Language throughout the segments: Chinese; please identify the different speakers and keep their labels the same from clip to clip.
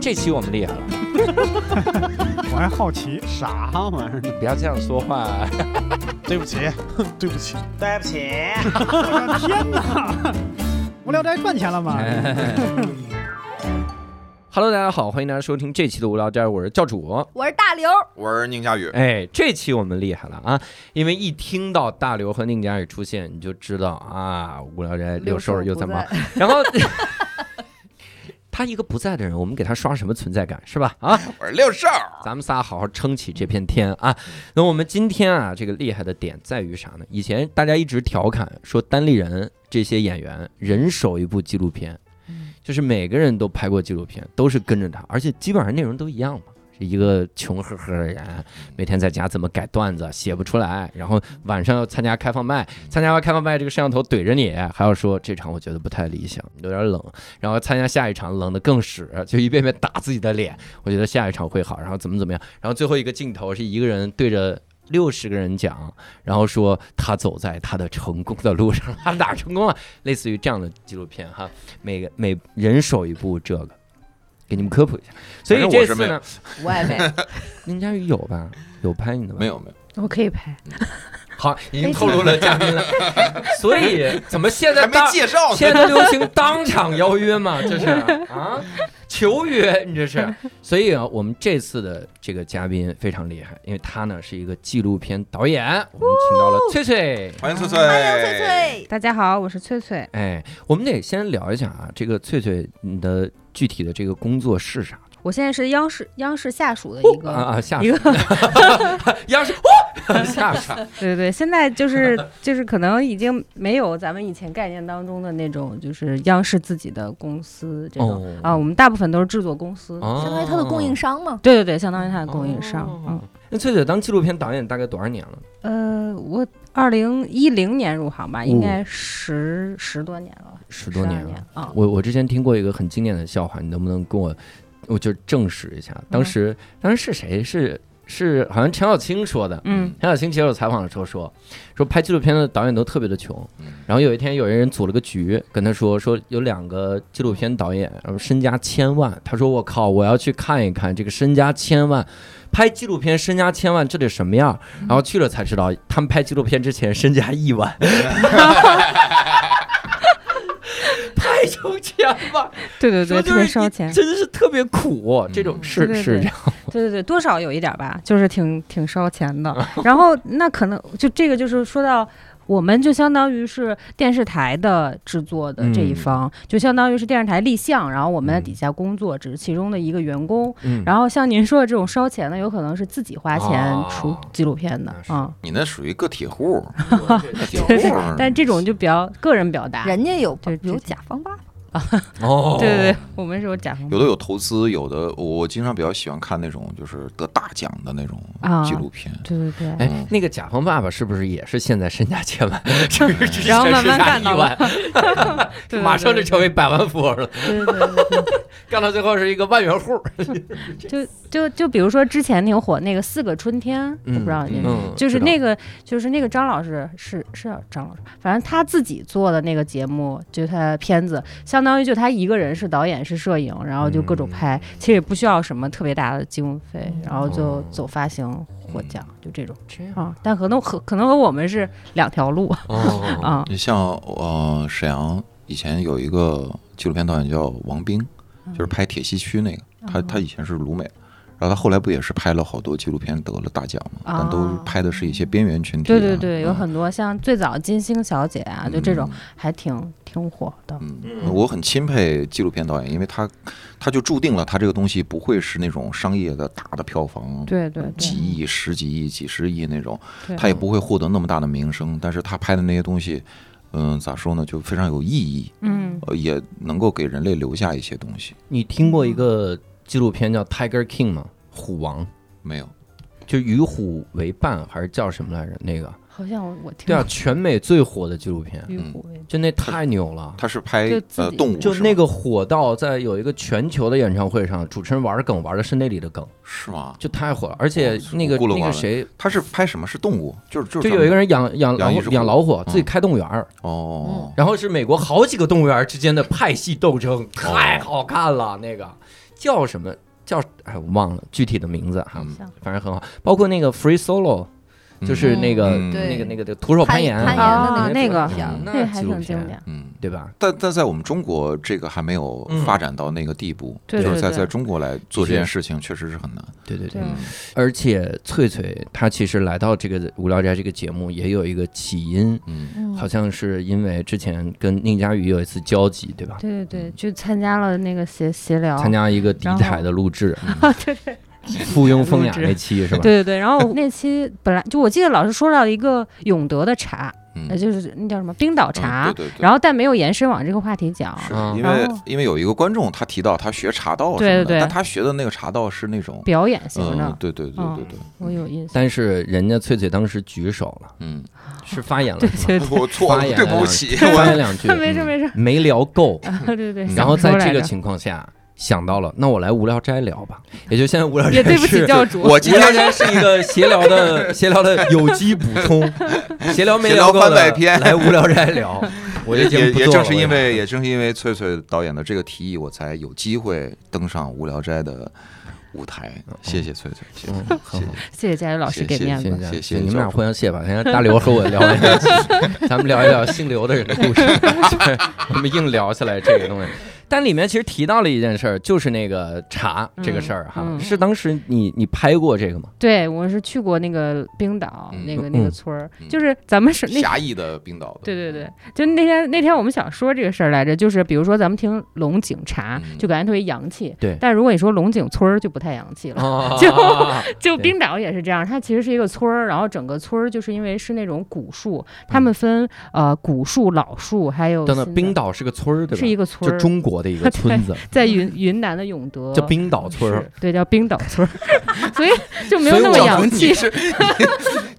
Speaker 1: 这期我们厉害了，
Speaker 2: 我还好 奇，
Speaker 3: 啥玩意儿？
Speaker 1: 不要这样说话。
Speaker 4: 对不起，对不起，
Speaker 5: 对不起，
Speaker 2: 我的啊天哪！ 哎无聊斋赚钱了吗？
Speaker 1: Hello，大家好，欢迎大家收听这期的无聊斋，我是教主。
Speaker 6: 我是大刘，
Speaker 7: 我是宁佳宇，
Speaker 1: 哎，这期我们厉害了啊！因为一听到大刘和宁佳宇出现，你就知道啊，无聊斋六兽又
Speaker 6: 不在
Speaker 1: 在忙。然后 他一个不在的人，我们给他刷什么存在感是吧？啊，
Speaker 7: 我是六少。
Speaker 1: 咱们仨好好撑起这片天啊！那我们今天啊，这个厉害的点在于啥呢？以前大家一直调侃说单立人这些演员人手一部纪录片，就是每个人都拍过纪录片，都是跟着他，而且基本上内容都一样嘛。是一个穷呵呵的人，每天在家怎么改段子，写不出来，然后晚上要参加开放麦，参加完开放麦，这个摄像头怼着你，还要说这场我觉得不太理想，有点冷，然后参加下一场冷的更屎，就一遍遍打自己的脸，我觉得下一场会好，然后怎么怎么样，然后最后一个镜头是一个人对着。六十个人讲，然后说他走在他的成功的路上，他哪儿成功了？类似于这样的纪录片哈，每个每人手一部这个，给你们科普一下。所以
Speaker 7: 反正
Speaker 1: 这
Speaker 7: 我是
Speaker 1: 次
Speaker 7: 没有
Speaker 1: 呢，
Speaker 6: 我也没，
Speaker 1: 林佳宇有吧？有拍你的吗？
Speaker 7: 没有没有，
Speaker 8: 我可以拍，
Speaker 1: 好，已经透露了嘉宾了。 所以怎么现在
Speaker 7: 还没
Speaker 1: 当
Speaker 7: 介绍呢。
Speaker 1: 现在流行当场邀约嘛？这 是啊，求约你这是。所以啊，我们这次的这个嘉宾非常厉害，因为他呢是一个纪录片导演，我们请到了
Speaker 6: 哦
Speaker 1: 翠翠。
Speaker 7: 欢迎翠翠，
Speaker 6: 欢迎翠。翠，
Speaker 8: 大家好，我是翠翠。
Speaker 1: 哎，我们得先聊一下啊，这个翠翠，你的具体的这个工作是啥？
Speaker 8: 我现在是央视央视下属的一个、
Speaker 1: 啊啊，下
Speaker 8: 一
Speaker 1: 属
Speaker 8: 个，
Speaker 1: 央视，下 属，
Speaker 8: 对对对，现在就是 就是可能已经没有咱们以前概念当中的那种，就是央视自己的公司这种、
Speaker 1: 哦
Speaker 8: 啊，我们大部分都是制作公司。嗯
Speaker 1: 相
Speaker 6: 相当于它的供应商嘛。
Speaker 8: 对对对，相当于它的供应商。嗯
Speaker 1: 哦那翠翠当纪录片导演大概多少年了？
Speaker 8: 嗯，呃，我二零一零年入行吧，应
Speaker 1: 哦
Speaker 8: 该十、十多年了，
Speaker 1: 十多年
Speaker 8: 12
Speaker 1: 了
Speaker 8: 年。啊。
Speaker 1: 我我之前听过一个很经典的笑话，你能不能跟我，我就证实一下？
Speaker 8: 嗯
Speaker 1: 当时当时是谁？是是好像陈小青说的。
Speaker 8: 嗯，
Speaker 1: 陈小青接受采访的时候说，说拍纪录片的导演都特别的穷
Speaker 7: 嗯。
Speaker 1: 然后有一天有人组了个局，跟他说说有两个纪录片导演，然后身家千万。他说我靠，我要去看一看这个身家千万。拍纪录片身家千万，这得什么样？然后去了才知道，他们拍纪录片之前身家亿万， 拍成千万，
Speaker 8: 对对
Speaker 1: 说
Speaker 8: 对，
Speaker 1: 就是
Speaker 8: 特别
Speaker 1: 一
Speaker 8: 烧钱。
Speaker 1: 真的是特别苦。这种
Speaker 7: 嗯
Speaker 1: 是
Speaker 8: 对对
Speaker 1: 是
Speaker 8: 对
Speaker 1: 这样，
Speaker 8: 对对对，多少有一点儿吧，就是挺挺烧钱的。然后那可能就这个就是说到。我们就相当于是电视台的制作的这一
Speaker 1: 嗯
Speaker 8: 方，就相当于是电视台立项，然后我们在
Speaker 1: 嗯
Speaker 8: 底下工作，只是其中的一个员工。
Speaker 1: 嗯
Speaker 8: 然后像您说的这种烧钱的，有可能是自己花钱
Speaker 1: 哦
Speaker 8: 出纪录片的
Speaker 1: 那是
Speaker 8: 啊、
Speaker 7: 你那属于个体户，个体户
Speaker 8: 对。但这种就比较个人表达。
Speaker 6: 人家有
Speaker 8: 对
Speaker 6: 有
Speaker 8: 之
Speaker 6: 甲方爸爸，
Speaker 1: 哦，
Speaker 8: 对对对，我们是有甲方
Speaker 7: 有的有投资，有的我经常比较喜欢看那种就是得大奖的那种
Speaker 8: 啊
Speaker 7: 纪录片。
Speaker 8: 对对对，
Speaker 1: 哎，那个甲方爸爸是不是也是现在身家千万， 然
Speaker 8: 然后慢慢干到 了，对对
Speaker 1: 马上就
Speaker 8: 对
Speaker 1: 成为百万富翁了，
Speaker 8: 对对对对对。
Speaker 1: 干到最后是一个万元户。
Speaker 8: 就就就比如说之前挺火那个《四个春天》，
Speaker 1: 嗯
Speaker 8: 我不知道你们。
Speaker 1: 嗯，
Speaker 8: 就是
Speaker 1: 知道
Speaker 8: 那个，就是那个张老师是是叫张老师，反正他自己做的那个节目，就他的片子，相当于就他一个人是导演是摄影，然后就各种拍，其实也不需要什么特别大的经费，然后就
Speaker 1: 哦
Speaker 8: 走发行获奖，就这种
Speaker 1: 这样
Speaker 8: 啊。但可能和可能和我们是两条路
Speaker 1: 哦，
Speaker 8: 啊，
Speaker 7: 你像呃沈阳以前有一个纪录片导演叫王冰，
Speaker 8: 嗯
Speaker 7: 就是拍《铁西区》那个，他他以前是鲁美。然后他后来不也是拍了好多纪录片得了大奖嘛？但都
Speaker 8: 哦
Speaker 7: 拍的是一些边缘群体啊。
Speaker 8: 对对对，有
Speaker 7: 嗯
Speaker 8: 很多像最早金星小姐啊，就这种还挺挺火的，
Speaker 7: 嗯，我很钦佩纪录片导演，因为他他就注定了他这个东西不会是那种商业的大的票房，
Speaker 8: 对对对
Speaker 7: 几亿、十几亿、几十亿那种，
Speaker 8: 对，
Speaker 7: 他也不会获得那么大的名声，但是他拍的那些东西。嗯，咋说呢，就非常有意义，
Speaker 8: 嗯，
Speaker 7: 呃，也能够给人类留下一些东西。
Speaker 1: 你听过一个纪录片叫《Tiger King》吗？虎王，
Speaker 7: 没有，
Speaker 1: 就与虎为伴还是叫什么来着？那个
Speaker 8: 好像我我听
Speaker 1: 对啊，全美最火的纪录片，
Speaker 8: 与
Speaker 7: 嗯
Speaker 8: 虎为
Speaker 1: 就那太牛了。
Speaker 7: 他是拍
Speaker 8: 就自己
Speaker 7: 呃动物，
Speaker 1: 就是
Speaker 7: 吗
Speaker 1: 那个火到在有一个全球的演唱会上，主持人玩梗玩的是那里的梗，
Speaker 7: 是吗？
Speaker 1: 就太火了。而且那个
Speaker 7: 我孤陋寡
Speaker 1: 那
Speaker 7: 闻
Speaker 1: 个谁，
Speaker 7: 他是拍什么？是动物，就是就是
Speaker 1: 就
Speaker 7: 咱
Speaker 1: 有一个
Speaker 7: 们
Speaker 1: 人养养老
Speaker 7: 养一
Speaker 1: 虎
Speaker 7: 只虎
Speaker 1: 养老虎，
Speaker 7: 嗯
Speaker 1: 自己开动物园儿，
Speaker 7: 哦，哦
Speaker 1: 然后是美国好几个动物园儿之间的派系斗争，太好看了那个。叫什么叫哎我忘了具体的名字哈、
Speaker 7: 嗯
Speaker 1: 反正很好。包括那个 free solo，就是那个、
Speaker 7: 嗯
Speaker 1: 那个
Speaker 6: 对
Speaker 1: 那个那个徒手攀岩
Speaker 6: 攀
Speaker 8: 攀岩的那个
Speaker 1: 个
Speaker 6: 纪
Speaker 1: 纪录
Speaker 6: 录
Speaker 1: 片
Speaker 6: 片
Speaker 8: 那
Speaker 1: 那纪
Speaker 8: 还
Speaker 1: 录
Speaker 8: 挺经
Speaker 1: 片
Speaker 8: 典。
Speaker 7: 嗯，
Speaker 1: 对吧？
Speaker 7: 但但在我们中国，这个还没有
Speaker 1: 嗯
Speaker 7: 发展到那个地步，
Speaker 8: 对
Speaker 7: 就
Speaker 8: 对
Speaker 7: 是在
Speaker 8: 对
Speaker 7: 在中国来做这件事情，确实是很难。
Speaker 1: 对对对。
Speaker 8: 对
Speaker 7: 嗯，
Speaker 1: 而且翠翠她其实来到这个《无聊斋》这个节目也有一个起因，
Speaker 7: 嗯
Speaker 6: 嗯
Speaker 1: 好像是因为之前跟宁佳宇有一次交集，对吧？
Speaker 8: 对对对，就参加了那个协协聊，
Speaker 1: 参加一个敌台的录 制，嗯
Speaker 8: 啊对对
Speaker 1: 附庸风雅
Speaker 8: 录制
Speaker 1: 那期是吧？
Speaker 8: 对对对。然后那期本来就我记得老师说到一个永德的茶，
Speaker 7: 嗯
Speaker 8: 呃，就是那叫什么冰岛茶
Speaker 7: 嗯，对对对。
Speaker 8: 然后但没有延伸往这个话题讲，
Speaker 7: 是
Speaker 1: 啊
Speaker 7: 因为
Speaker 8: 然后
Speaker 7: 因为有一个观众他提到他学茶道什
Speaker 8: 对
Speaker 7: 么的，
Speaker 8: 对对
Speaker 7: 但他学的那个茶道是那种，
Speaker 8: 表演型
Speaker 7: 嗯
Speaker 8: 的，，
Speaker 7: 对对对对对，
Speaker 8: 我有印象。
Speaker 1: 但是人家翠翠当时举手了，
Speaker 7: 嗯，
Speaker 1: 是发言了
Speaker 8: 对
Speaker 1: 是吗？
Speaker 8: 对对，
Speaker 7: 我错
Speaker 1: 发
Speaker 7: 了，
Speaker 1: 言
Speaker 7: 对 不起，
Speaker 1: 发言两句
Speaker 8: 没事没事，
Speaker 1: 没聊够，
Speaker 8: 对对对。
Speaker 1: 然后在
Speaker 8: 想不
Speaker 1: 这
Speaker 8: 出来
Speaker 1: 个
Speaker 8: 着
Speaker 1: 情况下想到了，那我来无聊斋聊吧，也就现在无聊斋
Speaker 8: 也对不起
Speaker 1: 是
Speaker 8: 教主，
Speaker 7: 我今
Speaker 1: 无聊
Speaker 7: 天
Speaker 1: 斋是一个闲聊的闲聊的有机补充，闲聊没聊够
Speaker 7: 闲聊翻
Speaker 1: 的
Speaker 7: 百篇
Speaker 1: 来无聊斋聊，我这
Speaker 7: 也
Speaker 1: 节目
Speaker 7: 也
Speaker 1: 不
Speaker 7: 也
Speaker 1: 做
Speaker 7: 正
Speaker 1: 了
Speaker 7: 是
Speaker 1: 我
Speaker 7: 因
Speaker 1: 这
Speaker 7: 为也正是因为翠翠导演的这个提议，我才有机会登上《无聊斋》的舞台。谢谢翠翠，谢谢
Speaker 1: 嗯
Speaker 7: 谢
Speaker 1: 很
Speaker 7: 谢
Speaker 1: 好。
Speaker 8: 谢谢佳宇老师给面
Speaker 1: 谢
Speaker 8: 子。
Speaker 1: 谢
Speaker 7: 谢谢
Speaker 1: 你们
Speaker 7: 教
Speaker 1: 俩
Speaker 7: 授
Speaker 1: 互相谢吧。现在大刘和我聊完一 期，咱们聊一聊姓刘的人的故事， 就是我们硬聊起来这个东西。但里面其实提到了一件事儿，就是那个茶这个事儿哈，
Speaker 8: 嗯嗯
Speaker 1: 是当时你你拍过这个吗？
Speaker 8: 对，我是去过那个冰岛
Speaker 7: 嗯
Speaker 8: 那个
Speaker 1: 嗯
Speaker 8: 那个村儿
Speaker 7: 嗯，
Speaker 8: 就是咱们是那
Speaker 7: 狭义的冰岛的，
Speaker 8: 对对对，就那天那天我们想说这个事儿来着，就是比如说咱们听龙井茶，
Speaker 7: 嗯
Speaker 8: 就感觉特别洋气，
Speaker 1: 对
Speaker 8: 但如果你说龙井村儿就不太洋气了，
Speaker 1: 啊，
Speaker 8: 就
Speaker 1: 对
Speaker 8: 就冰岛也是这样，它其实是一个村儿，然后整个村儿就是因为是那种古树，他们分呃古树、老树，还有
Speaker 1: 嗯等等，
Speaker 8: 新的
Speaker 1: 冰岛是个村儿对吧？
Speaker 8: 是一个村
Speaker 1: 就
Speaker 8: 儿，
Speaker 1: 中国的 一个村子，
Speaker 8: 在云云南的永德
Speaker 1: 叫冰岛村儿
Speaker 8: 是。对，叫冰岛村儿， 所以就没有
Speaker 1: 所以
Speaker 8: 那
Speaker 1: 我
Speaker 8: 么
Speaker 1: 想
Speaker 8: 洋气
Speaker 7: 你。是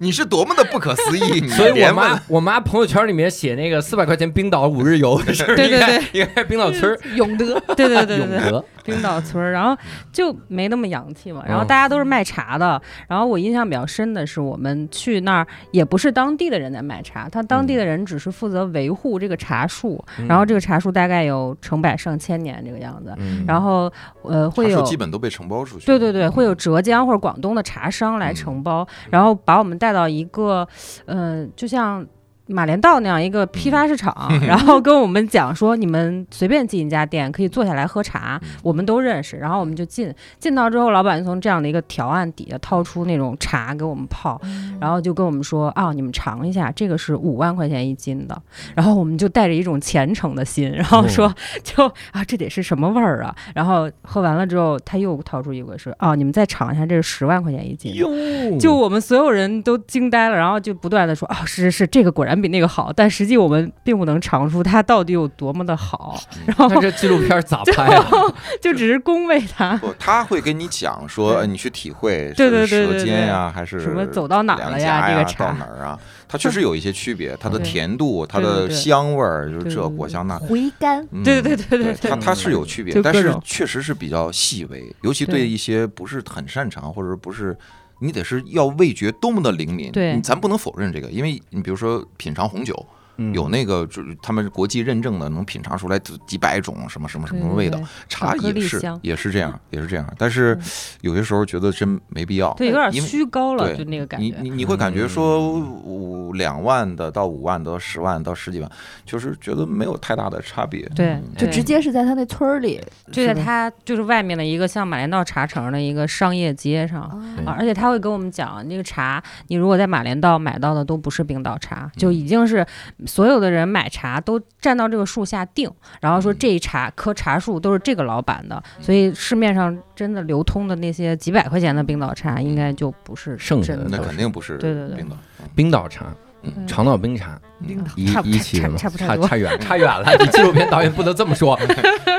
Speaker 7: 你是多么的不可思议，
Speaker 1: 所以我
Speaker 7: 连问
Speaker 1: 妈我妈朋友圈里面写那个四百块钱冰岛五日游，是
Speaker 8: 对对对，
Speaker 1: 应该是冰岛村儿
Speaker 6: 永德，
Speaker 8: 对对对
Speaker 1: 永
Speaker 8: 对对，
Speaker 1: 德，
Speaker 8: 冰岛村儿，然后就没那么洋气嘛。然后
Speaker 1: 嗯
Speaker 8: 大家都是卖茶的，然后我印象比较深的是，我们去那儿也不是当地的人在卖茶，他当地的人只是负责维护这个茶树，然后这个茶树大概有成百上千年这个样子，
Speaker 1: 嗯，
Speaker 8: 然后呃会
Speaker 7: 他
Speaker 8: 有
Speaker 7: 说。基本都被承包出去
Speaker 8: 对
Speaker 7: 了，嗯
Speaker 8: 对对，会有浙江或者广东的茶商来承包，然后把我们带到一个，呃，就像马连道那样一个
Speaker 7: 嗯
Speaker 8: 批发市 场，然后跟我们讲说，你们随便进一家店可以坐下来喝茶
Speaker 7: 嗯，
Speaker 8: 我们都认识。然后我们就进，进到之后，老板就从这样的一个条案底下掏出那种茶给我们泡，然后就跟我们说啊，你们尝一下，这个是五万块钱一斤的。然后我们就带着一种虔诚的心，然
Speaker 7: 哦
Speaker 8: 后说、就啊，这得是什么味儿啊？然后喝完了之后，他又掏出一个说啊，你们再尝一下，这是十万块钱一斤的。
Speaker 1: 哟
Speaker 8: 就我们所有人都惊呆了，然后就不断的说啊、是是是，这个果然比那个好，但实际我们并不能尝出它到底有多么的好，然后
Speaker 1: 那这纪录片咋拍啊？
Speaker 8: 就只是恭维它，
Speaker 7: 不，他会跟你讲说，呃你去体会
Speaker 8: 对对
Speaker 7: 是
Speaker 8: 对对
Speaker 7: 舌尖呀，还是
Speaker 8: 什么走到哪儿了
Speaker 7: 梁
Speaker 8: 呀
Speaker 7: 家
Speaker 8: 这
Speaker 7: 呀，
Speaker 8: 个
Speaker 7: 到
Speaker 8: 茶
Speaker 7: 哪儿啊？它确实有一些区别，它的
Speaker 8: 对
Speaker 7: 甜度、它
Speaker 8: 对对
Speaker 7: 的
Speaker 8: 对
Speaker 7: 香味儿，就是
Speaker 8: 对
Speaker 7: 这
Speaker 8: 对对
Speaker 7: 果香那。
Speaker 6: 回甘，
Speaker 7: 嗯
Speaker 8: 对对对对对
Speaker 7: 它它是有区别
Speaker 8: 就，
Speaker 7: 但
Speaker 8: 各
Speaker 7: 是
Speaker 8: 种
Speaker 7: 确实是比较细微，尤其
Speaker 8: 对
Speaker 7: 对一些不是很擅长或者不是。你得是要味觉多么的灵敏，
Speaker 8: 对
Speaker 7: 你咱不能否认这个，因为你比如说品尝红酒，
Speaker 1: 嗯
Speaker 8: 嗯
Speaker 7: 有那个就是他们国际认证的，能品尝出来几几百种什么什么什
Speaker 8: 对
Speaker 7: 么味道，，茶
Speaker 8: 巧克
Speaker 7: 也
Speaker 8: 力
Speaker 7: 是
Speaker 8: 香
Speaker 7: 也是这样，也是这样，但是
Speaker 8: 嗯
Speaker 7: 有些时候觉得真没必要，
Speaker 8: 对对对，有点
Speaker 7: 因为
Speaker 8: 虚高了，
Speaker 7: 对
Speaker 8: 就那个感
Speaker 7: 你
Speaker 8: 觉。嗯
Speaker 7: 你你会感觉说五两万的到五万到十万到十几万，就是觉得没有太大的差别。嗯
Speaker 8: 对，
Speaker 6: 就
Speaker 8: 对
Speaker 6: 直接是在他那村儿里，
Speaker 8: 就在
Speaker 6: 是吧
Speaker 8: 它就是外面的一个像马连道茶城的一个商业街
Speaker 7: 嗯
Speaker 8: 上，
Speaker 6: 啊
Speaker 8: 啊，而且他会跟我们讲，那个茶，你如果在马连道买到的都不是冰岛茶，就
Speaker 1: 嗯
Speaker 8: 已经是所有的人买茶都站到这个树下定，然后说
Speaker 7: 嗯
Speaker 8: 这一茶棵茶树都是这个老板的，
Speaker 1: 嗯
Speaker 8: 所以市面上真的流通的那些几百块钱的冰岛茶，应该就不是
Speaker 1: 嗯剩下的
Speaker 8: 真
Speaker 7: 那
Speaker 8: 的
Speaker 7: 肯定不是
Speaker 8: 对对对
Speaker 7: 冰岛，
Speaker 1: 冰岛茶
Speaker 7: 嗯，
Speaker 1: 长岛冰茶
Speaker 7: 嗯
Speaker 1: 一
Speaker 8: 差不
Speaker 1: 一起的吗？
Speaker 8: 差不差
Speaker 1: 差
Speaker 8: 不多
Speaker 1: 差远了差远了，你 纪录片导演不能这么说。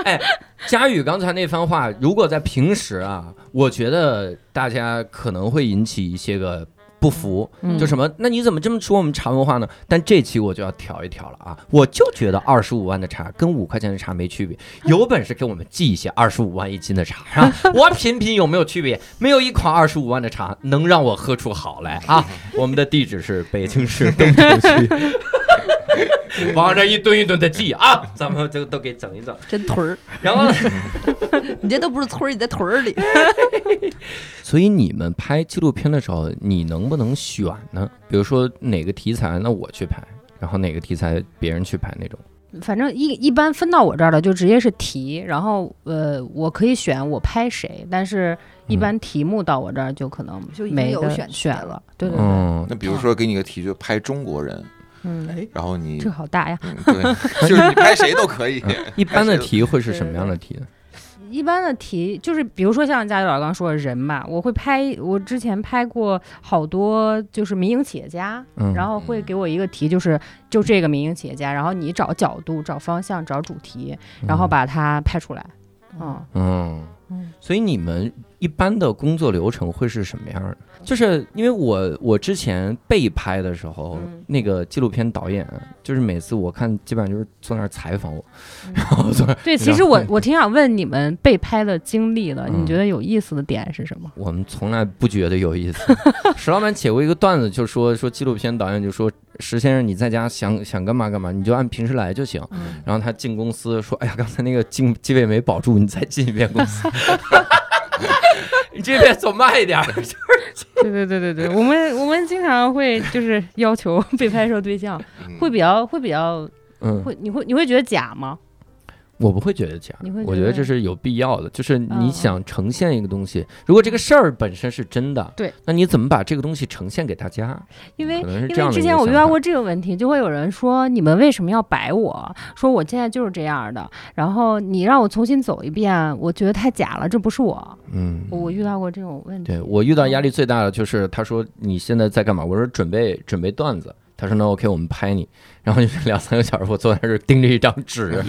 Speaker 1: 哎，佳宇刚才那番话，如果在平时啊，我觉得大家可能会引起一些个。不服，
Speaker 8: 嗯
Speaker 1: 就什么？那你怎么这么说我们茶文化呢？但这期我就要挑一挑了啊！我就觉得二十五万的茶跟五块钱的茶没区别，有本事给我们寄一些二十五万一斤的茶啊！我品品有没有区别？没有一款二十五万的茶能让我喝出好来啊！我们的地址是北京市东城区。往这一蹲一蹲的记啊，咱们这个都给整一整。
Speaker 6: 真屯儿，
Speaker 1: 然后，
Speaker 8: 嗯
Speaker 6: 你这都不是村儿，你在屯儿里。
Speaker 1: 所以你们拍纪录片的时候，你能不能选呢？比如说哪个题材，那我去拍，然后哪个题材别人去拍那种。
Speaker 8: 反正一一般分到我这儿的就直接是题，然后呃，我可以选我拍谁，但是
Speaker 1: 嗯
Speaker 8: 一般题目到我这儿就可能
Speaker 6: 就已经
Speaker 8: 没
Speaker 6: 有
Speaker 8: 得
Speaker 6: 选题
Speaker 8: 选
Speaker 6: 了
Speaker 8: 了，对对对，
Speaker 1: 嗯，
Speaker 7: 那比如说给你个题，就拍中国人，
Speaker 8: 嗯，
Speaker 6: 哎
Speaker 7: 然后你
Speaker 8: 这好大呀。
Speaker 7: 嗯， 对，就是你拍谁都可以。
Speaker 1: 一般的题会是什么样的题？
Speaker 8: 一般的题就是，比如说像佳宇老师刚说的人嘛，我会拍，我之前拍过好多就是民营企业家，
Speaker 1: 嗯，
Speaker 8: 然后会给我一个题，就是就这个民营企业家，然后你找角度、找方向、找主题，然后把它拍出来。嗯，
Speaker 1: 嗯
Speaker 8: 嗯，
Speaker 1: 所以你们一般的工作流程会是什么样的？就是因为我我之前被拍的时候，
Speaker 8: 嗯
Speaker 1: 那个纪录片导演，就是每次我看基本上就是坐那儿采访我，
Speaker 8: 嗯
Speaker 1: 然后坐那儿
Speaker 8: 对，
Speaker 1: 你知
Speaker 8: 其
Speaker 1: 道
Speaker 8: 实我我挺想问你们被拍的经历的，
Speaker 1: 嗯
Speaker 8: 你觉得有意思的点是什么？
Speaker 1: 我们从来不觉得有意 思。石老板写过一个段子，就说说纪录片导演就说石先生你在家想想干嘛干嘛，你就按平时来就行。
Speaker 8: 嗯
Speaker 1: 然后他进公司说：“哎呀，刚才那个进 机位没保住，你再进一遍公 司。你这边走慢一点儿。
Speaker 8: 对对对对对，我们我们经常会就是 要求被拍摄对象
Speaker 7: 嗯
Speaker 8: 会比较会比较
Speaker 1: 嗯，
Speaker 8: 会，你会你会觉得假吗？
Speaker 1: 我不会觉得假
Speaker 8: 你会，
Speaker 1: 我觉
Speaker 8: 觉
Speaker 1: 得
Speaker 8: 得
Speaker 1: 这是有必要的。就是你
Speaker 8: 嗯
Speaker 1: 想呈现一个东西，如果这个事儿本身是真的，
Speaker 8: 对，
Speaker 1: 那你怎么把这个东西呈现给大家？
Speaker 8: 因为
Speaker 1: 可能是
Speaker 8: 因
Speaker 1: 这样
Speaker 8: 为
Speaker 1: 的
Speaker 8: 之
Speaker 1: 一
Speaker 8: 前
Speaker 1: 个
Speaker 8: 我遇
Speaker 1: 想
Speaker 8: 到
Speaker 1: 法
Speaker 8: 过这个问题，就会有人说你们为什么要摆我？说我现在就是这样的，然后你让我重新走一遍，我觉得太假了，这不是我。
Speaker 1: 嗯，
Speaker 8: 我我遇到过这种问题。
Speaker 1: 对我遇到压
Speaker 8: 嗯
Speaker 1: 力最大的就是他说你现在在干嘛？我说准备准备段子。他说那 OK，我们拍你，然后就是两三个小时，我坐在那儿盯着一张纸，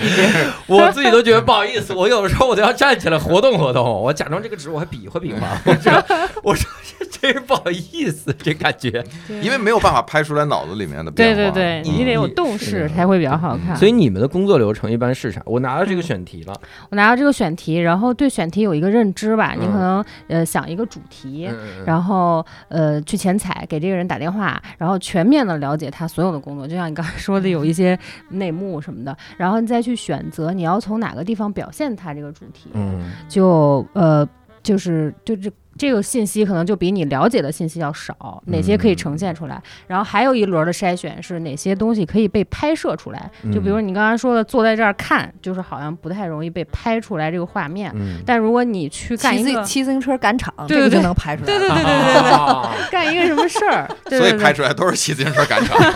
Speaker 1: 我自己都觉得不好意思，我有时候我都要站起来活动活动，我假装这个纸我还比划比划， 我说我说这是不好意思，这感觉。
Speaker 7: 因为没有办法拍出来脑子里面的
Speaker 8: 对
Speaker 7: 变
Speaker 8: 对
Speaker 7: 化。
Speaker 8: 对，
Speaker 7: 嗯
Speaker 8: 你得有
Speaker 1: 你是
Speaker 8: 动
Speaker 1: 的
Speaker 8: 势才会比较好看。
Speaker 1: 所以你们的工作流程一般是啥？我拿到
Speaker 8: 嗯
Speaker 1: 这个选题了，
Speaker 8: 我拿到这个选题，然后对选题有一个认知吧，你可能呃想一个主题，
Speaker 1: 嗯
Speaker 8: 然后呃去前采，给这个人打电话，然后全面的了解他所有的工作，就像你刚才说的，有一些
Speaker 1: 嗯
Speaker 8: 内幕什么的，然后你再去选择你要从哪个地方表现他这个主题，
Speaker 1: 嗯
Speaker 8: 就呃就是就这。这个信息可能就比你了解的信息要少，哪些可以呈现
Speaker 1: 嗯
Speaker 8: 出来？然后还有一轮的筛选是哪些东西可以被拍摄出来？
Speaker 1: 嗯
Speaker 8: 就比如你刚刚说的坐在这儿看，就是好像不太容易被拍出来这个画面。
Speaker 1: 嗯，
Speaker 8: 但如果你去干
Speaker 6: 骑
Speaker 8: 一
Speaker 6: 自
Speaker 8: 个，
Speaker 6: 骑自行车赶场，
Speaker 8: 对
Speaker 6: 这个
Speaker 8: 对
Speaker 6: 就
Speaker 8: 对
Speaker 6: 能拍出来。
Speaker 8: 对对对对对 对，
Speaker 1: 对，
Speaker 8: 干一个什么事 儿，对
Speaker 7: 所以
Speaker 8: 对
Speaker 7: 拍
Speaker 8: 对。
Speaker 7: 出来都是骑自行车赶场，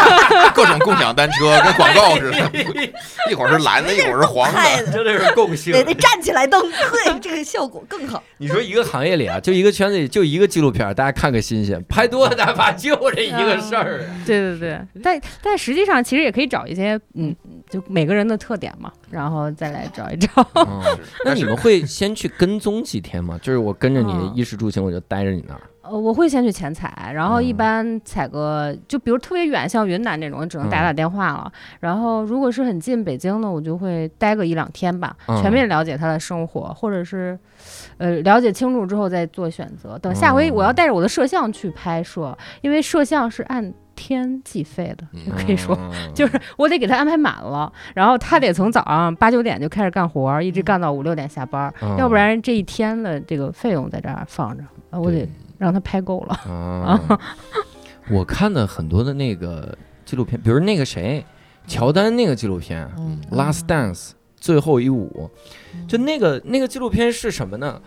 Speaker 7: 各种共享单车跟广告似的，一会儿是蓝的，一会儿是黄的。
Speaker 6: 太
Speaker 1: 真的是共性
Speaker 6: 得得站起来蹬，对，这个效果更好。
Speaker 1: 你说一个行业里啊，就一个圈子里就一个纪录片儿，大家看个新鲜，拍多了大把就这一 个事儿。
Speaker 8: 对对
Speaker 1: 嗯
Speaker 8: 对，但但实际上其实也可以找一些，嗯，就每个人的特点嘛，然后再来找一 找。
Speaker 1: 嗯 那
Speaker 7: 但
Speaker 1: 你
Speaker 7: 是
Speaker 1: 们会先去跟踪几天吗？就是我跟着你
Speaker 8: 嗯
Speaker 1: 衣食住行，我就待着你那儿。
Speaker 8: 呃，我会先去前采，然后一
Speaker 1: 嗯
Speaker 8: 般采个，就比如特别远，像云南那种，只能打
Speaker 1: 嗯
Speaker 8: 打电话了。然后如果是很近北京的，我就会待个一两天吧，
Speaker 1: 嗯
Speaker 8: 全面了解他的生活，或者是，呃，了解清楚之后再做选择。等下回
Speaker 1: 嗯
Speaker 8: 我要带着我的摄像去拍摄，因为摄像是按天计费的，
Speaker 7: 嗯
Speaker 8: 也 可以说。
Speaker 1: 嗯
Speaker 8: 就是我得给他安排满了，然后他得从早上八九点就开始干活儿，一直干到五六点下班儿，
Speaker 1: 嗯哦
Speaker 8: 要不然这一天的这个费用在这儿放着，啊我得
Speaker 1: 对
Speaker 8: 让他拍够了。
Speaker 1: 啊，我看的很多的那个纪录片，比如那个谁，乔丹那个纪录片
Speaker 6: 嗯
Speaker 1: 《Last Dance》最后一舞，
Speaker 8: 嗯
Speaker 1: 就那个那个纪录片是什么呢？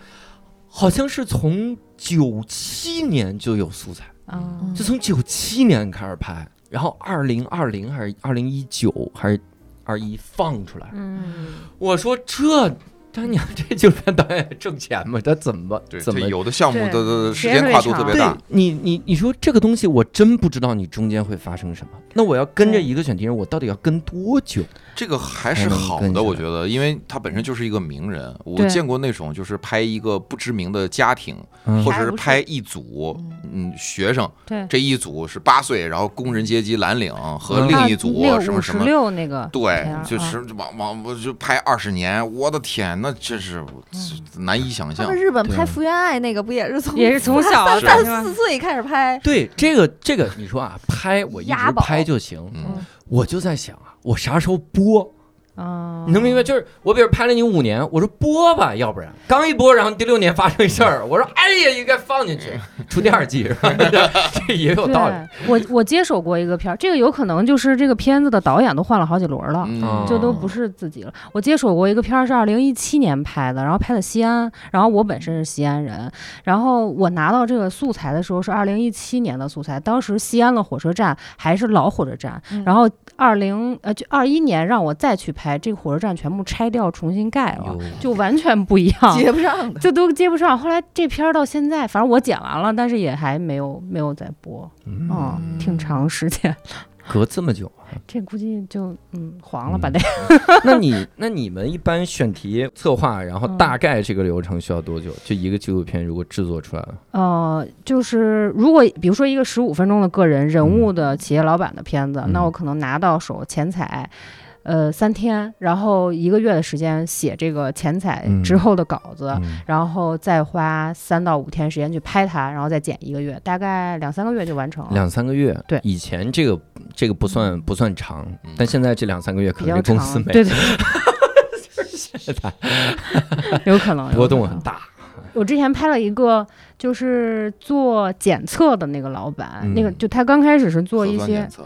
Speaker 1: 好像是从九七年就有素材。
Speaker 8: 啊，
Speaker 6: 嗯
Speaker 1: 就从九七年开始拍，然后二零二零还是二零一九还是二一放出来。
Speaker 8: 嗯，
Speaker 1: 我说这他娘这纪录片导演挣钱吗？他怎么
Speaker 7: 对，
Speaker 1: 怎
Speaker 7: 这
Speaker 1: 么？
Speaker 7: 有的项目
Speaker 8: 对
Speaker 7: 的
Speaker 8: 时
Speaker 7: 时间
Speaker 8: 间
Speaker 7: 跨度
Speaker 8: 特
Speaker 7: 特
Speaker 8: 别
Speaker 7: 别
Speaker 1: 对
Speaker 7: 大，
Speaker 1: 你，你你说这个东西，我真不知道你中间会发生什么。那我要跟着一个选题人，我到底要跟多久？
Speaker 7: 这个还是好
Speaker 1: 还能跟
Speaker 7: 的，
Speaker 1: 上
Speaker 7: 我觉得，因为他本身就是一个名人。我
Speaker 8: 对
Speaker 7: 见过那种就是拍一个不知名的家庭，
Speaker 1: 嗯
Speaker 7: 或者是拍一组，嗯，学生
Speaker 8: 对。
Speaker 7: 这一组是八岁，然后工人阶级蓝领
Speaker 1: 嗯
Speaker 7: 和另一组什么什
Speaker 8: 五十
Speaker 7: 么。
Speaker 8: 啊六那个
Speaker 7: 对
Speaker 8: 片儿，
Speaker 7: 就
Speaker 8: 啊
Speaker 7: 是往往我就拍二十年，我的天，那真是
Speaker 8: 嗯
Speaker 7: 难以想
Speaker 6: 他
Speaker 7: 象
Speaker 6: 们。日本
Speaker 1: 对
Speaker 6: 拍《福原爱》那个不也是从
Speaker 8: 也是从小
Speaker 6: 三
Speaker 7: 是
Speaker 6: 三
Speaker 8: 吧
Speaker 6: 四岁开始拍？
Speaker 1: 对这个这个，你说啊，拍我一
Speaker 6: 押
Speaker 1: 直
Speaker 6: 宝
Speaker 1: 拍就行。
Speaker 7: 嗯，
Speaker 1: 我就在想啊，我啥时候播？
Speaker 8: 啊，
Speaker 1: 你能明白？就是我比如拍了你五年，我说播吧，要不然刚一播，然后第六年发生一事儿，我说哎呀，应该放进去，出第二季是吧？这也有道理。
Speaker 8: 对我我接手过一个片儿，这个有可能就是这个片子的导演都换了好几轮儿了。
Speaker 1: 嗯
Speaker 8: 就都
Speaker 6: 哦
Speaker 8: 不是自己了。我接手过一个片儿，是二零一七年拍的，然后拍的西安，然后我本身是西安人，然后我拿到这个素材的时候是二零一七年的素材，当时西安的火车站还是老火车站，
Speaker 6: 嗯
Speaker 8: 然后二零呃就二一年让我再去拍，这个火车站全部拆掉重新盖了，就完全不一样。
Speaker 6: 接不上的。
Speaker 8: 就都接不上，后来这片儿到现在，反正我剪完了，但是也还没有没有再播，
Speaker 6: 哦
Speaker 8: 嗯，挺长时间，
Speaker 6: 嗯
Speaker 1: 隔这么久啊，
Speaker 8: 这估计就嗯黄了吧
Speaker 1: 嗯
Speaker 8: 得。
Speaker 1: 那你那你们一般选题策划，然后大概这个流程需要多久？就一个纪录片如果制作出来了，
Speaker 8: 呃，就是如果比如说一个十五分钟的个人人物的企业老板的片子，
Speaker 1: 嗯
Speaker 8: 那我可能拿到手前采，呃，三天，然后一个月的时间写这个前采
Speaker 1: 嗯
Speaker 8: 之后的稿子，
Speaker 1: 嗯
Speaker 8: 然后再花三到五天时间去拍它，然后再剪一个月，大概两三个月就完成了。
Speaker 1: 两三个月，
Speaker 8: 对
Speaker 1: 以前这个这个不算不算长
Speaker 7: 嗯，
Speaker 1: 但现在这两三个月可
Speaker 8: 比
Speaker 1: 能
Speaker 8: 较
Speaker 1: 这
Speaker 8: 长
Speaker 1: 公司，没
Speaker 8: 对对， 有可能有
Speaker 1: 波
Speaker 8: 可
Speaker 1: 动
Speaker 8: 能
Speaker 1: 很大，
Speaker 8: 我之前拍了一个，就是做检测的那个老板，
Speaker 1: 嗯
Speaker 8: 那个就他刚开始是做
Speaker 7: 核
Speaker 8: 一
Speaker 7: 酸
Speaker 8: 些
Speaker 7: 检测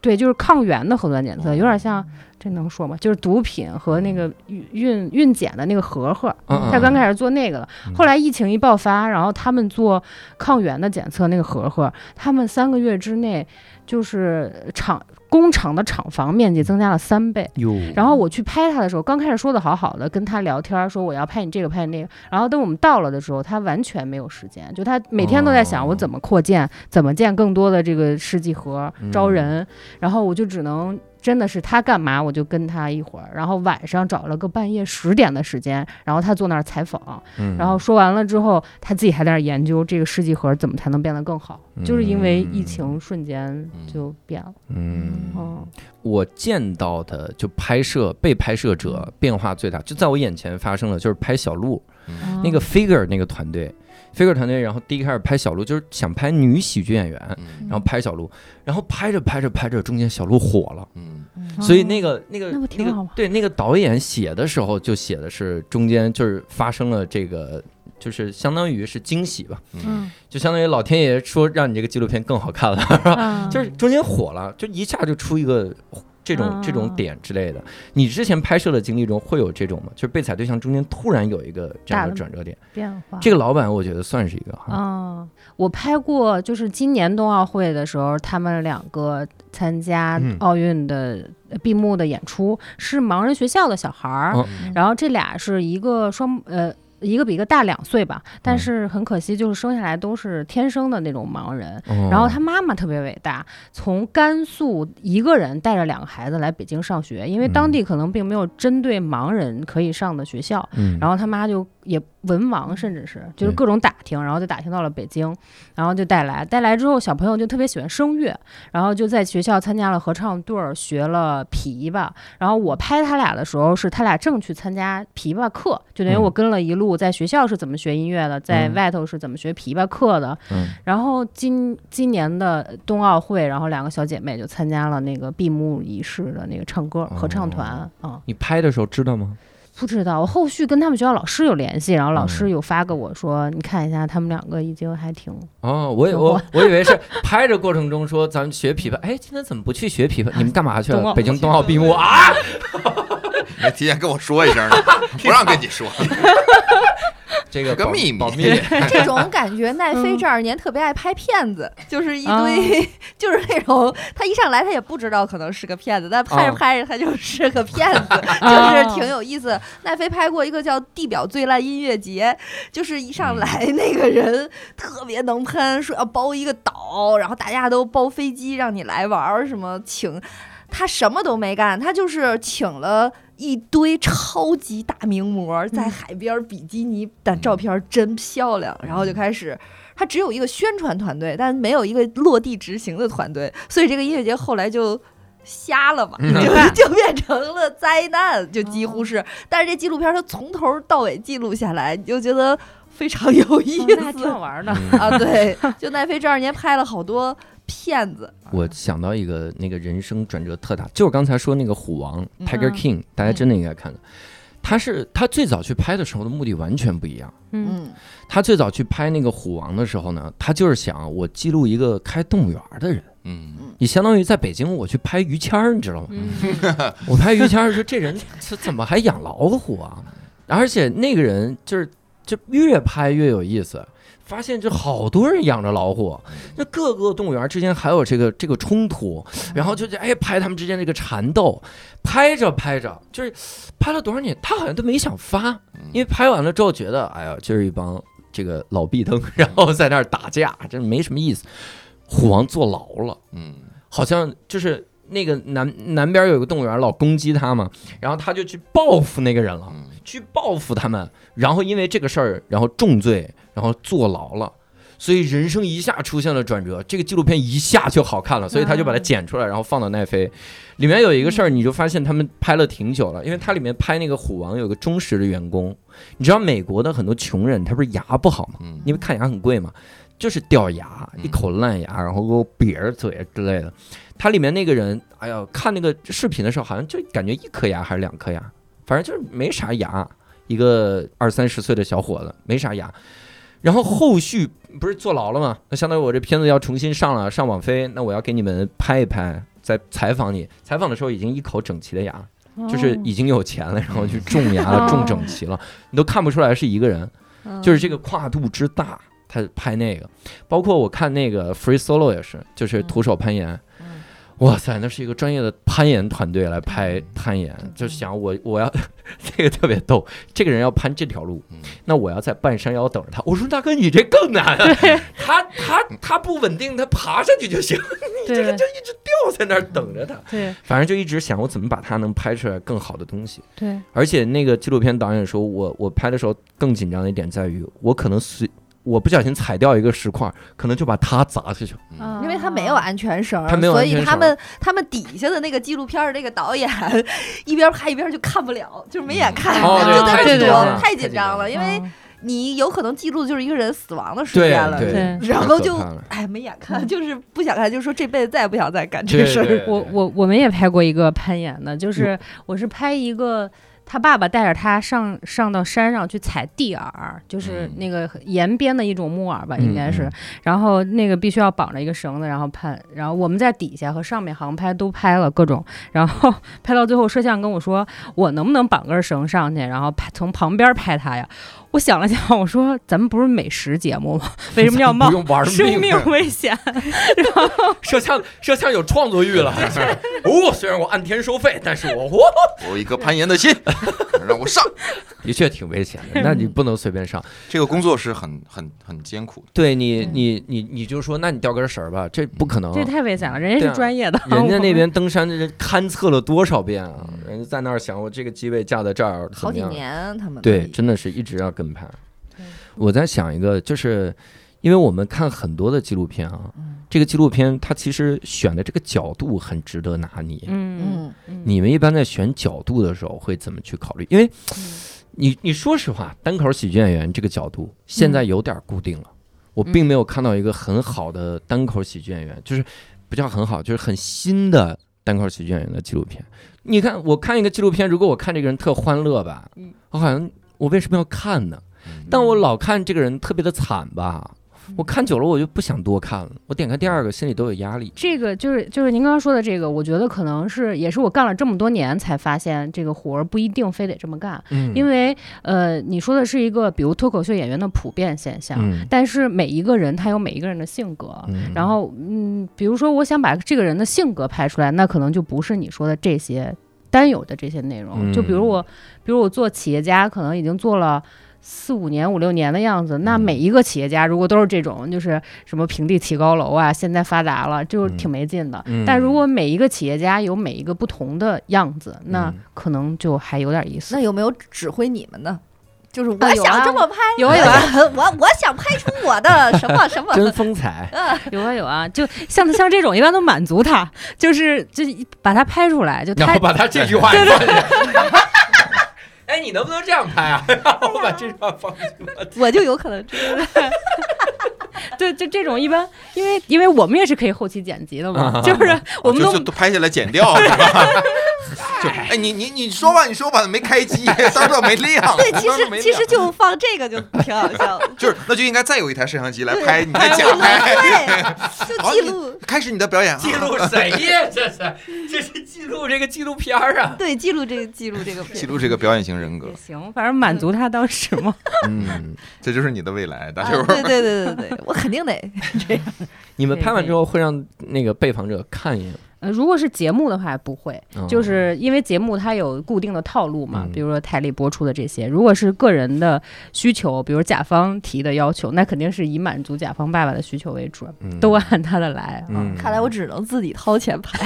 Speaker 8: 对，就是抗原的核酸检测，
Speaker 7: 哦
Speaker 8: 有点像这能说吗？就是毒品和那个运运运检的那个盒盒，
Speaker 1: 嗯嗯
Speaker 8: 他刚开始做那个了，
Speaker 1: 嗯
Speaker 8: 后来疫情一爆发，然后他们做抗原的检测那个盒盒，他们三个月之内就是厂工厂的厂房面积增加了三倍。
Speaker 1: 哟，
Speaker 8: 然后我去拍他的时候，刚开始说的好好的，跟他聊天儿说我要拍你这个拍你那个，然后等我们到了的时候，他完全没有时间，就他每天都在想
Speaker 1: 哦
Speaker 8: 我怎么扩建，怎么建更多的这个世纪盒
Speaker 1: 嗯
Speaker 8: 招人，然后我就只能。真的是他干嘛我就跟他一会儿，然后晚上找了个半夜十点的时间，然后他坐那儿采访，
Speaker 1: 嗯
Speaker 8: 然后说完了之后，他自己还在那儿研究这个世纪盒怎么才能变得更好，就是因为疫情瞬间就变了，
Speaker 1: 嗯，
Speaker 8: 嗯，
Speaker 1: 我见到的就拍摄被拍摄者变化最大，就在我眼前发生了，就是拍小鹿
Speaker 6: 嗯
Speaker 8: 嗯
Speaker 1: 那个 figure 那个团队，figure 团队，然后第一开始拍小鹿，就是想拍女喜剧演员，
Speaker 7: 嗯
Speaker 1: 然后拍小鹿，然后拍着拍着拍着，中间小鹿火了。
Speaker 7: 嗯
Speaker 1: 所以那个那个
Speaker 8: 哦那不挺好
Speaker 1: 个
Speaker 8: 吗
Speaker 1: 对那个导演写的时候就写的是中间就是发生了这个，就是相当于是惊喜吧，
Speaker 7: 嗯
Speaker 1: 就相当于老天爷说让你这个纪录片更好看了，
Speaker 8: 啊
Speaker 1: 就是中间火了，就一下就出一个这种这种
Speaker 8: 啊
Speaker 1: 点之类的。你之前拍摄的经历中会有这种吗？就是被采对象中间突然有一个这样
Speaker 8: 大
Speaker 1: 的
Speaker 8: 的
Speaker 1: 转折点，
Speaker 8: 变化
Speaker 1: 这个老板我觉得算是一个哈，
Speaker 8: 啊，我拍过，就是今年冬奥会的时候，他们两个参加
Speaker 1: 嗯
Speaker 8: 奥运的呃闭幕的演出，是盲人学校的小孩儿，
Speaker 1: 哦
Speaker 8: 然后这俩是一个双呃。一个比一个大两岁吧，但
Speaker 1: 嗯
Speaker 8: 是很可惜，就是生下来都是天生的那种盲人。
Speaker 1: 哦
Speaker 8: 嗯然后他妈妈特别伟大，从甘肃一个人带着两个孩子来北京上学，因为当
Speaker 1: 嗯
Speaker 8: 地可能并没有针对盲人可以上的学校，
Speaker 1: 嗯
Speaker 8: 然后他妈就也文盲，甚至是就是
Speaker 1: 对
Speaker 8: 各种打听，然后就打听到了北京，然后就带来，带来之后小朋友就特别喜欢声乐，然后就在学校参加了合唱队儿，学了琵琶。然后我拍他俩的时候，是他俩正去参加琵琶课，就等于
Speaker 1: 嗯
Speaker 8: 我跟了一路，在学校是怎么学音乐的，在
Speaker 1: 嗯
Speaker 8: 外头是怎么学琵琶课的。
Speaker 1: 嗯
Speaker 8: 然后今今年的冬奥会，然后两个小姐妹就参加了那个闭幕仪式的那个唱歌
Speaker 1: 哦
Speaker 8: 合唱团啊。
Speaker 1: 你拍的时候知道吗？
Speaker 8: 不知道，我后续跟他们学校老师有联系，然后老师有发给我说，你看一下，他们两个已经还挺
Speaker 1: 哦，我以
Speaker 8: 说
Speaker 1: 我
Speaker 8: 话
Speaker 1: 我以为是拍着过程中说咱们学琵琶，哎，今天怎么不去学琵琶？你们干嘛去
Speaker 8: 冬
Speaker 1: 了？
Speaker 8: 奥
Speaker 1: 北京冬奥闭幕啊！
Speaker 7: 你还提前跟我说一声呢， 不让跟你说。
Speaker 1: 这个
Speaker 7: 个
Speaker 1: 保
Speaker 7: 秘密
Speaker 1: 保 密。
Speaker 6: 这种感觉，奈飞
Speaker 8: 嗯
Speaker 6: 这二年特别爱拍骗子，就是一堆， 就是那种他一上来他也不知道可能是个骗子，但拍着
Speaker 1: 哦
Speaker 6: 拍着他就是个骗子，就是挺有意思。奈飞拍过一个叫《地表最烂音乐节》，就是一上来那个人特别能喷，说要包一个岛，然后大家都包飞机让你来玩儿，什么请他什么都没干，他就是请了。一堆超级大名模在
Speaker 8: 嗯
Speaker 6: 海边比基尼，但照片真漂亮。然后就开始，他只有一个宣传团队，但没有一个落地执行的团队，所以这个音乐节后来就瞎了吧，
Speaker 1: 嗯
Speaker 6: 就就变成了灾难，就几乎
Speaker 8: 哦
Speaker 6: 是。但是这纪录片它从头到尾记录下来，你就觉得非常有意
Speaker 8: 哦那还挺
Speaker 6: 思
Speaker 8: 好玩的。
Speaker 6: 啊。对，就奈飞这二年拍了好多骗子。
Speaker 1: 我想到一个那个人生转折特大，就是刚才说那个虎王 Tiger King，、大家真的应该看看。他是他最早去拍的时候的目的完全不一样。
Speaker 8: 嗯
Speaker 6: 嗯
Speaker 1: 他最早去拍那个虎王的时候呢，他就是想我记录一个开动物园的人。
Speaker 7: 嗯，
Speaker 1: 你相当于在北京，我去拍于谦儿，你知道吗？
Speaker 8: 嗯，
Speaker 1: 我拍于谦儿说这人这怎么还养老虎啊？而且那个人就是就越拍越有意思，发现就好多人养着老虎，那各个动物园之间还有这个这个冲突，然后就是哎拍他们之间这个缠斗，拍着拍着就是拍了多少年，他好像都没想发，因为拍完了之后觉得哎呀就是一帮这个老壁灯，然后在那儿打架，这没什么意思。虎王坐牢了。
Speaker 7: 嗯
Speaker 1: 好像就是那个南南边有个动物园老攻击他嘛，然后他就去报复那个人了，
Speaker 7: 嗯
Speaker 1: 去报复他们，然后因为这个事儿，然后重罪，然后坐牢了。所以人生一下出现了转折，这个纪录片一下就好看了，所以他就把它剪出来，然后放到奈飞。里面有一个事儿，你就发现他们拍了挺久了，因为它里面拍那个虎王有个忠实的员工，你知道美国的很多穷人他不是牙不好吗？
Speaker 7: 嗯
Speaker 1: 因为看牙很贵嘛，就是掉牙，
Speaker 7: 嗯
Speaker 1: 一口烂牙，然后给我瘪着嘴之类的。它里面那个人，哎呀，看那个视频的时候，好像就感觉一颗牙还是两颗牙，反正就是没啥牙，一个二三十岁的小伙子没啥牙。然后后续不是坐牢了吗？那相当于我这片子要重新上了，上网飞，那我要给你们拍一拍，再采访你。采访的时候已经一口整齐的牙了，
Speaker 8: 嗯
Speaker 1: 就是已经有钱了，然后去种牙了，
Speaker 8: 哦
Speaker 1: 种整齐了，你都看不出来是一个人。
Speaker 6: 嗯
Speaker 1: 就是这个跨度之大，他拍那个，包括我看那个 Free Solo 也是，就是徒手攀岩。
Speaker 6: 嗯
Speaker 1: 哇塞，那是一个专业的攀岩团队来拍
Speaker 6: 嗯
Speaker 1: 攀岩，就想我我要 这个特别逗，这个人要攀这条路，
Speaker 7: 嗯
Speaker 1: 那我要在半山腰等着他。我说大哥，你这更难、啊，他他他不稳定，他爬上去就行，这个
Speaker 8: 对
Speaker 1: 就一直吊在那儿等着
Speaker 6: 嗯
Speaker 1: 他。
Speaker 8: 对
Speaker 1: 反正就一直想我怎么把他能拍出来更好的东西。
Speaker 8: 对，
Speaker 1: 而且那个纪录片导演说，我我拍的时候更紧张的一点在于，我可能随我不小心踩掉一个石块，可能就把它砸下去了。
Speaker 8: 哦
Speaker 7: 嗯
Speaker 6: 因为他没有
Speaker 8: 啊
Speaker 6: 安全绳儿，
Speaker 1: 他没有
Speaker 6: 所
Speaker 1: 安全绳
Speaker 6: 以他
Speaker 1: 儿
Speaker 6: 们他们底下的那个纪录片儿那个导演一边拍一边就看不了，就是没眼看，
Speaker 1: 哦
Speaker 8: 对
Speaker 6: 就在
Speaker 8: 太
Speaker 6: 那
Speaker 8: 紧
Speaker 6: 躲
Speaker 8: 张了
Speaker 1: 太
Speaker 6: 太
Speaker 1: 紧
Speaker 6: 紧
Speaker 1: 张
Speaker 6: 张
Speaker 1: 了
Speaker 6: 了，因为
Speaker 8: 哦
Speaker 6: 你有可能记录的就是一个人死亡的时
Speaker 1: 对
Speaker 6: 间了，
Speaker 1: 对
Speaker 8: 对
Speaker 6: 然后就
Speaker 1: 太可怕了
Speaker 6: 哎没眼看，就是不想看，就是说这辈子再也不想再干这
Speaker 1: 对
Speaker 6: 事儿。
Speaker 1: 对
Speaker 8: 我
Speaker 1: 对嗯
Speaker 8: 我我们也拍过一个攀岩的，就是我是拍一个。他爸爸带着他上上到山上去采地饵，就是
Speaker 7: 嗯
Speaker 8: 那个岩边的一种木饵吧，应该是。
Speaker 1: 嗯
Speaker 8: 然后那个必须要绑着一个绳子，然后攀。然后我们在底下和上面航拍都拍了各种，然后 拍到最后，摄像跟我说：“我能不能绑根绳上去，然后拍从旁边拍他呀？”我想了想，我说：“咱们不是美食节目吗？ 为什么要冒
Speaker 1: 不用玩
Speaker 8: 生
Speaker 1: 命
Speaker 8: 命
Speaker 1: 的？
Speaker 8: 危 险？”
Speaker 1: 摄像摄像有创作欲了，还是 哦，虽然我按天收费，但是我我
Speaker 7: 我有一颗攀岩的心，让我上。
Speaker 1: 的确挺危险的，那你不能随便上。
Speaker 7: 这个工作是很很很艰苦的，
Speaker 1: 对你
Speaker 8: 嗯
Speaker 1: 你你你就说，那你掉根绳儿吧，这不可能。
Speaker 8: 这太危险了，人家
Speaker 1: 对啊
Speaker 8: 是专业的，
Speaker 1: 人家
Speaker 8: 我
Speaker 1: 那边登山的人勘测了多少遍啊？
Speaker 7: 嗯
Speaker 1: 人家在那儿想，我这个机位架在这儿，怎
Speaker 6: 好
Speaker 1: 么
Speaker 6: 几
Speaker 1: 样？
Speaker 6: 年啊他们
Speaker 1: 对，真的是一直要跟拍
Speaker 8: 对。
Speaker 1: 我在想一个，就是因为我们看很多的纪录片啊，
Speaker 6: 嗯
Speaker 1: 这个纪录片它其实选的这个角度很值得拿捏。
Speaker 8: 嗯
Speaker 6: 嗯
Speaker 8: 嗯，
Speaker 1: 你们一般在选角度的时候会怎么去考虑？因为
Speaker 8: 嗯
Speaker 1: 你你说实话，单口喜剧演员这个角度现在有点固定了。我
Speaker 8: 嗯
Speaker 1: 并没有看到一个很好的单口喜剧演员，就是不叫很好，就是很新的单口喜剧演员的纪录片。你看，我看一个纪录片，如果我看这个人特欢乐吧，
Speaker 8: 嗯
Speaker 1: 我好像我为什么要看呢？但我老看这个人特别的惨吧，
Speaker 8: 嗯
Speaker 1: 我看久了我就不想多看了。我点开第二个，心里都有压力。
Speaker 8: 这个就是就是您刚刚说的这个，我觉得可能是也是我干了这么多年才发现，这个活儿不一定非得这么干，
Speaker 1: 嗯
Speaker 8: 因为呃，你说的是一个比如脱口秀演员的普遍现象，
Speaker 1: 嗯，
Speaker 8: 但是每一个人他有每一个人的性格，
Speaker 1: 嗯
Speaker 8: 然后，嗯，比如说我想把这个人的性格拍出来，那可能就不是你说的这些单有的这些内
Speaker 1: 嗯
Speaker 8: 容。就比如我，比如我做企业家，可能已经做了。四五年、五六年的样子，那
Speaker 1: 嗯
Speaker 8: 每一个企业家如果都是这种，就是什么平地起高楼啊，现在发达了，就
Speaker 1: 嗯
Speaker 8: 挺没劲的。
Speaker 1: 嗯
Speaker 8: 但如果每一个企业家有每一个不同的样子，那
Speaker 1: 嗯
Speaker 8: 可能就还有点意思。
Speaker 6: 那有没有指挥你们呢？就是我
Speaker 8: 啊有啊
Speaker 6: 想这么拍，
Speaker 8: 有啊有啊
Speaker 6: 我我想拍出我的什么什么
Speaker 1: 嗯真风采，
Speaker 8: 有啊有啊，就 像像这种一般都满足他，就是就把他拍出 来，就
Speaker 1: 然
Speaker 8: 他
Speaker 1: 后把他这句话也放进去。 哎，你能 不能这样拍啊？然后把这句话放进去。
Speaker 6: 我就有可能这样。
Speaker 8: 对，就这种一般，因为因为我们也是可以后期剪辑的
Speaker 7: 啊
Speaker 8: 嘛，就是我们
Speaker 7: 就
Speaker 8: 都
Speaker 7: 就都拍下来剪掉，是吧？就哎，你你你说吧，你说吧，没开机，当时没 亮。
Speaker 6: 对，其
Speaker 7: 当时没
Speaker 6: 实其
Speaker 7: 亮
Speaker 6: 实就放这个就挺好 笑的，
Speaker 7: 就是那就应该再有一台摄像机来
Speaker 6: 对
Speaker 7: 拍你再假 拍。
Speaker 6: 对，就
Speaker 7: 哎好
Speaker 6: 记
Speaker 7: 你
Speaker 6: 录，
Speaker 7: 开始你的表演啊，
Speaker 1: 记录谁呀？这是这是记录这个纪录片儿啊！
Speaker 6: 对，记录这个记录这个
Speaker 7: 记
Speaker 6: 片。
Speaker 7: 录这个表演型人格
Speaker 8: 也，行，反正满足他当时嘛。
Speaker 7: 嗯，这就是你的未来，大
Speaker 6: 啊
Speaker 7: 球。嗯
Speaker 6: 对对对对对，我肯定得
Speaker 1: 你们拍完之后会让那个被访者看一眼
Speaker 8: 呃，如果是节目的话不会，
Speaker 7: 哦
Speaker 6: 嗯
Speaker 1: 吗，
Speaker 8: 就是因为节目它有固定的套路嘛
Speaker 1: 嗯，
Speaker 8: 比如说台里播出的这些。如果是个人的需求，比如甲方提的要求，那肯定是以满足甲方爸爸的需求为主，
Speaker 1: 嗯
Speaker 8: 都按他的来啊。
Speaker 1: 嗯，
Speaker 6: 看来我只能自己掏钱拍，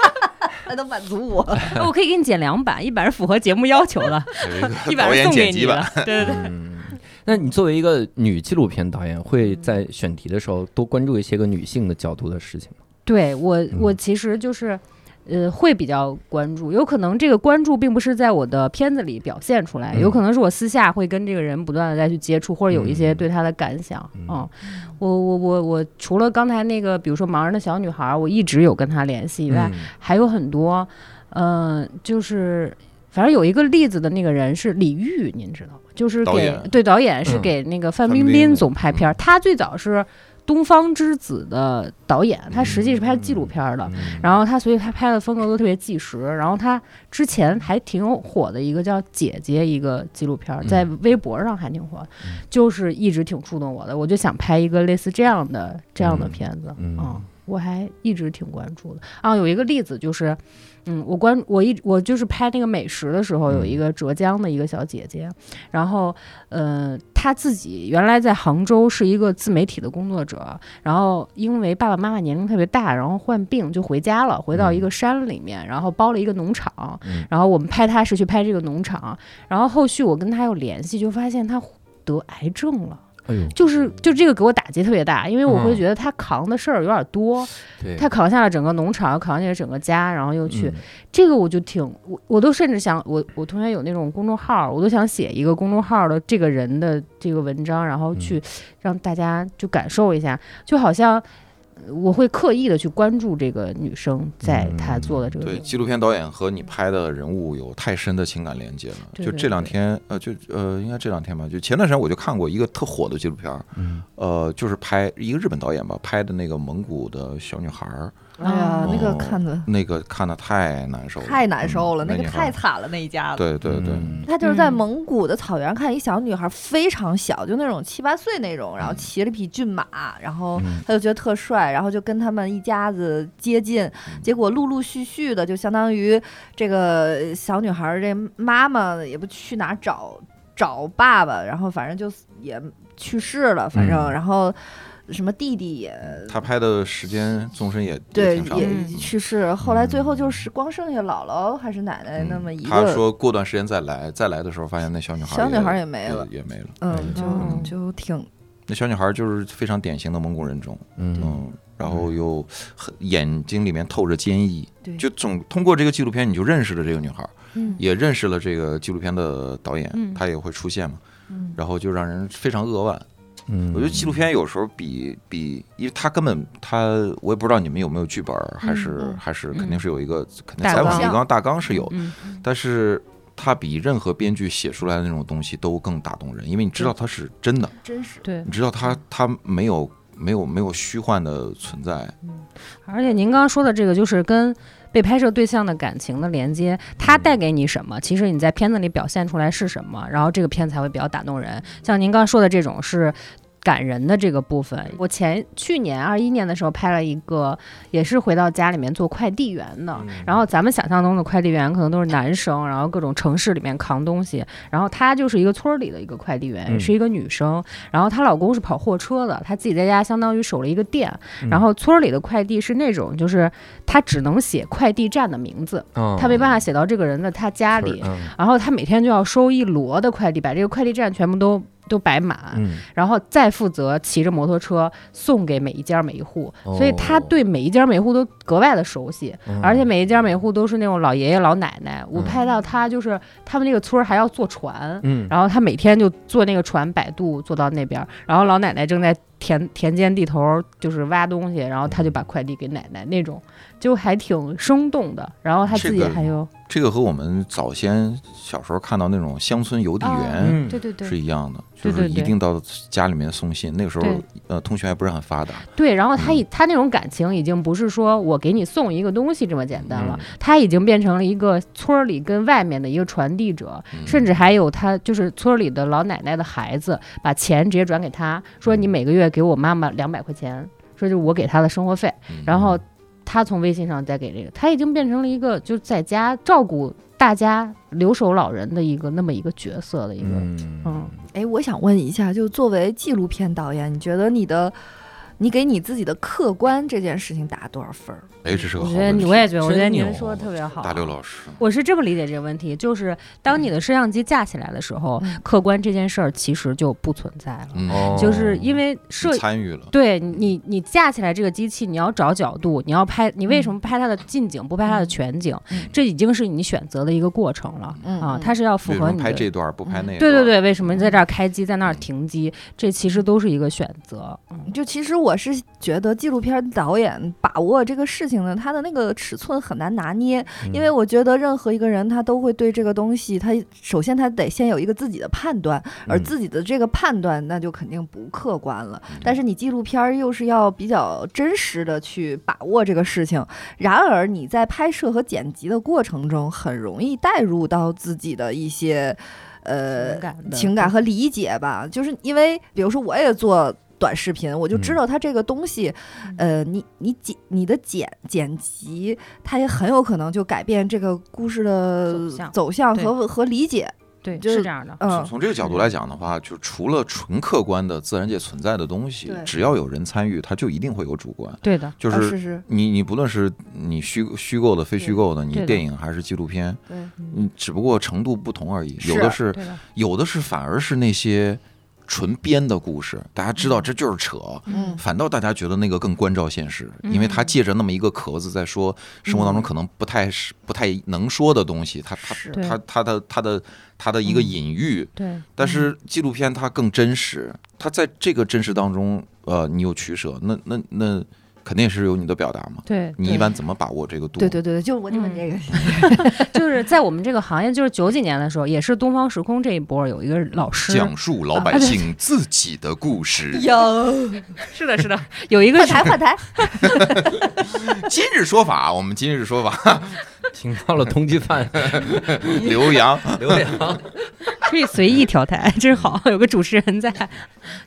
Speaker 6: 才能满足我。
Speaker 8: 啊 我可以给你剪两版，一版是符合节目要求的，
Speaker 7: 有一个
Speaker 8: 一版
Speaker 7: 导
Speaker 8: 是
Speaker 7: 演
Speaker 8: 送给
Speaker 7: 剪辑
Speaker 8: 你
Speaker 7: 版
Speaker 8: 的。。对对对。
Speaker 1: 嗯，那你作为一个女纪录片导演，会
Speaker 8: 嗯
Speaker 1: 在选题的时候多关注一些个女性的角度的事情吗？
Speaker 8: 对我，我
Speaker 1: 嗯
Speaker 8: 其实就是，呃，会比较关注。有可能这个关注并不是在我的片子里表现出来，有
Speaker 1: 嗯
Speaker 8: 可能是我私下会跟这个人不断的再去接触，或者有一些
Speaker 1: 嗯
Speaker 8: 对他的感想。
Speaker 1: 嗯
Speaker 8: 嗯，我我我我除了刚才那个，比如说盲人的小女孩，我一直有跟她联系以外，
Speaker 1: 嗯
Speaker 8: 还有很多，嗯、就是反正有一个例子的那个人是李玉，您知道吗？就是
Speaker 7: 导
Speaker 8: 给
Speaker 7: 演
Speaker 8: 对导演是
Speaker 1: 嗯
Speaker 8: 给那个范
Speaker 7: 范
Speaker 8: 冰
Speaker 7: 冰
Speaker 8: 冰
Speaker 7: 的嗯
Speaker 8: 总拍片儿，他最早是《东方之子》的导演，他实际是拍纪录片儿的。
Speaker 1: 嗯，
Speaker 8: 啊然后他，所以他拍的风格都特别纪实。然后他之前还挺火的一个叫《姐姐》一个纪录
Speaker 1: 嗯
Speaker 8: 片儿，在微博上还挺火，就是一直挺触动我的。我就想拍一个类似这样的这样的
Speaker 1: 嗯
Speaker 8: 片子，啊
Speaker 1: 嗯
Speaker 8: 我还一直挺关注的。啊，有一个例子就是，嗯，我关我一我就是拍那个美食的时候，
Speaker 1: 嗯
Speaker 8: 有一个浙江的一个小姐姐，然后呃，她自己原来在杭州是一个自媒体的工作者，然后因为爸爸妈妈年龄特别大，然后患病就回家了，回到一个山里面，然后包了一个农场
Speaker 1: 嗯，
Speaker 8: 然后我们拍她是去拍这个农场，然后后续我跟她有联系，就发现她得癌症了。
Speaker 1: 哎呦，
Speaker 8: 就是就这个给我打击特别大，因为我会
Speaker 1: 嗯
Speaker 8: 觉得她扛的事儿有点多，
Speaker 1: 对，
Speaker 8: 他扛下了整个农场，扛下了整个家，然后又去，
Speaker 1: 嗯
Speaker 8: 这个我就挺我我都甚至想我我同学有那种公众号，我都想写一个公众号的这个人的这个文章，然后去让大家就感受一下，就好像呃我会刻意的去关注这个女生在她做的这个
Speaker 7: 对，
Speaker 8: 领域，
Speaker 7: 纪录片导演和你拍的人物有太深的情感连接了。
Speaker 8: 对
Speaker 7: 就
Speaker 8: 对
Speaker 7: 这两
Speaker 8: 对
Speaker 7: 天，呃，就呃，应该这两天吧，就前段时间我就看过一个特火的纪录片儿，
Speaker 1: 嗯
Speaker 7: 呃，就是拍一个日本导演吧拍的那个蒙古的小女孩儿，
Speaker 6: 哎呀，那个
Speaker 7: 哦
Speaker 6: 看的
Speaker 7: 那个看的太难受了，
Speaker 6: 太难受了，
Speaker 7: 嗯
Speaker 6: 那个
Speaker 7: 女孩
Speaker 6: 太惨了，那一家子。
Speaker 7: 对对对，
Speaker 1: 嗯
Speaker 6: 他就是在
Speaker 8: 嗯
Speaker 6: 蒙古的草原看一小女孩，非常小，就那种七八岁那种，然
Speaker 7: 嗯
Speaker 6: 后骑了匹骏马，然后
Speaker 1: 嗯
Speaker 6: 他就觉得特帅，然后就跟他们一家子接近，
Speaker 7: 嗯
Speaker 6: 结果陆陆续续的，就相当于这个小女孩儿这妈妈也不去哪儿找找爸爸，然后反正就也去世了，反正
Speaker 1: 嗯
Speaker 6: 然后什么弟弟也
Speaker 7: 他拍的时间纵深也也
Speaker 6: 对
Speaker 7: 挺长的。嗯
Speaker 6: 也去世，后来最后就是光剩下姥姥还是奶奶
Speaker 7: 嗯
Speaker 6: 那么一
Speaker 7: 他
Speaker 6: 个
Speaker 7: 说过段时间再来，再来的时候发现那小女孩
Speaker 6: 小女孩
Speaker 7: 也
Speaker 6: 也没了，
Speaker 7: 也也没了。
Speaker 6: 嗯，
Speaker 8: 嗯
Speaker 6: 就就挺
Speaker 7: 那小女孩就是非常典型的蒙古人种，
Speaker 1: 嗯
Speaker 7: 嗯，然后又很眼睛里面透着坚毅，
Speaker 6: 对，
Speaker 7: 就总通过这个纪录片你就认识了这个女孩，
Speaker 6: 嗯
Speaker 7: 也认识了这个纪录片的导
Speaker 8: 嗯
Speaker 7: 演，他也会出现嘛，
Speaker 6: 嗯
Speaker 7: 然后就让人非常扼腕。
Speaker 1: 嗯，
Speaker 7: 我觉得纪录片有时候比比，因为他根本他，我也不知道你们有没有剧本儿，还是
Speaker 6: 嗯
Speaker 7: 还是
Speaker 8: 嗯
Speaker 7: 肯定是有一个肯定
Speaker 8: 大
Speaker 7: 采访
Speaker 6: 纲
Speaker 7: 提纲大纲是有的，
Speaker 8: 嗯
Speaker 7: 但是它比任何编剧写出来的那种东西都更打动人，因为你知道它是真的，
Speaker 6: 真实。
Speaker 8: 对
Speaker 7: 你。知道它它没有没有没有虚幻的存在，
Speaker 8: 而且您刚刚说的这个，就是跟被拍摄对象的感情的连接，它带给你什么？其实你在片子里表现出来是什么，然后这个片才会比较打动人。像您刚刚说的这种是。感人的这个部分，我前去年二一年的时候拍了一个，也是回到家里面做快递员的。嗯
Speaker 1: 嗯
Speaker 8: 然后咱们想象中的快递员可能都是男生，然后各种城市里面扛东西，然后她就是一个村儿里的一个快递员，
Speaker 1: 嗯
Speaker 8: 是一个女生。然后她老公是跑货车的，她自己在家相当于守了一个店，
Speaker 1: 嗯
Speaker 8: 然后村儿里的快递是那种，就是他只能写快递站的名字，他没办法写到这个人的他家里。
Speaker 1: 哦嗯
Speaker 8: 然后他每天就要收一摞的快递，把这个快递站全部都都摆满，
Speaker 1: 嗯，
Speaker 8: 然后再负责骑着摩托车送给每一家每一户，
Speaker 1: 哦
Speaker 8: 所以他对每一家每一户都格外的熟悉，
Speaker 1: 嗯
Speaker 8: 而且每一家每一户都是那种老爷爷老奶奶。我
Speaker 1: 嗯
Speaker 8: 拍到他就是他们那个村儿还要坐船，
Speaker 1: 嗯，
Speaker 8: 然后他每天就坐那个船摆渡坐到那边儿，然后老奶奶正在田田间地头儿就是挖东西，然后他就把快递给奶奶那种，就还挺生动的。然后他自己
Speaker 7: 这个
Speaker 8: 还有，
Speaker 7: 这个和我们早先小时候看到那种乡村邮递员
Speaker 1: 嗯
Speaker 8: 哦对对
Speaker 7: 是
Speaker 8: 对
Speaker 7: 一样的，
Speaker 8: 对
Speaker 7: 就是
Speaker 8: 对
Speaker 7: 一
Speaker 8: 对
Speaker 7: 定到家里面送信。那个时候
Speaker 8: 对，
Speaker 7: 呃，通讯还不是很发达，
Speaker 8: 对，然后他以他那种感情已经不是说我给你送一个东西这么简单了，
Speaker 1: 嗯
Speaker 8: 他已经变成了一个村儿里跟外面的一个传递者，
Speaker 7: 嗯
Speaker 8: 甚至还有他就是村儿里的老奶奶的孩子，把钱直接转给他，说你每个月给我妈妈两百块钱，说就是我给她的生活费，
Speaker 7: 嗯
Speaker 8: 然后他从微信上再给这个，他已经变成了一个就在家照顾大家留守老人的一个那么一个角色的一个，
Speaker 1: 嗯
Speaker 8: 嗯
Speaker 6: 哎，我想问一下，就作为纪录片导演，你觉得你的，你给你自己的客观这件事情打多少分儿？
Speaker 7: 哎，这是个
Speaker 8: 我
Speaker 7: 好
Speaker 8: 觉得
Speaker 7: 问
Speaker 8: 你
Speaker 7: 题
Speaker 8: 我也觉得，我觉得
Speaker 1: 真牛
Speaker 8: 您说的特别好，
Speaker 7: 大刘老师，
Speaker 8: 我是这么理解这个问题，就是当你的摄像机架起来的时候，
Speaker 6: 嗯
Speaker 8: 客观这件事儿其实就不存在了，
Speaker 7: 嗯，
Speaker 1: 哦
Speaker 8: 就是因为摄
Speaker 7: 你参与了，
Speaker 8: 对你，你架起来这个机器，你要找角度，你要拍，你为什么拍它的近景，不拍它的全景？
Speaker 7: 嗯
Speaker 8: 这已经是你选择的一个过程了
Speaker 6: 嗯
Speaker 8: 啊，它是要符
Speaker 7: 为什
Speaker 8: 合
Speaker 7: 么
Speaker 8: 你
Speaker 7: 拍
Speaker 8: 的。嗯
Speaker 7: 这段儿不拍那？
Speaker 8: 对对，对，为什么在这儿开机，在那
Speaker 7: 嗯
Speaker 8: 儿停机？这其实都是一个选择。嗯
Speaker 6: 就其实我是觉得纪录片导演把握这个事情呢，他的那个尺寸很难拿捏，
Speaker 1: 嗯
Speaker 6: 因为我觉得任何一个人他都会对这个东西，他首先他得先有一个自己的判断，而
Speaker 1: 嗯
Speaker 6: 自己的这个判断那就肯定不客观了。但是你纪录片儿又是要比较真实的去把握这个事情，然而你在拍摄和剪辑的过程中，很容易带入到自己的一些呃
Speaker 8: 情感的
Speaker 6: 情感和理解吧，就是因为比如说我也做。短视频，我就知
Speaker 1: 嗯
Speaker 6: 道它这个东西，
Speaker 8: 嗯
Speaker 6: 呃，你你剪你的剪剪辑，它也很有可能就改变这个故事的
Speaker 8: 走向
Speaker 6: 走向
Speaker 8: 对
Speaker 6: 和和理解，
Speaker 8: 对，
Speaker 6: 就是
Speaker 8: 是这呃样的。
Speaker 6: 嗯
Speaker 7: 从，从这个角度来讲的话，就除了纯客观的自然界存在的东西
Speaker 6: 对，
Speaker 7: 只要有人参与，它就一定会有主观。
Speaker 8: 对的，
Speaker 7: 就
Speaker 6: 啊
Speaker 7: 是
Speaker 6: 是是，
Speaker 7: 你你不论是你虚虚构的、非虚构的，
Speaker 8: 对
Speaker 7: 你
Speaker 8: 的
Speaker 7: 电影还是纪录片，
Speaker 6: 对，
Speaker 7: 嗯，只不过程度不同而已。
Speaker 6: 是
Speaker 7: 有的是
Speaker 8: 对的，
Speaker 7: 有的是反而是那些纯编的故事，大家知道这就是扯。
Speaker 6: 嗯
Speaker 7: 反倒大家觉得那个更关照现实，
Speaker 8: 嗯
Speaker 7: 因为他借着那么一个壳子在说生活当中可能不太是不太能说的东西，他他
Speaker 6: 是
Speaker 8: 对嗯
Speaker 7: 他他的他的他的一个隐喻，
Speaker 8: 对
Speaker 7: 但是纪录片它更真实，它在这个真实当中，呃，你有取舍，那那那肯定是有你的表达嘛。
Speaker 8: 对，
Speaker 7: 你一般怎么把握这个度？
Speaker 6: 对对对对，就是我就问
Speaker 8: 嗯
Speaker 6: 这个，
Speaker 8: 就是在我们这个行业，就是九几年的时候，也是东方时空这一波有一个老师，
Speaker 7: 讲 述老百 姓自己的故事。
Speaker 6: 有
Speaker 8: 是的，是的，有一个
Speaker 6: 换
Speaker 8: 是
Speaker 6: 台换台，
Speaker 7: 今日说法，啊 我们今日说 法，
Speaker 1: 听到了通缉犯
Speaker 7: 刘洋，
Speaker 1: 刘良，
Speaker 8: 可以随意调台，真好， 有个主持人在。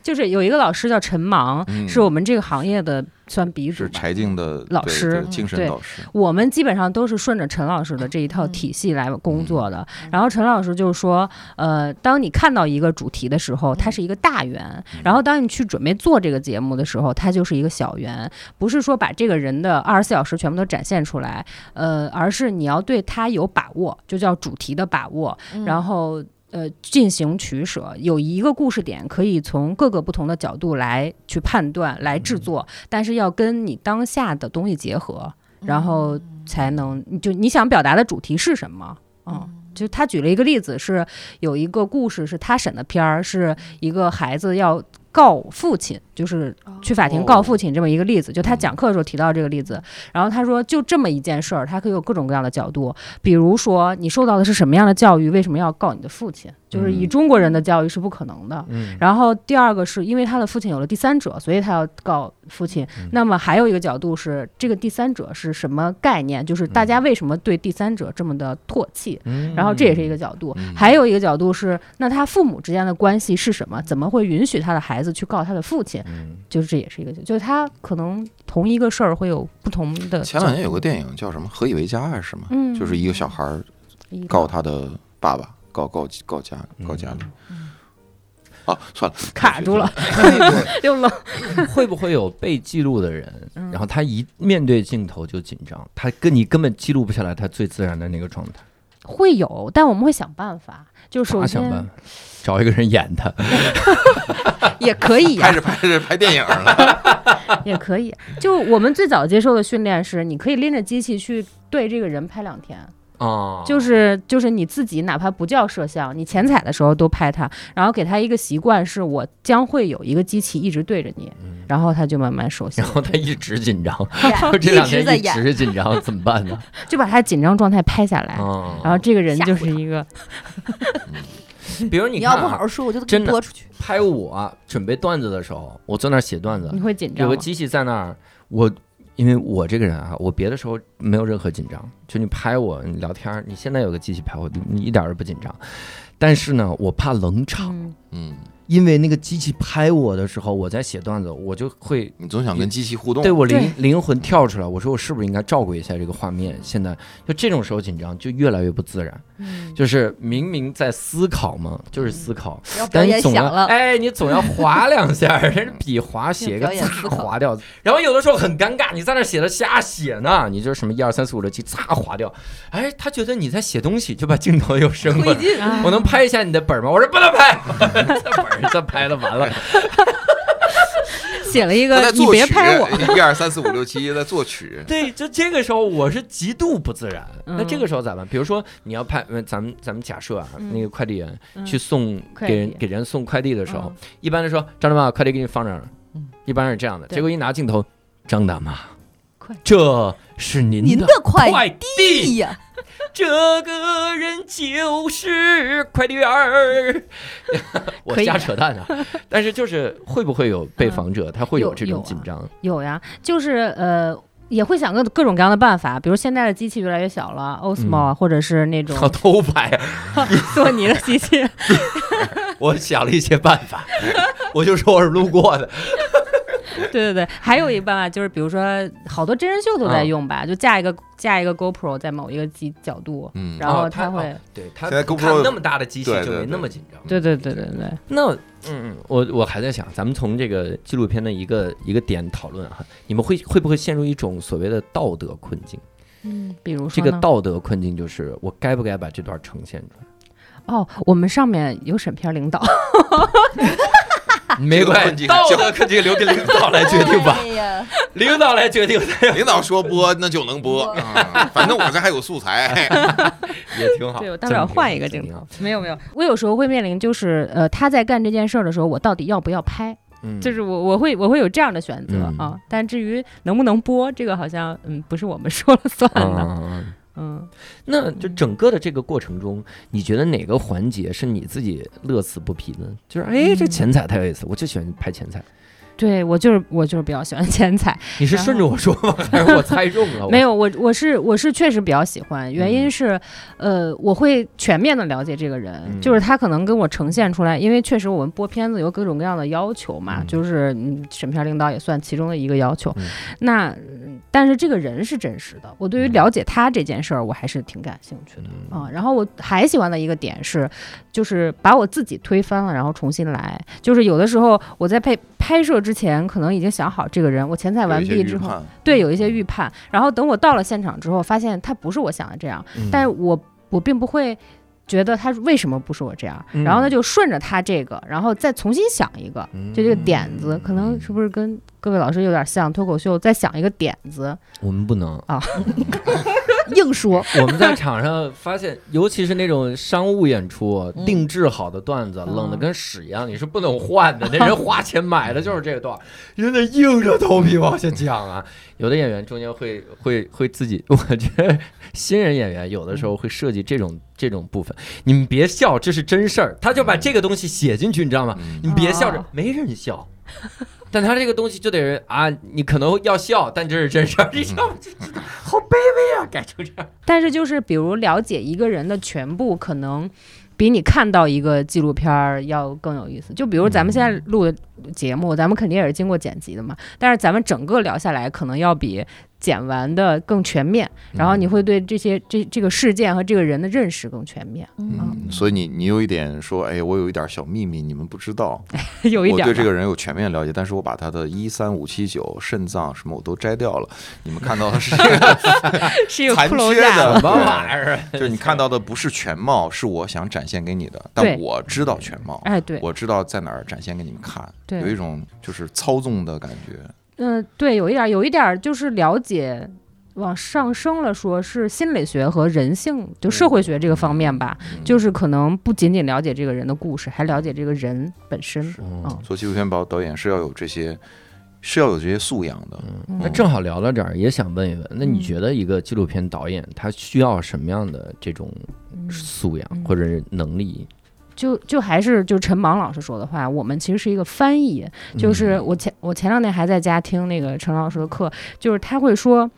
Speaker 8: 就是有一个老师叫陈芒，
Speaker 7: 嗯
Speaker 8: 是我们这个行业的算鼻祖
Speaker 7: 是
Speaker 8: 吧。
Speaker 7: 柴静的
Speaker 8: 老
Speaker 7: 对
Speaker 8: 师
Speaker 7: 对精神
Speaker 8: 对
Speaker 7: 导师。
Speaker 8: 我们基本上都是顺着陈老师的这一套体系来
Speaker 7: 嗯
Speaker 8: 工作的。然后陈老师就是说，呃，当你看到一个主题的时候，它是一个大圆；
Speaker 7: 嗯
Speaker 8: 然后当你去准备做这个节目的时候，它就是一个小圆。不是说把这个人的二十四小时全部都展现出来，呃，而是你要对他有把握，就叫主题的把握。
Speaker 6: 嗯
Speaker 8: 然后呃进行取舍，有一个故事点可以从各个不同的角度来去判断、来制作，但是要跟你当下的东西结合，然后才能就你想表达的主题是什么，嗯。就他举了一个例子，是有一个故事是他审的片儿，是一个孩子要告父亲，就是去法庭告父亲这么一个例子。就他讲课的时候提到这个例子，然后他说就这么一件事儿，它可以有各种各样的角度，比如说你受到的是什么样的教育，为什么要告你的父亲？就是以
Speaker 7: 嗯
Speaker 8: 中国人的教育是不可能的。
Speaker 1: 嗯，
Speaker 8: 然后第二个是因为他的父亲有了第三者，所以他要告父亲。那么还有一个角度是，这个第三者是什么概念？就是大家为什么对第三者这么的唾弃？
Speaker 1: 嗯
Speaker 8: 然后这也是一个角度，还有一个角度是，那他父母之间的关系是什么？怎么会允许他的孩子去告他的父亲？
Speaker 1: 嗯
Speaker 8: 就是这也是一个，就是他可能同一个事儿会有不同的角度。
Speaker 7: 前两年有个电影叫什么《何以为家》还是什么，
Speaker 8: 嗯
Speaker 7: 就是一个小孩儿
Speaker 8: 一个
Speaker 7: 告他的爸爸，告告告家告家里。哦，算了，
Speaker 8: 卡住了， 又冷。
Speaker 1: 会不会有被记录的人，
Speaker 8: 嗯
Speaker 1: 然后他一面对镜头就紧张，他跟你根本记录不下来他最自然的那个状态，
Speaker 8: 会有，但我们会想办法。就是首
Speaker 1: 咋想
Speaker 8: 先
Speaker 1: 办法？找一个人演他。
Speaker 8: 也可以呀、
Speaker 7: 拍着拍着拍电 影了，
Speaker 8: 也可以。啊就我们最早接受的训练是，你可以拎着机器去对这个人拍两天，
Speaker 1: 哦，
Speaker 8: 就是就是你自己哪怕不叫摄像，你前采的时候都拍他，然后给他一个习惯，是我将会有一个机器一直对着你，
Speaker 1: 嗯
Speaker 8: 然后他就慢慢熟悉
Speaker 1: 然
Speaker 8: 了，
Speaker 1: 后他一直紧 张，
Speaker 6: 演
Speaker 1: 这两
Speaker 6: 一直
Speaker 1: 天
Speaker 6: 在
Speaker 1: 一
Speaker 6: 演，
Speaker 1: 直紧张，怎么办呢？
Speaker 8: 就把他紧张状态拍下来。
Speaker 1: 哦，
Speaker 8: 然后这个人
Speaker 6: 吓唬
Speaker 8: 就是一个，
Speaker 1: 比如
Speaker 6: 你
Speaker 1: 你看
Speaker 6: 要不
Speaker 1: 啊
Speaker 6: 好好说，我就给
Speaker 1: 真
Speaker 6: 你
Speaker 1: 的
Speaker 6: 播出去。
Speaker 1: 拍我准备段子的时候，我坐那儿写段子
Speaker 8: 你，会紧
Speaker 1: 有
Speaker 8: 张
Speaker 1: 个
Speaker 8: 吗？
Speaker 1: 机器在那儿，我因为我这个人啊，我别的时候没有任何紧张，就你拍我，你聊天儿，你现在有个机器拍我，你一点儿都不紧张。但是呢，我怕冷场，
Speaker 8: 嗯，
Speaker 7: 嗯，
Speaker 1: 因为那个机器拍我的时候，我在写段子，我就会
Speaker 7: 你总想跟机器互动
Speaker 1: 对，我
Speaker 8: 对
Speaker 1: 灵灵魂跳出来，我说我是不是应该照顾一下这个画面？现在就这种时候紧张，就越来越不自然，
Speaker 8: 嗯
Speaker 1: 就是明明在思考嘛，就是思考，
Speaker 6: 要表
Speaker 1: 但
Speaker 6: 演
Speaker 1: 你总
Speaker 6: 想
Speaker 1: 要
Speaker 6: 了，
Speaker 1: 哎，你总要划两下儿，人笔划写
Speaker 6: 就
Speaker 1: 个
Speaker 6: 表演
Speaker 1: 擦
Speaker 6: 思考
Speaker 1: 划掉，然后有的时候很尴尬，你在那儿写的瞎写呢，你就是什么一二三四五六七擦划掉，哎，他觉得你在写东西，就把镜头又伸过来。
Speaker 6: 推进。
Speaker 8: 嗯
Speaker 1: 我能拍一下你的本儿吗？我说不能拍， 在本儿上拍了完了，
Speaker 8: 写了一
Speaker 7: 他
Speaker 8: 个
Speaker 7: 在
Speaker 8: 你
Speaker 7: 作
Speaker 8: 别
Speaker 7: 曲
Speaker 8: 拍我，，
Speaker 7: 一二三四五 六七在作曲，
Speaker 1: 对，就这个时候我是极度不自然。
Speaker 8: 嗯
Speaker 1: 那这个时候咋办？比如说你要派，呃咱们咱们假设啊，
Speaker 8: 嗯
Speaker 1: 那个快递员
Speaker 8: 嗯
Speaker 1: 去送
Speaker 8: 快
Speaker 1: 给人
Speaker 8: 递
Speaker 1: 给人送快递的时候，一般的说张大妈，快递给你放这儿了
Speaker 8: 嗯，
Speaker 1: 一般是这样的。
Speaker 8: 对
Speaker 1: 结果一拿镜头，张大妈
Speaker 8: 快，
Speaker 1: 这是您
Speaker 6: 您
Speaker 1: 的
Speaker 6: 的快
Speaker 1: 快
Speaker 6: 递
Speaker 1: 递，
Speaker 6: 呀，
Speaker 1: 这个人就是快递员 儿。 我
Speaker 8: 可以
Speaker 1: 瞎
Speaker 8: 的
Speaker 1: 扯淡 啊，但是就是会不会有被访者，他会有
Speaker 8: 有
Speaker 1: 这
Speaker 8: 有
Speaker 1: 种
Speaker 8: 啊
Speaker 1: 紧张？
Speaker 8: 有呀，就是呃。也会想各各种各样的办法，比如现在的机器越来越小了，Osmo
Speaker 1: 嗯
Speaker 8: 啊，或者是那种
Speaker 1: 偷拍啊
Speaker 8: 索尼的机器，
Speaker 1: 我想了一些办 法，我就说我是路过的。
Speaker 8: 对对对。还有一个办法就是，比如说好多真人秀都
Speaker 1: 啊
Speaker 8: 在用吧，就架一个架一个 GoPro 在某一个机角度，
Speaker 7: 嗯，
Speaker 8: 然后
Speaker 1: 哦它
Speaker 8: 它会，
Speaker 1: 对他
Speaker 7: 现在
Speaker 1: 看
Speaker 7: GoPro
Speaker 1: 那么大的机器
Speaker 7: 对
Speaker 1: 就
Speaker 7: 对
Speaker 1: 没
Speaker 7: 对
Speaker 1: 那么紧张。
Speaker 8: 对对对对对，
Speaker 1: 那嗯，我我还在想，咱们从这个纪录片的一个一个点讨论哈，你们会会不会陷入一种所谓的道德困境？
Speaker 8: 嗯，比如
Speaker 1: 这
Speaker 8: 说
Speaker 1: 个
Speaker 8: 呢
Speaker 1: 道德困境就是我该不该把这段呈现出
Speaker 8: 哦，我们上面有审片领导，
Speaker 1: 来？ 没
Speaker 7: 关系
Speaker 1: 系，道德困境留给领导来决定吧，
Speaker 6: 哎呀，
Speaker 1: 领导来决定
Speaker 7: 领导说播那就 能播，啊反正我这还有素材。
Speaker 1: 也挺好。
Speaker 8: 对我大不了换一个
Speaker 1: 挺
Speaker 8: 镜
Speaker 1: 好
Speaker 8: 头。没有没有，我有时候会面临就是呃，他在干这件事儿的时候，我到底要不要拍？
Speaker 1: 嗯，
Speaker 8: 就是我我会我会有这样的选择
Speaker 1: 嗯
Speaker 8: 啊，但至于能不能播，这个好像嗯不是我们说了算的，
Speaker 1: 嗯。
Speaker 8: 嗯，
Speaker 1: 那就整个的这个过程中，你觉得哪个环节是你自己乐此不疲的？就是哎，
Speaker 8: 嗯
Speaker 1: 这前彩太有意思，我就喜欢拍前彩。
Speaker 8: 对我就是我就是比较喜欢 剪彩，
Speaker 1: 你是
Speaker 8: 然后
Speaker 1: 顺着我说吗？还是我猜中了？
Speaker 8: 没
Speaker 1: 有，
Speaker 8: 有我我是我是确实比较喜欢，原因是呃我会全面的了解这个人，
Speaker 1: 嗯
Speaker 8: 就是他可能跟我呈现出来，因为确实我们播片子有各种各样的要求嘛，
Speaker 1: 嗯
Speaker 8: 就是嗯审片领导也算其中的一个要求
Speaker 1: 嗯，
Speaker 8: 那嗯但是这个人是真实的，我对于
Speaker 1: 嗯
Speaker 8: 了解他这件事儿我还是挺感兴趣的。啊、然后我还喜欢的一个点是，就是把我自己推翻了，然后重新来。就是有的时候我在拍拍摄之前，可能已经想好这个人，我前采完毕之后，
Speaker 1: 嗯
Speaker 8: 对，有一些预判。然后等我到了现场之后，发现他不是我想的这样，
Speaker 1: 嗯
Speaker 8: 但是我我并不会。觉得他为什么不是我这样，然后
Speaker 1: 嗯
Speaker 8: 呢就顺着他这个，然后再重新想一个，就这个点子，可能是不是跟各位老师有点像脱口秀，再想一个点子，
Speaker 1: 我们不能。
Speaker 8: 硬说，
Speaker 1: 我们在场上发现，尤其是那种商务演出，
Speaker 8: 嗯
Speaker 1: 定制好的段子，
Speaker 8: 嗯
Speaker 1: 冷的跟屎一样，你是不能换的。那人花钱买的就是这个 段儿，人得硬着头皮往下讲啊。
Speaker 8: 嗯
Speaker 1: 有的演员中间会会会自己， 我觉得新人演员有的时候会设计这种这种部分。你们别笑，这是真事儿，他就把这个东西写进去，你知道吗？
Speaker 7: 嗯
Speaker 1: 你们别笑着
Speaker 8: 哦，
Speaker 1: 没人笑。但他这个东西就得人啊，你可能要笑，但这是真事儿，你知道吗？这这好卑微啊，改成这样。
Speaker 8: 但是就是比如了解一个人的全部，可能比你看到一个纪录片儿要更有意思。就比如咱们现在录的节目，咱们肯定也是经过剪辑的嘛，但是咱们整个聊下来，可能要比剪完的更全面，然后你会对这些这这个事件和这个人的认识更全面，
Speaker 7: 嗯，所以你你有一点说，哎，我有一点小秘密，你们不知道，
Speaker 8: 有一
Speaker 7: 我
Speaker 8: 点
Speaker 7: 对
Speaker 8: 儿
Speaker 7: 这
Speaker 8: 吧
Speaker 7: 个人有全面了解，但是我把他的一三五七九肾脏什么我都摘掉了，你们看到的是
Speaker 8: 是有
Speaker 7: 残
Speaker 8: 骷髅
Speaker 7: 缺
Speaker 8: 架
Speaker 7: 的
Speaker 1: 什么玩意 儿？啊
Speaker 7: 就是你看到的不是全貌，是我想展现给你的，但
Speaker 8: 对
Speaker 7: 我知道全貌，
Speaker 8: 哎，对，
Speaker 7: 我知道在哪儿展现给你们看，
Speaker 8: 对
Speaker 7: 有一种就是操纵的感觉。
Speaker 8: 嗯、对，有一点儿，有一点儿就是了解往上升了说，是心理学和人性，就社会学这个方面吧，
Speaker 7: 嗯
Speaker 8: 就是可能不仅仅了解这个人的故事，还了解这个人本身。
Speaker 1: 嗯
Speaker 7: 做纪录片导导演是要有这些，是要有这些素养的。
Speaker 8: 嗯
Speaker 1: 那正好聊到这儿，也想问一问，那你觉得一个纪录片导演他需要什么样的这种
Speaker 8: 嗯
Speaker 1: 素养
Speaker 8: 嗯
Speaker 1: 或者是能力？
Speaker 8: 就就还是就陈芒老师说的话，我们其实是一个翻译。
Speaker 7: 嗯
Speaker 8: 就是我前我前两天还在家听那个陈老师的课，就是他会说，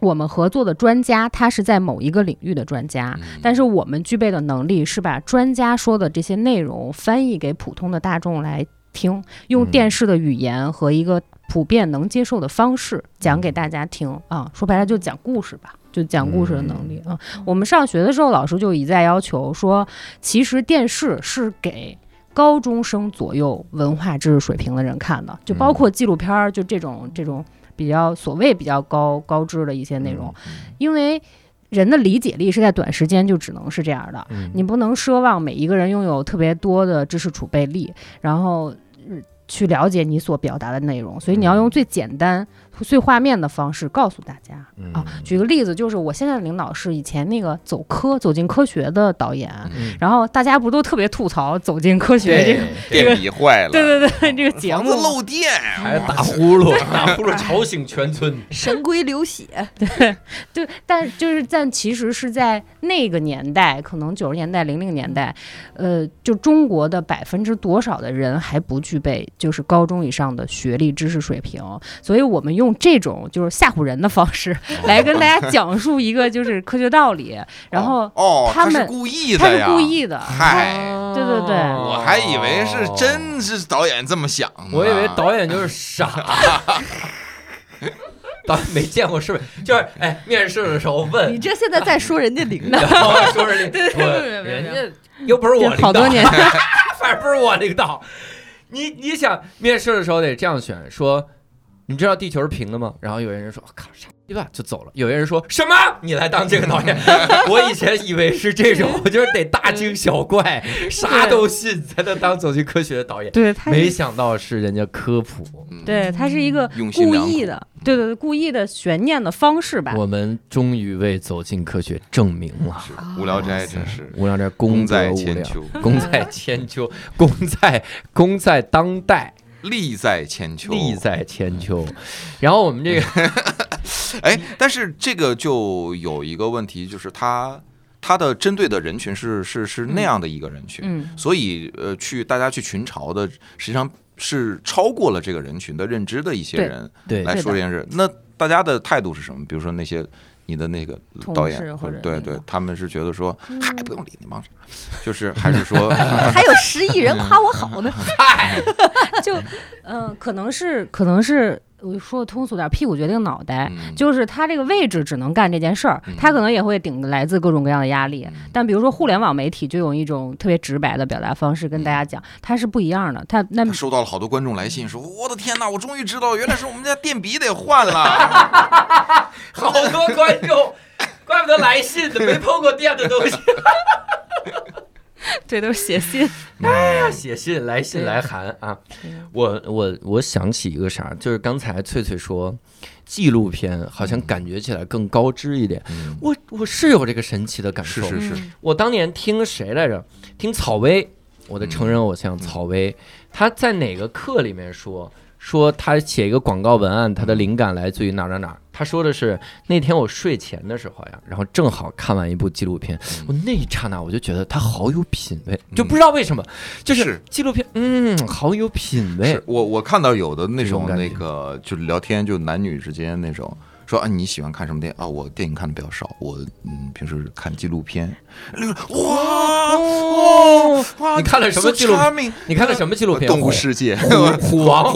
Speaker 8: 我们合作的专家他是在某一个领域的专家，啊
Speaker 7: 嗯
Speaker 8: 但是我们具备的能力是把专家说的这些内容翻译给普通的大众来听，用
Speaker 1: 嗯
Speaker 8: 电视的语言和一个普遍能接受的方式讲给大家听啊。说白了就讲故事吧，就讲故事的能力啊。我们上学的时候，老师就一再要求说，其实电视是给。高中生左右文化知识水平的人看的，就包括纪录片儿，就这种这种比较所谓比较高高知的一些内容，
Speaker 7: 嗯
Speaker 8: 因为人的理解力是在短时间就只能是这样的，
Speaker 1: 嗯
Speaker 8: 你不能奢望每一个人拥有特别多的知识储备力，然后。呃去了解你所表达的内容，所以你
Speaker 7: 嗯
Speaker 8: 要用最简单、最画面的方式告诉大家
Speaker 1: 嗯
Speaker 7: 嗯
Speaker 8: 啊。举个例子，就是我现在的领导是以前那个走科、走进科学的导演，
Speaker 1: 嗯
Speaker 8: 然后大家不都特别吐槽走进科学这个？
Speaker 7: 电笔坏了，
Speaker 8: 对对对， 这个节
Speaker 7: 房
Speaker 8: 目
Speaker 7: 子漏电，
Speaker 1: 还打呼噜， 打呼噜吵醒全村。
Speaker 8: 哦
Speaker 6: 神龟流血，
Speaker 8: 对，但就是但其实是在那个年代，可能九十年代、零零年代，呃，就中国的百分之多少的人还不具备就是高中以上的学历知识水平，所以我们用这种就是吓唬人的方式
Speaker 7: 哦
Speaker 8: 来跟大家讲述一个就是科学道理，然后
Speaker 7: 哦，
Speaker 8: 他
Speaker 7: 是
Speaker 8: 们
Speaker 7: 故意
Speaker 8: 他
Speaker 7: 的
Speaker 8: 是
Speaker 7: 呀，
Speaker 8: 故意的，哦
Speaker 7: 嗨。
Speaker 1: 哎
Speaker 8: 对对对
Speaker 7: 我还以为是，真是导演这么想呢，
Speaker 1: 哦我以为导演就是 傻。导演没见过是不是？就是哎，面试的时候问
Speaker 6: 你，这现在在说人家 领导，
Speaker 1: 然后说是领
Speaker 6: 对对
Speaker 1: 我
Speaker 6: 对对对
Speaker 1: 人家又不是我领导，
Speaker 8: 好多年，
Speaker 1: 反正不是我领导。你你想面试的时候得这样选，说你知道地球是平的吗？然后有些人说，我靠，傻逼吧，就走了。有些人说什么？你来当这个导演？我以前以为是这种，我就是得大惊小怪，啥都信才能当走进科学的导演。
Speaker 8: 对，他
Speaker 1: 没想到是人家科普，
Speaker 7: 嗯，
Speaker 8: 对他是一个
Speaker 7: 用心
Speaker 8: 故
Speaker 7: 良
Speaker 8: 意
Speaker 7: 苦
Speaker 8: 的，对对对，故意的悬念的方式吧。
Speaker 1: 我们终于为走进科学证明了。
Speaker 7: 是无聊斋真是
Speaker 1: 无聊斋
Speaker 7: 功
Speaker 1: 哦功德
Speaker 7: 在
Speaker 1: 无
Speaker 7: 千
Speaker 1: 量，
Speaker 7: 秋，
Speaker 1: 功在千秋，功在功在当代，
Speaker 7: 利在千秋，
Speaker 1: 利在千秋。然后我们这个
Speaker 7: 哎，但是这个就有一个问题，就是他他的针对的人群是是是那样的一个人群，
Speaker 8: 嗯，
Speaker 7: 所以呃，去大家去群嘲的，实际上是超过了这个人群的认知的一些
Speaker 8: 对
Speaker 7: 人
Speaker 1: 对
Speaker 7: 来
Speaker 8: 对
Speaker 7: 说
Speaker 8: 的
Speaker 7: 这件事。那大家的态度是什么？比如说那些你的那个
Speaker 8: 同
Speaker 7: 导
Speaker 8: 事
Speaker 7: 演，
Speaker 8: 或者
Speaker 7: 对
Speaker 8: 那
Speaker 7: 对
Speaker 8: 个，嗯
Speaker 7: 他们是觉得说，嗨，不用理那帮人，就是还是说
Speaker 6: 还有十亿人夸我 好呢。
Speaker 8: 就嗯、呃可能是可能是我说的通俗点儿，屁股决定脑袋，
Speaker 7: 嗯
Speaker 8: 就是他这个位置只能干这件事儿
Speaker 7: 嗯，
Speaker 8: 他可能也会顶来自各种各样的压力
Speaker 7: 嗯。
Speaker 8: 但比如说互联网媒体就用一种特别直白的表达方式跟大
Speaker 7: 嗯
Speaker 8: 家讲，它是不一样的。它那
Speaker 7: 他收到了好多观众来信，说我的天哪，我终于知道，原来是我们家电笔得换了。
Speaker 1: 好多观众，怪不得来信的，没碰过电的东西。
Speaker 8: 对都是写信，
Speaker 1: 写信来信
Speaker 8: 对
Speaker 1: 来函啊
Speaker 8: 嗯！
Speaker 1: 我我我想起一个啥，就是刚才翠翠说纪录片好像感觉起来更高知一点。
Speaker 7: 嗯
Speaker 1: 我我是有这个神奇的感受，
Speaker 7: 是是
Speaker 8: 嗯
Speaker 7: 是，
Speaker 1: 我当年听谁来着？听草薇，我的成人偶像草薇，她在哪个课里面说说她写一个广告文案，她的灵感来自于哪儿哪儿哪儿？她说的是那天我睡前的时候呀，然后正好看完一部纪录片，我那一刹那我就觉得她好有品味，就不知道为什么，嗯就是
Speaker 7: 是
Speaker 1: 纪录片，嗯，好有品味
Speaker 7: 是。我我看到有的那
Speaker 1: 这种
Speaker 7: 种
Speaker 1: 感
Speaker 7: 那
Speaker 1: 觉
Speaker 7: 个就聊天就男女之间那种。说啊，你喜欢看什么电影啊？我电影看的比较少，我嗯平时看纪录片。哇
Speaker 1: 哦
Speaker 7: 哇
Speaker 1: 你看了什么
Speaker 7: so
Speaker 1: 纪录片呃
Speaker 7: charming
Speaker 1: 你看了什么纪录片？
Speaker 7: 动物世界。
Speaker 1: 虎虎王，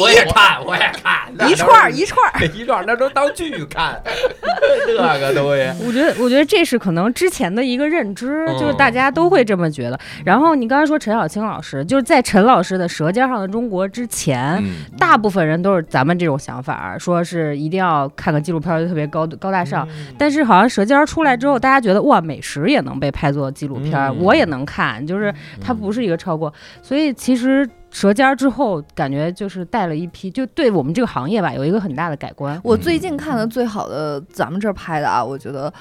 Speaker 1: 我也看，我也看。
Speaker 6: 一串儿一串儿，
Speaker 1: 一段那都当剧看， 这个东西。
Speaker 8: 我觉得，我觉得这是可能之前的一个认知，
Speaker 1: 嗯
Speaker 8: 就是
Speaker 7: 哦
Speaker 8: 大家都会这么觉得。然后你刚才说陈小青老师，就是在陈老师的《舌尖上的中国》之前，
Speaker 7: 嗯，
Speaker 8: 大部分人都是咱们这种想法，说是一定要看个纪录片儿就特别高高大上。
Speaker 6: 嗯
Speaker 8: 但是好像《舌尖》出来之后，大家觉得哇，美食也能被拍作纪录片儿，
Speaker 1: 嗯
Speaker 8: 我也能看，就是 它不是一个超过。所以其实《舌尖》之后，感觉就是带了一批，就对我们这个行业吧，有一个很大的改观。
Speaker 6: 我最近看的最好的，咱们这儿拍的啊，我觉得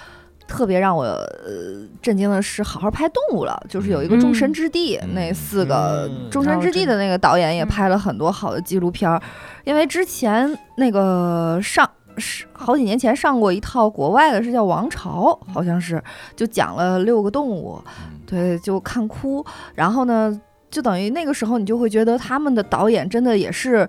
Speaker 6: 特别让我呃震惊的是，好好拍动物了，就是有一个
Speaker 8: 嗯
Speaker 6: 《众神之地》
Speaker 7: 嗯
Speaker 6: 那四个，
Speaker 1: 嗯
Speaker 6: 《众神之地》的那个导演也拍了很多好的纪录片儿，因为之前那个上。是好几年前上过一套国外的，是叫《王朝》，好像是，就讲了六个动物，
Speaker 7: 嗯
Speaker 6: 对，就看哭。然后呢，就等于那个时候你就会觉得他们的导演真的也是。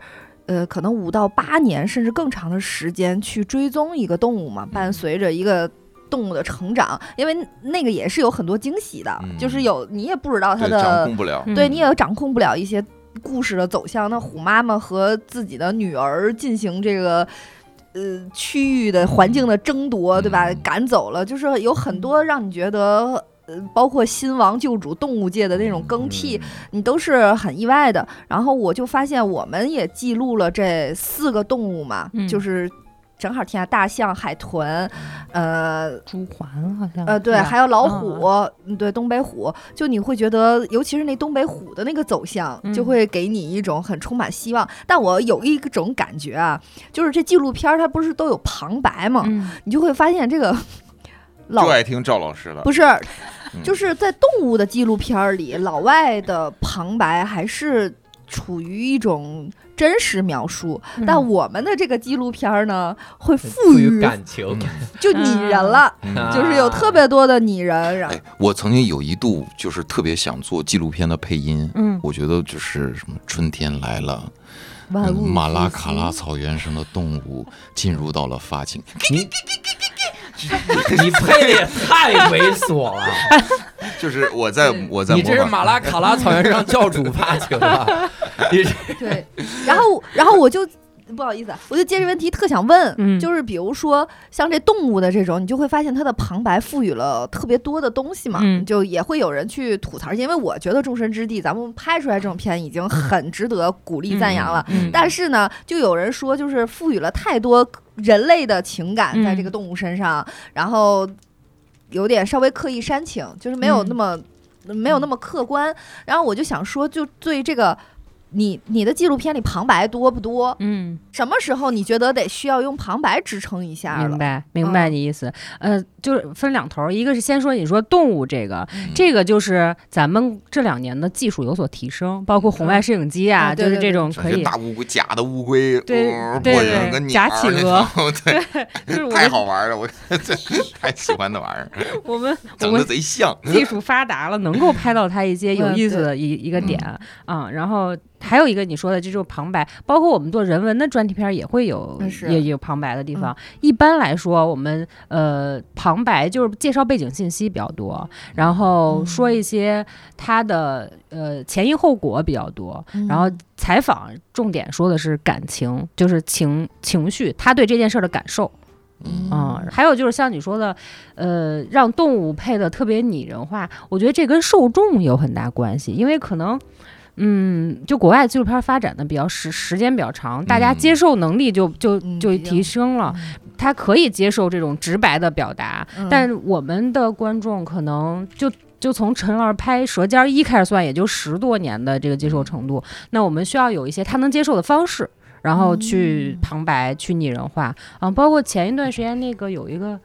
Speaker 6: 呃，可能五到八年甚至更长的时间去追踪一个动物嘛，
Speaker 7: 嗯
Speaker 6: 伴随着一个动物的成长，因为那个也是有很多惊喜的，
Speaker 7: 嗯
Speaker 6: 就是有你也不知道它
Speaker 7: 对，掌
Speaker 6: 的，
Speaker 7: 控不了，
Speaker 8: 嗯
Speaker 6: 对你也掌控不了一些故事的走向。那虎妈妈和自己的女儿进行这个呃区域的环境的争夺，对吧？
Speaker 7: 嗯
Speaker 6: 赶走了，就是有很多让你觉得。呃，包括新王救主、动物界的那种更
Speaker 8: 嗯
Speaker 6: 替，你都是很意外的。然后我就发现，我们也记录了这四个动物嘛，
Speaker 8: 嗯
Speaker 6: 就是正好天下大象、海豚，呃
Speaker 8: 朱鹮好像
Speaker 6: 呃，对，
Speaker 8: 是吧
Speaker 6: 还有老
Speaker 8: 嗯
Speaker 6: 虎，嗯对，东北虎，就你会觉得，尤其是那东北虎的那个走向，
Speaker 8: 嗯
Speaker 6: 就会给你一种很充满希望。但我有一种感觉啊，就是这纪录片儿它不是都有旁白嘛，
Speaker 8: 嗯
Speaker 6: 你就会发现这个老
Speaker 7: 就爱听赵老师的，
Speaker 6: 不是，
Speaker 7: 嗯
Speaker 6: 就是在动物的纪录片儿里，老外的旁白还是处于一种真实描述，
Speaker 8: 嗯
Speaker 6: 但我们的这个纪录片儿呢，会赋
Speaker 1: 赋予嗯
Speaker 6: 予
Speaker 1: 感情，
Speaker 6: 就拟人了，
Speaker 7: 嗯
Speaker 6: 就是有特别多的拟人，然后
Speaker 7: 哎，我曾经有一度就是特别想做纪录片的配音，
Speaker 8: 嗯
Speaker 7: 我觉得就是什么春天来了，嗯
Speaker 6: 万物
Speaker 7: 马拉
Speaker 6: 复
Speaker 7: 卡拉
Speaker 6: 苏
Speaker 7: 草原上的动物进入到了发 情，
Speaker 1: 你 你配的也太猥琐了，
Speaker 7: 就是我在我在
Speaker 1: 你这是
Speaker 7: 模仿
Speaker 1: 马拉卡拉草原上教主发情吧？你这
Speaker 6: 对，然后然后我就。不好意思啊，我就接这问题特想问，
Speaker 8: 嗯
Speaker 6: 就是比如说像这动物的这种，你就会发现它的旁白赋予了特别多的东西嘛，
Speaker 8: 嗯
Speaker 6: 就也会有人去吐槽，因为我觉得《众神之地》咱们拍出来这种片已经很值得鼓励赞扬了，
Speaker 7: 嗯
Speaker 6: 但是呢，就有人说就是赋予了太多人类的情感在这个
Speaker 8: 嗯
Speaker 6: 动物身上，然后有点稍微刻意煽情，就是没有
Speaker 8: 嗯
Speaker 6: 那么、没有那么客观。然后我就想说，就对这个。你你的纪录片里旁白多不多？
Speaker 8: 嗯，
Speaker 6: 什么时候你觉得得需要用旁白支撑一下了？
Speaker 8: 明白明白
Speaker 6: 嗯
Speaker 8: 你意思，呃，就是分两头儿，一个是先说你说动物这个，
Speaker 7: 嗯
Speaker 8: 这个就是咱们这两年的技术有所提升，包括红外摄影机啊，
Speaker 6: 啊对
Speaker 8: 就是
Speaker 6: 对
Speaker 8: 这
Speaker 6: 对
Speaker 8: 种
Speaker 7: 就
Speaker 8: 可
Speaker 7: 是
Speaker 8: 以，
Speaker 7: 大乌龟假的乌龟，
Speaker 8: 对
Speaker 7: 哦
Speaker 8: 对
Speaker 7: 我有个
Speaker 8: 对，
Speaker 7: 鸟
Speaker 8: 假
Speaker 7: 儿
Speaker 8: 企
Speaker 7: 那
Speaker 8: 鹅，
Speaker 7: 种，对，
Speaker 8: 就是我
Speaker 7: 太
Speaker 8: 们
Speaker 7: 好玩了，我太喜欢那玩意儿，
Speaker 8: 我们我
Speaker 7: 整的
Speaker 8: 们
Speaker 7: 贼像。
Speaker 8: 技术发达了，能够拍到它一些有意思
Speaker 6: 嗯
Speaker 8: 的一一个点啊。然后还有一个你说的，这就是旁白，包括我们做人文的专题片儿也会有
Speaker 6: 那啊是嗯
Speaker 8: 也也有旁白的地方。一般来说，我们呃旁白就是介绍背景信息比较多，然后
Speaker 6: 嗯
Speaker 8: 说一些它的呃前因后果比较多。
Speaker 6: 嗯
Speaker 8: 然后采访重点说的是感情，就是情情绪，他对这件事儿的感受
Speaker 7: 嗯
Speaker 8: 啊、还有就是像你说的，呃，让动物配的特别拟人化，我觉得这跟受众有很大关系，因为可能。嗯，就国外纪录片发展的比较时时间比较长，大家
Speaker 7: 嗯
Speaker 8: 接受能力就就
Speaker 6: 嗯
Speaker 8: 就
Speaker 6: 一
Speaker 8: 提
Speaker 6: 样
Speaker 8: 升了，他可以接受这种直白的表达，
Speaker 6: 嗯
Speaker 8: 但我们的观众可能就就从陈老师拍《舌尖一》开始算，也就十多年的这个接受程度。
Speaker 6: 嗯
Speaker 8: 那我们需要有一些他能接受的方式，然后去
Speaker 6: 嗯
Speaker 8: 旁白、去拟人化啊。包括前一段时间那个有一个《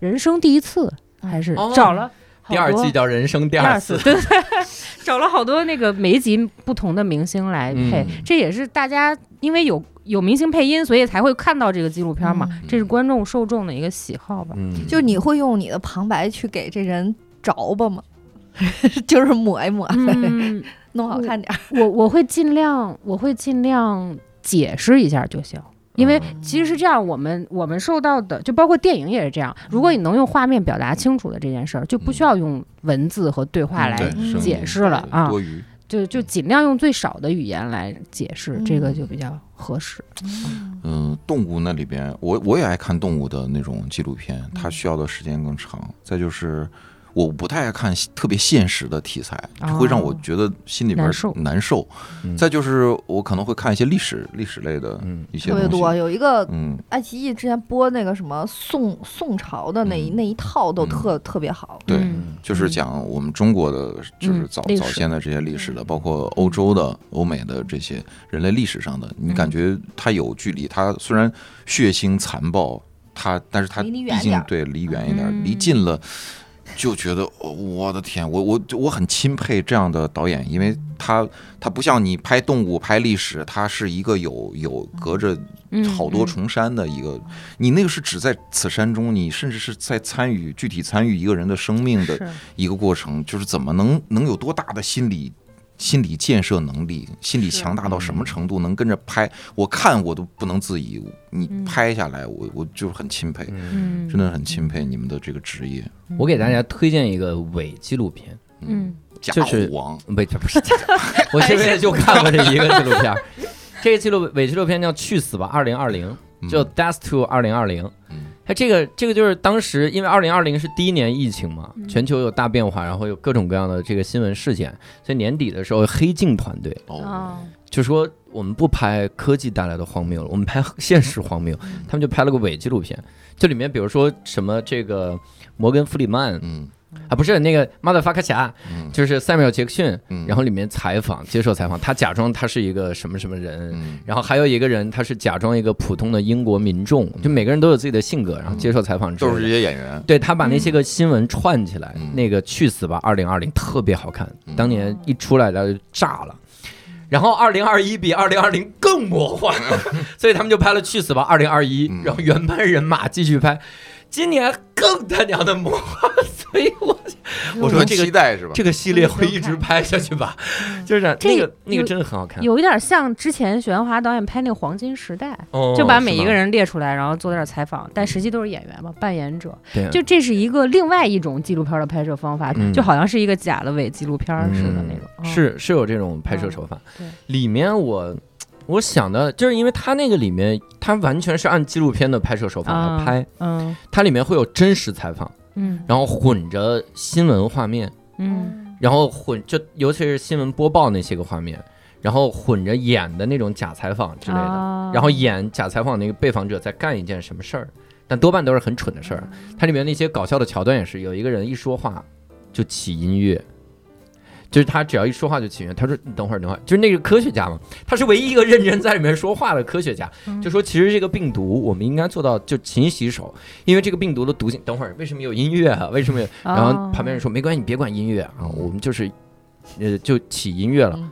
Speaker 8: 人生第一次》，
Speaker 6: 嗯
Speaker 8: 还是
Speaker 1: 哦
Speaker 8: 找了好
Speaker 1: 第二
Speaker 8: 多
Speaker 1: 季叫《人生第
Speaker 8: 第
Speaker 1: 二
Speaker 8: 二
Speaker 1: 次
Speaker 8: 次，》，对对， 找了好多那个每一集不同的明星来配，
Speaker 1: 嗯
Speaker 8: 这也是大家因为有有明星配音，所以才会看到这个纪录片嘛。
Speaker 6: 嗯
Speaker 8: 这是观众受众的一个喜好吧。
Speaker 1: 嗯，
Speaker 6: 就是你会用你的旁白去给这人着吧吗？ 就是抹一抹，
Speaker 8: 嗯，
Speaker 6: 弄好看点儿。
Speaker 8: 我我会尽量，我会尽量解释一下就行。因
Speaker 7: 哦
Speaker 8: 为其实是这样，我们我们受到的，就包括电影也是这样。如果你能用画面表达清楚的这件事儿，就不需要用文字和对话来
Speaker 7: 嗯对
Speaker 6: 嗯
Speaker 7: 生
Speaker 8: 解
Speaker 7: 命
Speaker 8: 释了
Speaker 7: 对
Speaker 8: 啊
Speaker 7: 多余，
Speaker 8: 就就尽量用最少的语言来解释，这个
Speaker 6: 嗯
Speaker 8: 就比较合适。
Speaker 7: 嗯、动物那里边，我我也爱看动物的那种纪录片，它需要的时间更长。再就是，我不太爱看特别现实的题材，
Speaker 6: 哦
Speaker 7: 这会让我觉得心里边
Speaker 8: 难受
Speaker 7: 难受。
Speaker 1: 嗯
Speaker 7: 再就是，我可能会看一些历史历史类的
Speaker 1: 嗯
Speaker 7: 一些
Speaker 6: 特别
Speaker 7: 东
Speaker 6: 多。
Speaker 7: 西。
Speaker 6: 有一个
Speaker 7: 嗯，
Speaker 6: 爱奇艺之前播那个什么宋宋朝的那一
Speaker 7: 嗯
Speaker 6: 那一套都
Speaker 7: 嗯
Speaker 6: 特特别好，
Speaker 7: 对
Speaker 8: 嗯
Speaker 7: 就是讲我们中国的，就是
Speaker 8: 嗯
Speaker 7: 早
Speaker 8: 历史嗯
Speaker 7: 早先的这些历史的，包括欧洲的、欧美的这些人类历史上的，你
Speaker 8: 嗯
Speaker 7: 感觉它有距离。它虽然血腥残暴，它但是它
Speaker 6: 离你
Speaker 7: 毕
Speaker 6: 远点
Speaker 7: 竟
Speaker 6: 儿
Speaker 7: 对离远一点儿，离
Speaker 8: 嗯
Speaker 7: 近了就觉得哦我的天，我我我很钦佩这样的导演，因为他他不像你拍动物、拍历史，它是一个有有隔着
Speaker 8: 嗯，
Speaker 7: 好多重山的一个，你那个是只在此山中，你甚至是在参与具体参与一个人的生命的
Speaker 8: 是
Speaker 7: 一个过程，就是怎么能能有多大的心理心理建设能力，心理
Speaker 8: 是
Speaker 7: 强大到什么程度，能跟着拍，我看我都不能自已，你
Speaker 8: 嗯
Speaker 7: 拍下来，我我就是很钦佩，
Speaker 1: 嗯，
Speaker 8: 嗯，
Speaker 7: 真的很钦佩你们的这个职业，
Speaker 1: 我给大家推荐一个伪纪录片，
Speaker 8: 嗯
Speaker 7: 假
Speaker 1: 就是
Speaker 7: 虎王，
Speaker 1: 不，这不是，我现在就看过这一个纪录片儿，这个纪录伪纪录片叫《去死吧二零二零》，叫《
Speaker 7: 嗯
Speaker 1: Death to 二零二零》。
Speaker 7: 嗯
Speaker 1: 它这个这个就是当时因为二零二零是第一年疫情嘛，
Speaker 8: 嗯
Speaker 1: 全球有大变化，然后有各种各样的这个新闻事件，所以年底的时候，黑镜团队
Speaker 7: 哦，
Speaker 8: 啊，
Speaker 1: 就说我们不拍科技带来的荒谬了，我们拍 现实荒谬，他们就拍了个伪纪录片，就里面比如说什么这个摩根弗里曼
Speaker 7: 嗯
Speaker 1: 啊，不是那个马德法卡侠，
Speaker 7: 嗯
Speaker 1: 就是塞缪尔杰克逊。
Speaker 7: 嗯，
Speaker 1: 然后里面采访接受采访，他假装他是一个什么什么人，
Speaker 7: 嗯
Speaker 1: 然后还有一个人他是假装一个普通的英国民众，就每个人都有自己的性格，然后接受采访之
Speaker 7: 都
Speaker 1: 后
Speaker 7: 是这。些演员，
Speaker 1: 对他把那些个新闻串起来，
Speaker 7: 嗯
Speaker 1: 那个去死吧二零二零特别好看，
Speaker 7: 嗯
Speaker 1: 当年一出来大家就炸了。然后二零二一比二零二零更魔幻， 所以他们就拍了去死吧二零二一
Speaker 7: 嗯，
Speaker 1: 然后原班人马继续拍，今年更他娘的魔幻，所以我我说
Speaker 7: 很
Speaker 1: 这个
Speaker 7: 期待是吧？
Speaker 1: 这个系列会一直拍下去吧？就是
Speaker 8: 这
Speaker 1: 那个那
Speaker 8: 有
Speaker 1: 个真的很好
Speaker 7: 嗯
Speaker 1: 看，
Speaker 8: 有一点像之前许鞍华导演拍那个《黄金时代》。
Speaker 1: 哦
Speaker 8: 就把每一个
Speaker 1: 是吗
Speaker 8: 人列出来，然后做点采访，但实际都是演员嘛，扮演者。
Speaker 1: 对啊
Speaker 8: 就这是一个另外一种纪录片的拍摄方法，
Speaker 1: 嗯
Speaker 8: 就好像是一个假的伪纪录片
Speaker 1: 嗯
Speaker 8: 似的那种。哦嗯
Speaker 1: 是是有这种拍摄手法
Speaker 8: 对。
Speaker 1: 里面我我想的就是，因为它那个里面它完全是按纪录片的拍摄手法
Speaker 8: 啊
Speaker 1: 来拍，
Speaker 8: 嗯
Speaker 1: 它里面会有真实采访，
Speaker 8: 嗯
Speaker 1: 然后混着新闻画面，
Speaker 8: 嗯
Speaker 1: 然后混就尤其是新闻播报那些个画面，然后混着演的那种假采访之类的。
Speaker 8: 啊
Speaker 1: 然后演假采访那个被访者在干一件什么事儿，但多半都是很蠢的事儿。它里面那些搞笑的桥段也是，有一个人一说话就起音乐，就是他只要一说话就起音乐。他说：“你等会儿，等会儿，就是那个科学家嘛，他是唯一一个认真在里面说话的科学家。就说其实这个病毒我们应该做到就勤洗手，因为这个病毒的毒性。等会儿为什么有音乐啊？为什么有？然后旁边人
Speaker 8: 哦
Speaker 1: 说没关系，你别管音乐啊，我们就是，呃，就起音乐了。
Speaker 8: 嗯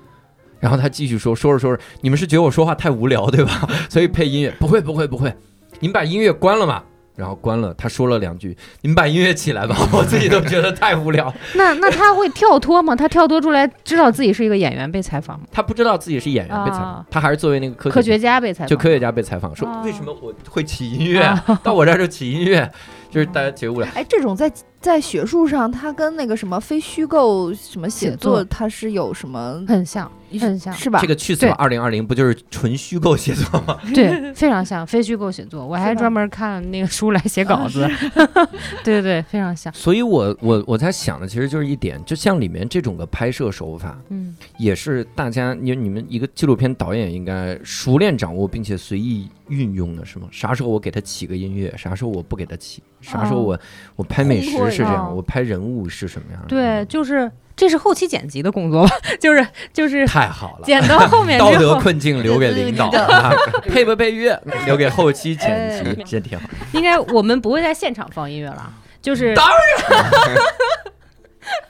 Speaker 1: 然后他继续说，说着说着，你们是觉得我说话太无聊对 吧？所以配音乐不会不会不会，你们把音乐关了嘛。然后关了，他说了两句：“你们把音乐起来吧， 我自己都觉得太无聊。
Speaker 8: 那那他会跳脱吗？他跳脱出来，知道自己是一个演员被采访吗”？
Speaker 1: 他不知道自己是演员被采访，
Speaker 8: 啊
Speaker 1: 他还是作为那个科
Speaker 8: 科
Speaker 1: 学
Speaker 8: 学家被采访，
Speaker 1: 就科学家被采访，说
Speaker 8: 哦
Speaker 1: 为什么我会起音乐？到我这儿就起音乐，就是大家觉得 无聊。
Speaker 6: 哎，这种在在学术上，它跟那个什么非虚构什么写
Speaker 8: 写
Speaker 6: 作，
Speaker 8: 作
Speaker 6: 它是有什么
Speaker 8: 很像，很 像，
Speaker 6: 是吧？
Speaker 1: 这个去死吧二零二零不就是纯虚构写作吗？
Speaker 8: 对，非常像非虚构写作。我还
Speaker 6: 是吧
Speaker 8: 专门看那个书来写
Speaker 1: 啊
Speaker 8: 稿子， 对对对，非常像。
Speaker 1: 所以我我我在想的其实就是一点，就像里面这种个拍摄手法，
Speaker 8: 嗯
Speaker 1: 也是大家你你们一个纪录片导演应该熟练掌握并且随意运用的是吗？啥时候我给他起个音乐，啥时候我不给他起，啥时候
Speaker 6: 嗯
Speaker 1: 我、我拍美食是这
Speaker 8: 烘
Speaker 1: 样，
Speaker 8: 托
Speaker 1: 我拍人物是什么样的？
Speaker 8: 对，就是这是后期剪辑的工作吧， 就是就是
Speaker 1: 太好了。
Speaker 8: 剪到后面
Speaker 1: 道
Speaker 8: 之
Speaker 1: 德
Speaker 8: 后，
Speaker 1: 困境留给领导，
Speaker 6: 对对哎
Speaker 1: 啊 配不配乐留给后期剪辑，这挺好。
Speaker 8: 应该我们不会在现场放音乐 了，就是
Speaker 1: 当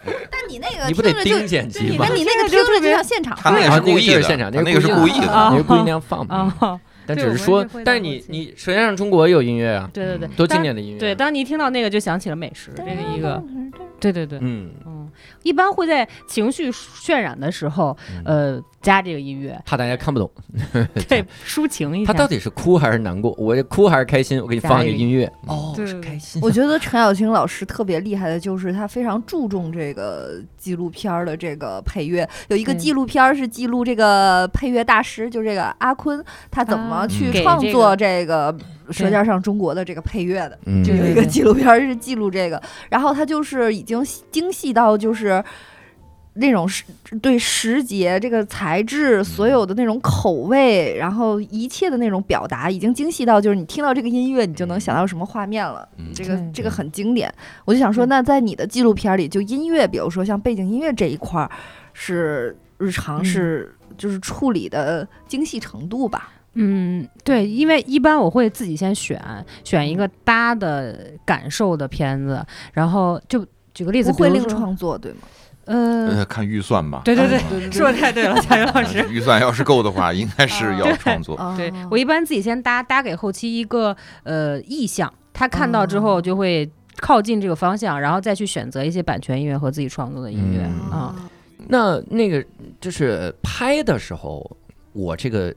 Speaker 6: 但你那个
Speaker 1: 你不
Speaker 6: 呃听
Speaker 1: 得
Speaker 6: 着就
Speaker 1: 盯，剪
Speaker 6: 你
Speaker 1: 辑吗
Speaker 6: 那？你那个
Speaker 8: 听着
Speaker 6: 听
Speaker 8: 就
Speaker 6: 着
Speaker 8: 特
Speaker 6: 就
Speaker 8: 别
Speaker 6: 像现场
Speaker 7: 他那个
Speaker 1: 啊
Speaker 7: 是故意
Speaker 1: 那个
Speaker 7: 的，
Speaker 1: 是现场
Speaker 7: 他
Speaker 1: 那
Speaker 7: 那
Speaker 1: 个
Speaker 7: 个
Speaker 1: 是
Speaker 7: 是
Speaker 1: 故
Speaker 7: 故
Speaker 1: 意嗯
Speaker 7: 意的，
Speaker 8: 啊
Speaker 1: 你是故
Speaker 6: 哦
Speaker 1: 意那样放嘛？
Speaker 8: 啊，
Speaker 1: 但
Speaker 8: 对
Speaker 1: 只是
Speaker 8: 我
Speaker 1: 说
Speaker 8: 们是会，
Speaker 1: 但
Speaker 8: 在
Speaker 1: 是
Speaker 8: 后
Speaker 1: 你
Speaker 8: 期
Speaker 1: 你《舌尖上的中国》有音乐啊，
Speaker 8: 对对对，
Speaker 1: 多经
Speaker 8: 当。
Speaker 1: 典的音乐。啊
Speaker 8: 对，，当你一听到那个就想起了美食这个一个，对对对，
Speaker 1: 嗯，
Speaker 8: 嗯，一般会在情绪渲染的时候，呃，加这个音乐，
Speaker 1: 怕大家看不 懂，
Speaker 8: 对，抒情一下。
Speaker 1: 他到底是哭还是难过？我哭还是开心？我给你放一个音乐，哦，
Speaker 8: 对
Speaker 1: 是开心。
Speaker 6: 我觉得陈小青老师特别厉害的就是他非常注重这个纪录片儿的这个配乐。有一个
Speaker 8: 嗯
Speaker 6: 纪录片儿是记录这个配乐大师，就这个阿坤，他怎
Speaker 8: 啊
Speaker 6: 么去
Speaker 8: 给
Speaker 6: 创
Speaker 8: 这
Speaker 6: 作
Speaker 8: 个
Speaker 6: 这个《舌
Speaker 8: 对
Speaker 6: 尖上中国》的这个配乐的。
Speaker 1: 嗯
Speaker 8: 就
Speaker 6: 有
Speaker 8: 对
Speaker 6: 一个
Speaker 8: 对
Speaker 6: 纪录片儿是记录这个，然后他就是已经细精细到就是那种时对时节、这个材
Speaker 8: 嗯
Speaker 6: 质、所有的那种口味，然后一切的那种表达，已经精细到就是你听到这个音乐，你就能想到什么画面了。
Speaker 7: 嗯
Speaker 6: 这个
Speaker 8: 对
Speaker 6: 这个很经典，我就想说，
Speaker 8: 对
Speaker 6: 那在你的纪录片儿里，就音乐，比如说像背景音乐这一块儿，是日常
Speaker 8: 嗯
Speaker 6: 是就是处理的精细程度吧？
Speaker 8: 嗯，对，因为一般我会自己先选选一个搭的感受的片子，然后就举个例子，
Speaker 6: 不会
Speaker 8: 比
Speaker 6: 另
Speaker 8: 如说
Speaker 6: 创作，对吗？
Speaker 8: 呃，
Speaker 7: 呃，看预算吧。
Speaker 8: 对对对
Speaker 7: 嗯
Speaker 8: 说的太对了，贾云老师。
Speaker 7: 预算要是够的话，应该是要
Speaker 8: 对
Speaker 7: 创作。
Speaker 8: 对
Speaker 6: 啊
Speaker 8: 我一般自己先搭搭给后期一个呃意向，他看到之后就会靠近这个方向，然后再去选择一些版权音乐和自己创作的音乐
Speaker 1: 嗯
Speaker 8: 啊。
Speaker 1: 那那个就是拍的时候，我这个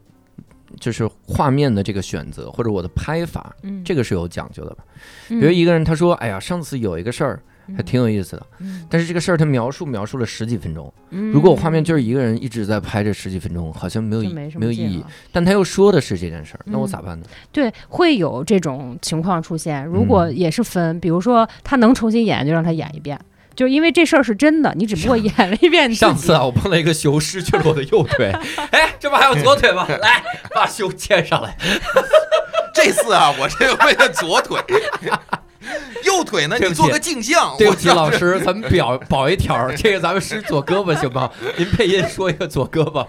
Speaker 1: 就是画面的这个选择或者我的拍法，
Speaker 8: 嗯，
Speaker 1: 这个是有讲究的吧？
Speaker 8: 比
Speaker 1: 比如一个人他说：“哎呀，上次有一个事儿还挺有意思的。”
Speaker 8: 嗯，
Speaker 1: 但是这个事儿他描述描述了十几分钟，
Speaker 8: 嗯
Speaker 1: 如果我画面就是一个人一直在拍这十几分钟，好像没有
Speaker 8: 就
Speaker 1: 意
Speaker 8: 没什
Speaker 1: 没
Speaker 8: 么
Speaker 1: 有意
Speaker 8: 劲
Speaker 1: 义
Speaker 8: 了，
Speaker 1: 但他又说的是这件事儿，那我
Speaker 8: 嗯
Speaker 1: 咋办呢？
Speaker 8: 对，会有这种情况出现。如
Speaker 1: 嗯
Speaker 8: 果也是分，比如说他能重新演，就让他演一遍，就因为这事儿是真的，你只不过演了 一遍你自己。
Speaker 1: 上次啊，我碰到一个修失去了我的右腿，哎，这不还有左腿吗？来，把修牵上来，
Speaker 7: 这次啊，我这个为了左腿， 右腿呢，
Speaker 1: 对
Speaker 7: 你
Speaker 1: 不起
Speaker 7: 做个镜像。
Speaker 1: 对
Speaker 7: 我
Speaker 1: 不起，老师，咱们表保一条儿，这个咱们使左胳膊行吗？您配音说一个左胳膊。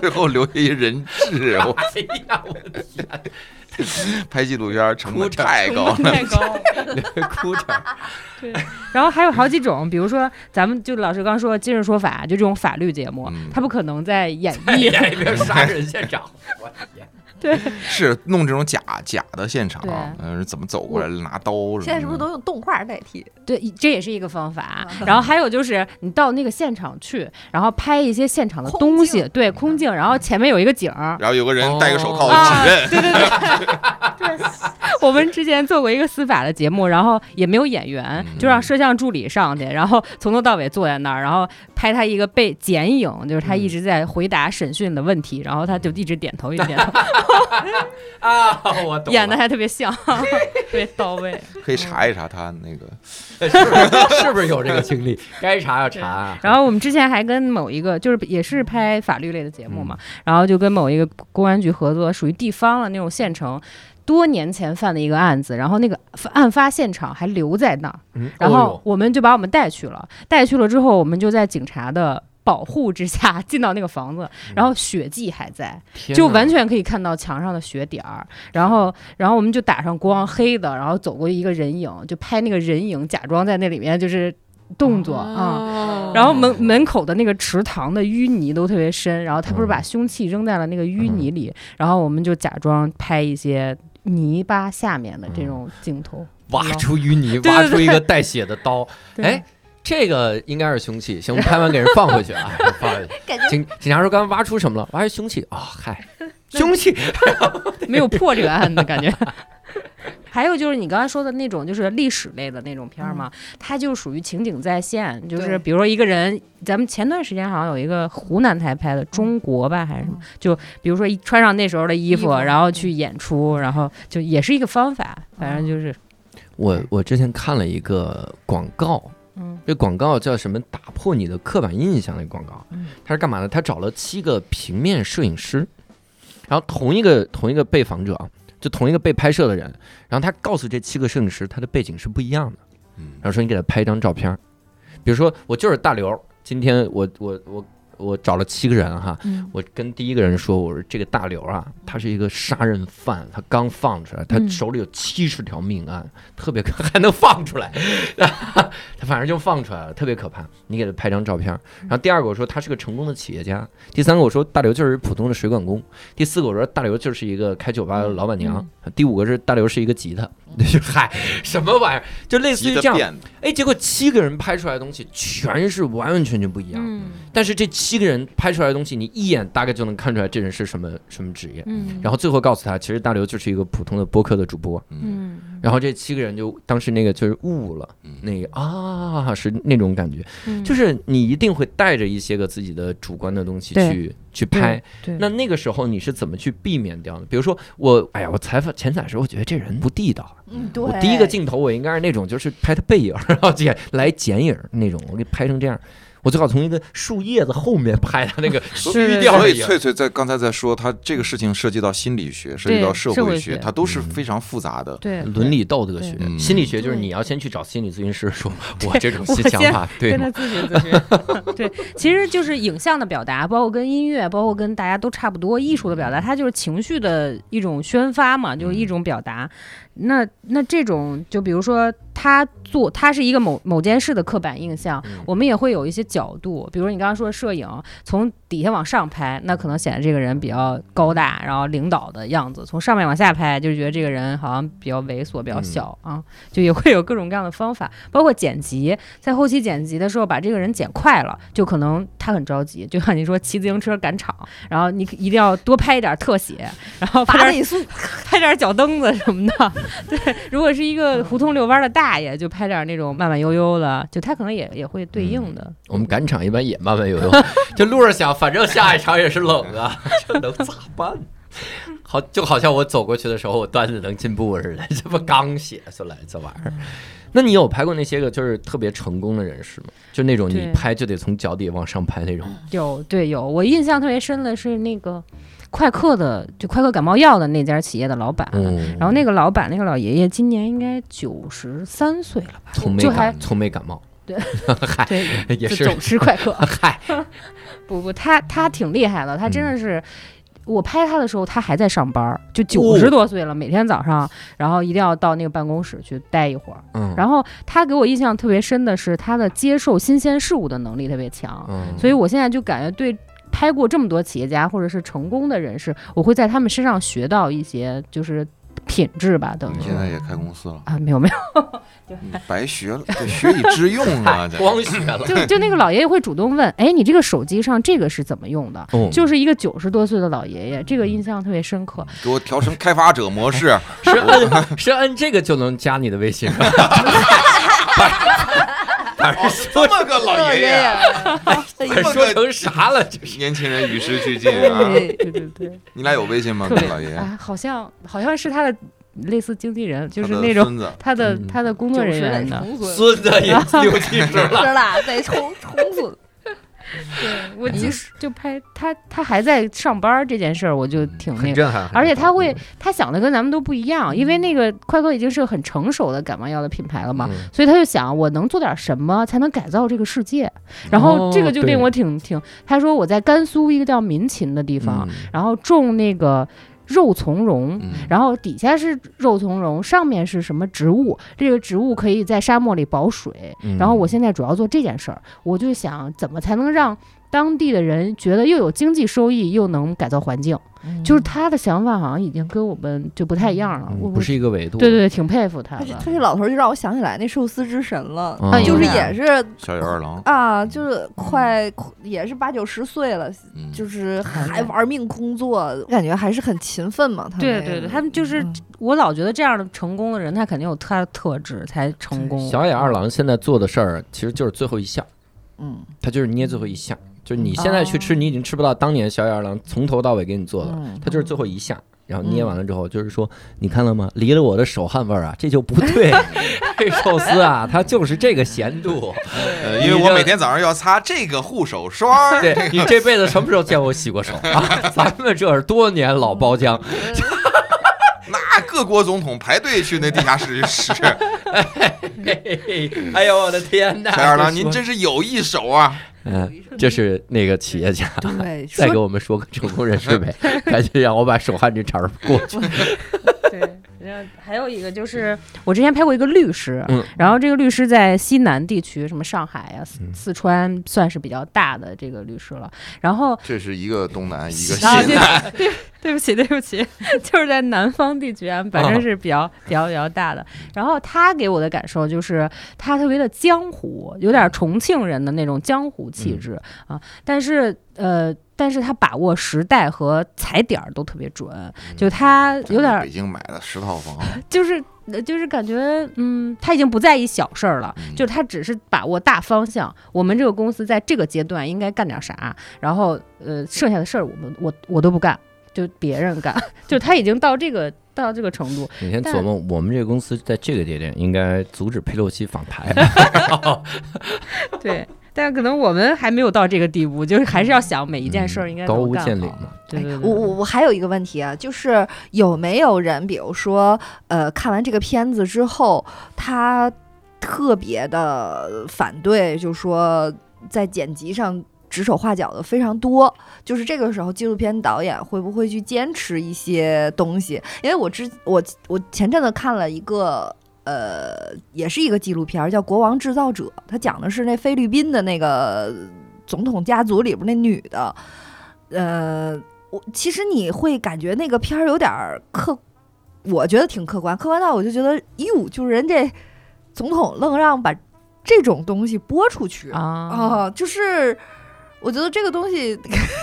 Speaker 7: 最后留下一人质，我
Speaker 1: 哎呀，我的
Speaker 7: 拍纪录片成
Speaker 1: 哭
Speaker 7: 本
Speaker 1: 着
Speaker 7: 太高 了。
Speaker 8: 太 高。
Speaker 1: 哭点儿。
Speaker 8: 然后还有好几种，比如说咱们就老师刚说《今日说法》，就这种法律节目，
Speaker 7: 嗯
Speaker 8: 他不可能在演
Speaker 1: 哎
Speaker 8: 绎。
Speaker 1: 呀，一边杀人现场，我的天！
Speaker 7: 是弄这种假假的现场
Speaker 8: 对，
Speaker 7: 嗯，怎么走过来拿刀什么的？
Speaker 6: 现在是不是都用动画代 替？
Speaker 8: 对， 这也是一个方 法。啊
Speaker 6: 嗯
Speaker 8: 然后还有就是，你到那个现场去，然后拍一些现场的
Speaker 6: 空
Speaker 8: 东西，
Speaker 6: 镜嗯
Speaker 8: 对，空镜，然后前面有一个景儿。啊
Speaker 7: 然后有个人戴个手套
Speaker 1: 哦
Speaker 7: 指认，
Speaker 8: 我们之前做过一个司法的节目，然后也没有演员，
Speaker 7: 嗯
Speaker 8: 就让摄像助理上去，然后从头到尾坐在那儿，然后拍他一个被剪影，就是他一直在回答审讯的问
Speaker 1: 嗯
Speaker 8: 题，然后他就一直点头，一直点头，
Speaker 1: 啊，我懂了。
Speaker 8: 演的还特别像， 特别到位。
Speaker 7: 可以查一查他那个。
Speaker 1: 是不是有这个经历？该查要查啊。
Speaker 8: 然后我们之前还跟某一个，就是也是拍法律类的节目嘛，
Speaker 1: 嗯
Speaker 8: 然后就跟某一个公安局合作，属于地方的那种县城。多年前犯的一个案子，然后那个案发现场还留在那儿，
Speaker 1: 嗯，
Speaker 8: 然
Speaker 1: 哦
Speaker 8: 后
Speaker 1: 哟
Speaker 8: 我们就把我们带去了，带去了之后，我们就在警察的保护之下 进到那个房子，然后血迹还在，
Speaker 1: 嗯天
Speaker 8: 就
Speaker 1: 哪
Speaker 8: 完全可以看到墙上的血点儿。然后，然后我们就打上光，黑的，然后走过一个人影，就拍那个人影，假装在那里面就是动作啊。
Speaker 1: 哦
Speaker 8: 然后门门口的那个池塘的淤泥都特别深，然后他不是把凶器扔在了那个淤泥里，然后我们就假装拍一些泥巴下面的这种镜头。
Speaker 1: 挖出淤泥，
Speaker 8: 对
Speaker 1: 挖出一个带血的刀。
Speaker 8: 对
Speaker 1: 哎，这个应该是凶器，行，我们拍完给人放回去啊，放回去。
Speaker 6: 感觉
Speaker 1: 警警察说刚刚挖出什么了？挖出凶器啊、嗨，凶器。
Speaker 8: 没有破这个案子感觉。 还有就是你刚才说的那种，就是历史类的那种片儿嘛，它就属于情景再现，就是
Speaker 6: 对
Speaker 8: 比如说一个人，咱们前段时间好像有一个湖南台拍的《中国》吧，还是什么，就比如说一穿上那时候的衣服，
Speaker 6: 衣服
Speaker 8: 然后去演出，然后就也是一个方法，反正就是，
Speaker 1: 我我之前看了一个广告，
Speaker 8: 嗯
Speaker 1: 这广告叫什么？打破你的刻板印象的广告
Speaker 8: 嗯。
Speaker 1: 他是干嘛的？他找了七个平面摄影师，然后同一个同一个被访者啊，就同一个被拍摄的人，然后他告诉这七个摄影师，他的背景是不一样的。
Speaker 7: 嗯
Speaker 1: 然后说你给他拍一张照片儿，比如说我就是大刘，今天我我我我找了七个人哈，
Speaker 3: 嗯
Speaker 1: 我跟第一个人说，我说这个大刘啊，他是一个杀人犯，他刚放出来，他
Speaker 3: 嗯
Speaker 1: 手里有七十条命案，特别可 还能放出来，他反正就放出来了，特别可怕。你给他拍张照片。然后第二个我说他是个成功的企业家，第三个我说大刘就是普通的水管工，第四个我说大刘就是一个开酒吧的老板娘，第五个是大刘是一个吉他， 就嗨什么玩意儿，就类似于
Speaker 7: 急得
Speaker 1: 这样。
Speaker 7: 变的
Speaker 1: 哎，结果七个人拍出来的东西全是完完全全不一样的。
Speaker 8: 嗯
Speaker 1: 但是这七个人拍出来的东西，你一眼大概就能看出来这人是什么什么职业。
Speaker 8: 嗯
Speaker 1: 然后最后告诉他，其实大刘就是一个普通的播客的主播。
Speaker 7: 嗯
Speaker 8: 嗯
Speaker 1: 然后这七个人就当时那个就是悟了，
Speaker 7: 嗯，
Speaker 1: 那个啊是那种感觉，
Speaker 8: 嗯
Speaker 1: 就是你一定会带着一些个自己的主观的东西
Speaker 8: 对
Speaker 1: 去去拍。
Speaker 8: 对
Speaker 1: 那那个时候你是怎么去避免掉的？比如说我，哎呀，我采访前采时候，我觉得这人不地道。
Speaker 6: 嗯，对，
Speaker 1: 我第一个镜头我应该是那种就是拍他背影，然后剪来剪影那种，我给拍成这样。我最好从一个树叶子后面拍他那个虚掉
Speaker 7: 所
Speaker 1: 的
Speaker 7: 以
Speaker 1: 影。
Speaker 7: 翠翠在刚才在说，她这个事情涉及到心理学，涉及到社
Speaker 8: 社会
Speaker 7: 学，
Speaker 8: 学
Speaker 7: 它都
Speaker 1: 嗯
Speaker 7: 是非常复杂的。
Speaker 8: 对
Speaker 1: 伦理道德学
Speaker 7: 对、嗯
Speaker 1: 心理学就是
Speaker 6: 对
Speaker 1: 你要先去找心理咨询师说，我这种
Speaker 8: 我
Speaker 1: 想法对
Speaker 8: 跟
Speaker 1: 吗
Speaker 8: 他？咨询咨询。对，其实就是影像的表达，包括跟音乐，包括跟大家都差不多，艺术的表
Speaker 1: 嗯
Speaker 8: 达，它就是情绪的一种宣发嘛，就是一种表达。那那这种，就比如说他做，他是一个某某件事的刻板印象，
Speaker 1: 嗯
Speaker 8: 我们也会有一些角度，比如你刚刚说摄影，从底下往上拍，那可能显得这个人比较高大，然后领导的样子；从上面往下拍，就是觉得这个人好像比较猥琐、比
Speaker 1: 嗯
Speaker 8: 较小、啊，就也会有各种各样的方法，包括剪辑，在后期剪辑的时候把这个人剪快了，就可能他很着急，就像你说骑自行车赶场，然后你一定要多拍一点特写， 然后
Speaker 6: 拔
Speaker 8: 拍点
Speaker 6: 内速，
Speaker 8: 拍点脚蹬子什么的。 对，如果是一个胡同遛弯的大爷，就拍点那种慢慢悠悠的，就他可能也也会对应的。
Speaker 1: 我们赶场一般也慢慢游 泳，就路上想，反正下一场也是冷的，这能咋办？好，就好像我走过去的时候，我段子能进步似的， 这不刚写出来这玩意
Speaker 8: 嗯
Speaker 1: 儿。那你有拍过那些个就是特别成功的人士吗？就那种你
Speaker 8: 对
Speaker 1: 拍就得从脚底往上拍那种，
Speaker 8: 有对有，我印象特别深的是那个快克的，就快克感冒药的那家企业的老板。
Speaker 1: 嗯，
Speaker 8: 然后那个老板，那个老爷爷今年应该九十三岁了吧？
Speaker 1: 从没
Speaker 8: 就还
Speaker 1: 感从没感冒，
Speaker 8: 对
Speaker 1: 嗨，
Speaker 8: 对，
Speaker 1: 啊也啊
Speaker 8: 就是总吃快克。
Speaker 1: 嗨，
Speaker 8: 不不，他他挺厉害的，他
Speaker 1: 嗯
Speaker 8: 真的是。我拍他的时候，他还在上班儿，就
Speaker 1: 哦
Speaker 8: 九十多岁了，每天早上，然后一定要到那个办公室去待一会儿。
Speaker 1: 嗯，
Speaker 8: 然后他给我印象特别深的是，他的接受新鲜事物的能力特别强，
Speaker 1: 嗯，
Speaker 8: 所以我现在就感觉对拍过这么多企业家或者是成功的人士，我会在他们身上学到一些就是品质吧，
Speaker 1: 嗯
Speaker 8: 等于
Speaker 7: 你
Speaker 8: 是
Speaker 7: 现在也开公司了，
Speaker 8: 啊，没有没有。
Speaker 7: 你
Speaker 6: 嗯
Speaker 7: 白学了，对学以致用 啊！这
Speaker 1: 光学了，
Speaker 8: 就就那个老爷爷会主动问，哎，你这个手机上这个是怎么用的？
Speaker 1: 哦
Speaker 8: 就是一个九十多岁的老爷爷，这个印象特别深刻。
Speaker 7: 给我调成开发者模 式，
Speaker 1: 是按是按这个就能加你的微信吗？反正
Speaker 7: 这么个 老爷爷，
Speaker 1: 反正说成啥了？这是
Speaker 7: 年轻人与时俱进啊！
Speaker 8: 对对对对，
Speaker 7: 你俩有微信吗？
Speaker 8: 特
Speaker 7: 跟
Speaker 8: 别
Speaker 7: 老爷爷，
Speaker 8: 啊，好像好像是他的类似经纪人，就是
Speaker 7: 他的
Speaker 8: 那种
Speaker 7: 孙子，
Speaker 8: 他的
Speaker 1: 嗯
Speaker 8: 他的工作
Speaker 6: 九
Speaker 8: 人
Speaker 6: 十得
Speaker 8: 员的。
Speaker 6: 重孙，
Speaker 1: 孙子 也六七十
Speaker 6: 是
Speaker 1: 了，
Speaker 6: 啦，得重重孙。
Speaker 8: 对，嗯我就就拍他他还在上班这件事儿，我就
Speaker 7: 嗯
Speaker 8: 挺那个。
Speaker 1: 震撼嗯
Speaker 8: 而且他会，他想的跟咱们都不一样，因为那个快克已经是个很成熟的感冒药的品牌了嘛，
Speaker 1: 嗯
Speaker 8: 所以他就想我能做点什么才能改造这个世界，然后这个就
Speaker 1: 哦对
Speaker 8: 令我挺挺。他说我在甘肃一个叫民勤的地方，
Speaker 1: 嗯
Speaker 8: 然后种那个肉苁蓉，
Speaker 7: 嗯，
Speaker 8: 然后底下是肉苁蓉，上面是什么植物？这个植物可以在沙漠里保水。
Speaker 1: 嗯
Speaker 8: 然后我现在主要做这件事儿，我就想怎么才能让当地的人觉得又有经济收益，又能改造环境。
Speaker 1: 嗯
Speaker 8: 就是他的想法好像已经跟我们就不太一样了。
Speaker 1: 嗯
Speaker 8: 啊我
Speaker 1: 不是一个维度，
Speaker 8: 对对对，挺佩服他
Speaker 6: 他这
Speaker 8: 的。
Speaker 6: 他这老头儿就让我想起来那寿司之神了，
Speaker 1: 啊
Speaker 6: 就是
Speaker 8: 有点
Speaker 6: 也是
Speaker 7: 小野二郎，
Speaker 6: 啊，就是快也是八九十岁了，
Speaker 7: 嗯，
Speaker 6: 就是还
Speaker 8: 还
Speaker 6: 玩命工作，哎感觉还是很勤奋嘛。他们
Speaker 8: 对对对，他们就是
Speaker 6: 嗯
Speaker 8: 我老觉得这样的成功的人，他肯定有他的特质才成功。
Speaker 1: 小野二郎现在做的事儿其实就是最后一下，
Speaker 6: 嗯
Speaker 1: 他就是捏最后一下，就是你现在去吃，
Speaker 8: 哦
Speaker 1: 你已经吃不到当年小野二郎从头到尾给你做的，
Speaker 6: 嗯，
Speaker 1: 他就是最后一下。然后
Speaker 8: 嗯
Speaker 1: 捏完了之后，就是说，你看到吗？离了我的手汗味儿啊，这就不 对。这寿司啊，它就是这个咸 度。
Speaker 7: 呃，因为我每天早上要擦这个护手霜，
Speaker 1: 对你这辈子什么时候见我洗过手啊？咱们这是多年老包浆，
Speaker 7: 那各国总统排队去那地下室 去使。
Speaker 8: 嗯
Speaker 1: 嘿嘿嘿哎呦我的天哪！
Speaker 7: 小二郎，
Speaker 1: 这说
Speaker 7: 您真是有一手啊！
Speaker 1: 嗯，这是那个企业家
Speaker 6: 对，
Speaker 1: 再给
Speaker 6: 说
Speaker 1: 我们说个成功人士 呗，赶紧让我把手汗这茬儿过去。
Speaker 8: 对，然后还有一个就是，我之前拍过一个律师，
Speaker 1: 嗯
Speaker 8: 然后这个律师在西南地区，什么上海呀、四
Speaker 1: 嗯
Speaker 8: 四川，算是比较大的这个律师了。然后
Speaker 3: 这是一个东南，一个西
Speaker 8: 啊，
Speaker 3: 南
Speaker 8: 对。对对，对不起，对不起， 就是在南方地区啊，反正是比较、比较比较大的。然后他给我的感受就是，他特别的江湖，有点重庆人的那种江湖气质、啊。但是呃，但是他把握时代和踩点儿都特别准，就他有点
Speaker 3: 在北京买了十套 房，
Speaker 8: 就是呃就是感觉，嗯，他已经不在意小事儿了，
Speaker 3: 嗯
Speaker 8: 就是他只是把握大方向。我们这个公司在这个阶段应该干点啥，然后呃，剩下的事儿我们我我都不干，就别人干， 就他已经到这个到这个程度，
Speaker 1: 每天琢磨，我们这个公司在这个节点应该阻止佩洛西访 台。
Speaker 8: 对。但是可能我们还没有到这个地步，就是还是要想每一件事儿应该
Speaker 1: 嗯高
Speaker 8: 都
Speaker 1: 屋
Speaker 8: 干
Speaker 1: 建
Speaker 8: 好
Speaker 1: 瓴嘛。
Speaker 8: 对对对，
Speaker 6: 哎我我我还有一个问题啊，就是有没有人，比如说，呃，看完这个片子之后，他特别的反对，就说在剪辑上指手画脚的非常多，就是这个时候纪录片导演会不会去坚持一些东西？因为我之我我前阵子看了一个。呃，也是一个纪录片儿，叫《国王制造者》，它讲的是那菲律宾的那个总统家族里边那女的，呃，我其实你会感觉那个片儿有点儿客，我觉得挺客观，客观到我就觉得，哟，就是人这总统愣让把这种东西播出去
Speaker 8: 啊
Speaker 6: 哦就是我觉得这个东西，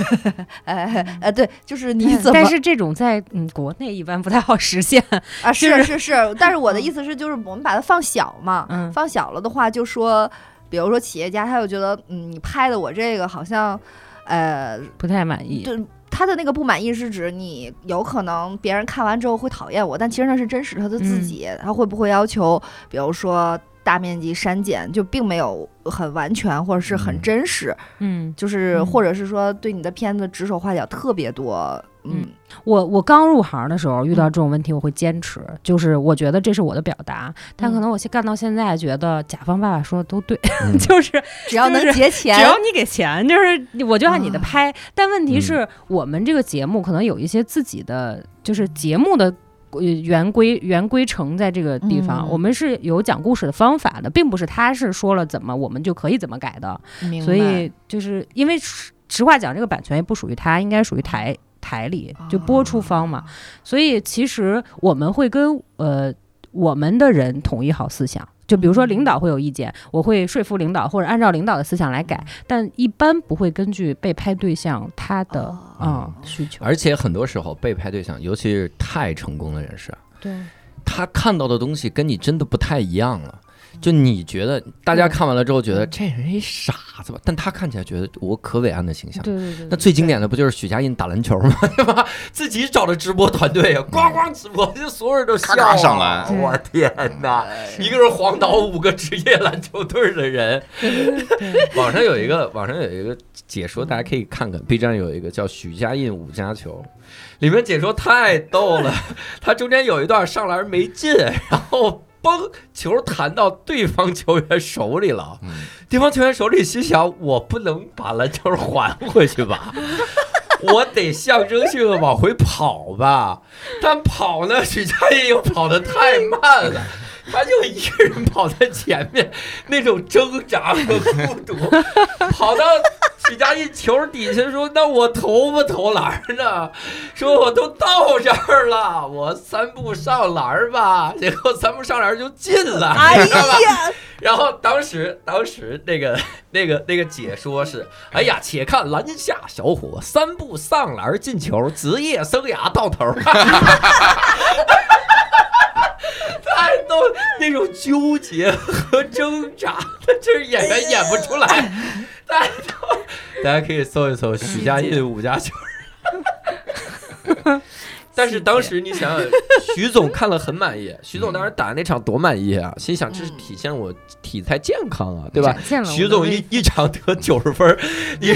Speaker 6: 哎哎，对，就是你
Speaker 8: 但
Speaker 6: 怎么，
Speaker 8: 嗯但是这种在嗯国内一般不太好实现，
Speaker 6: 啊，
Speaker 8: 就是
Speaker 6: 是是，但是我的
Speaker 8: 嗯
Speaker 6: 意思是，就是我们把它放小嘛，
Speaker 8: 嗯
Speaker 6: 放小了的话，就说，比如说企业家，他就觉得，嗯，你拍的我这个好像，呃，
Speaker 8: 不太满意。
Speaker 6: 对他的那个不满意是指你有可能别人看完之后会讨厌我，但其实那是真实他的自己，
Speaker 8: 嗯
Speaker 6: 他会不会要求，比如说大面积删减，就并没有很完全或者是很
Speaker 1: 嗯
Speaker 6: 真实，
Speaker 8: 嗯，
Speaker 6: 就是
Speaker 8: 嗯
Speaker 6: 或者是说对你的片子指手画脚特别多，嗯
Speaker 8: 我我刚入行的时候遇到这种问题，我会坚持，就是我觉得这是我的表达，
Speaker 6: 嗯
Speaker 8: 但可能我现干到现在觉得甲方爸爸说的都对，
Speaker 1: 嗯
Speaker 8: 就是
Speaker 6: 只要能
Speaker 8: 就是
Speaker 6: 结钱，
Speaker 8: 只要你给钱，就是我就按你的
Speaker 6: 啊
Speaker 8: 拍。但问题是我们这个节目可能有一些自己的，就是节目的。呃圆规圆规程在这个地方，
Speaker 6: 嗯
Speaker 8: 我们是有讲故事的方法的，并不是他是说了怎么我们就可以怎么改的，
Speaker 6: 明白
Speaker 8: 所以就是因为实实话讲，这个版权也不属于他，应该属于台台里就播出方嘛。所以其实我们会跟呃我们的人统一好思想。就比如说领导会有意见，我会说服领导或者按照领导的思想来改，但一般不会根据被拍对象他的
Speaker 6: 哦
Speaker 8: 嗯需 求。
Speaker 1: 而且很多时候被拍对象，尤其是太成功的人士，啊
Speaker 8: 对，
Speaker 1: 他看到的东西跟你真的不太一样了。就你觉得大
Speaker 8: 嗯
Speaker 1: 家看完了之后觉得这人一傻子吧，但他看起来觉得我可伟岸的形象。
Speaker 8: 对对对
Speaker 1: 那最经典的不就是许家印打篮球吗？对吧？自己找的直播团队啊，咣咣直播，就所有人都
Speaker 3: 咔
Speaker 1: 笑
Speaker 3: 嗯咔上来嗯哎
Speaker 1: 了我天哪！一个是黄岛五个职业篮球队的人，网上有一个网上有一个解说，大家可以看看，B 站有一个叫许家印五加球，里面解说太逗了， 他中间有一段上篮没进，然后。嘣，球弹到对方球员手里了。
Speaker 3: 嗯
Speaker 1: 对方球员手里心想：我不能把篮球还回去吧， 我得象征性的往回跑吧。但跑呢，许家印又跑得太慢了，他就一个人跑在前面，那种挣扎和孤独，跑到许家印球底下说：“那我投不投篮呢？”说：“我都到这儿了，我三步上篮吧。”结果三步上篮就进了，
Speaker 6: 哎
Speaker 1: 你知道吧？
Speaker 6: 呀，
Speaker 1: 然后当时当时那个 那个那个解说是，哎呀，且看篮下小伙三步上篮进球，职业生涯到 头。太逗，那种纠结和挣扎，他这演员演不出来。太逗，大家可以搜一搜许家印五加 球。但是当时你想想，徐总看了很满意，徐总当时打那场多满意啊，心想这是体现我体态健康啊，对吧？
Speaker 8: 展现了我
Speaker 1: 徐
Speaker 8: 的
Speaker 1: 总
Speaker 8: 威
Speaker 1: 一一场得九十分儿，你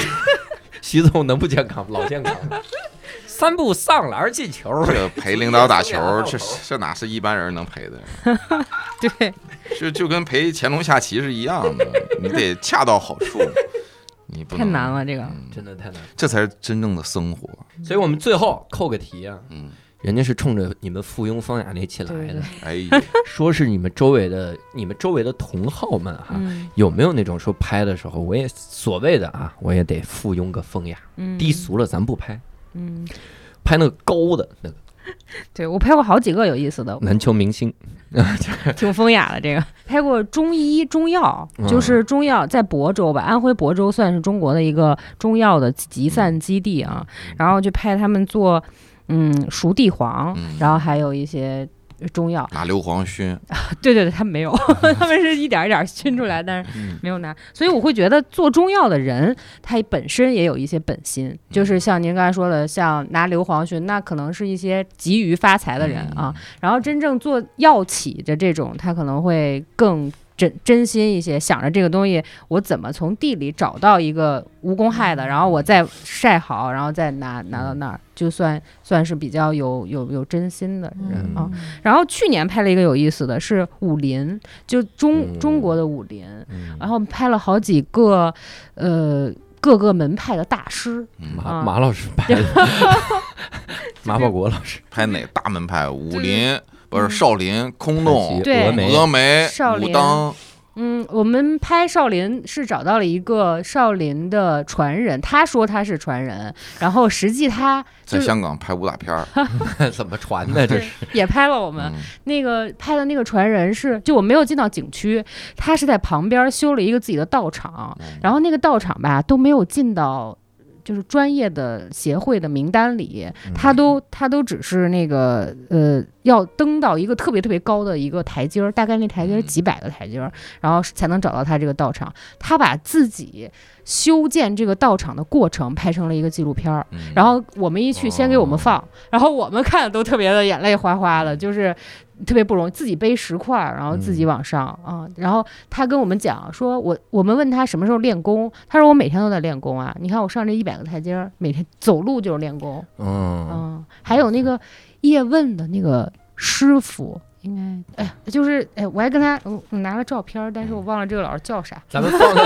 Speaker 1: 徐总能不健康吗？老健康了， 三步上篮进球，，
Speaker 3: 这个陪领导打球这是这哪是一般人能陪的？
Speaker 8: 对，
Speaker 3: 这就跟陪乾隆下棋是一样的，你得恰到好处。你不
Speaker 8: 太
Speaker 3: 能
Speaker 8: 难了这个
Speaker 3: 嗯
Speaker 1: 真的太难。
Speaker 7: 这才是真正的生活。
Speaker 1: 所以我们最后扣个题啊，
Speaker 3: 嗯，
Speaker 1: 人家是冲着你们附庸风雅那期来
Speaker 8: 对对
Speaker 1: 的
Speaker 8: 对，
Speaker 3: 哎呀，
Speaker 1: 说是你们周围的你们周围的同好们哈、
Speaker 8: 嗯
Speaker 1: 有没有那种说拍的时候，我也所谓的啊，我也得附庸个风雅，
Speaker 8: 嗯
Speaker 1: 低，俗了咱不拍，
Speaker 8: 嗯，
Speaker 1: 拍那个高的那个
Speaker 8: 对我拍过好几个有意思的，
Speaker 1: 篮球明星，
Speaker 8: 挺风雅的这个。嗯拍过中医中药，就是中药在亳州吧，安徽亳州算是中国的一个中药的集散基地啊。然后就拍他们做，嗯，熟地黄，
Speaker 3: 嗯
Speaker 8: 然后还有一些中药。
Speaker 3: 拿硫磺熏，
Speaker 8: 对对对，他们没有，他们是一点儿一点儿熏出来，但是
Speaker 7: 嗯
Speaker 8: 没有拿。所以我会觉得做中药的人，他本身也有一些本心，就是像您刚才说的，像拿硫磺熏，那可能是一些急于发财的人啊。然后真正做药企的这种，他可能会更。真真心一些，想着这个东西，我怎么从地里找到一个无公害的，然后我再晒好，然后再拿拿到那儿，就算算是比较有有有真心的人啊。
Speaker 1: 嗯
Speaker 8: 然后去年拍了一个有意思的是武林，就中、
Speaker 1: 嗯
Speaker 8: 中国的武林，
Speaker 1: 嗯
Speaker 8: 然后拍了好几个，呃，各个门派的大师，
Speaker 3: 嗯，
Speaker 1: 马
Speaker 8: 啊
Speaker 1: 马老师拍 的，马保国老师
Speaker 3: 拍哪大门派？武
Speaker 8: 就是
Speaker 3: 林不是
Speaker 8: 嗯
Speaker 3: 少林、空洞、
Speaker 8: 对
Speaker 1: 峨眉
Speaker 3: 峨眉
Speaker 8: 少、
Speaker 3: 武
Speaker 8: 林
Speaker 3: 当，
Speaker 8: 嗯，我们拍少林是找到了一个少林的传人，他说他是传人，然后实际他
Speaker 7: 在
Speaker 8: 就是
Speaker 7: 香港拍武打片儿，
Speaker 1: 怎么传的？这是
Speaker 8: 也拍了我们，
Speaker 3: 嗯，
Speaker 8: 那个拍的那个传人是，就我没有进到景区，他是在旁边修了一个自己的道场，然后那个道场吧都没有进到。就是专业的协会的名单里，
Speaker 7: 嗯
Speaker 8: 他都他都只是那个呃，要登到一个特别特别高的一个台阶儿，大概那台阶儿几百个台阶儿，然后才能找到他这个道场。他把自己修建这个道场的过程拍成了一个纪录片儿，
Speaker 3: 嗯
Speaker 8: 然后我们一去，先给我们放，然后我们看都特别的眼泪哗哗的，就是特别不容易，自己背石块儿，然后自己往上啊、然后他跟我们讲说，我我们问他什么时候练功，他说我每天都在练功啊。你看我上这一百个台阶儿，每天走路就是练功
Speaker 1: 嗯，
Speaker 8: 嗯，还有那个叶问的那个师傅。应该，哎呀，就是，哎，我还跟他我我拿了照片儿，但
Speaker 7: 嗯
Speaker 8: 是我忘了这个老师叫啥。
Speaker 1: 咱们放到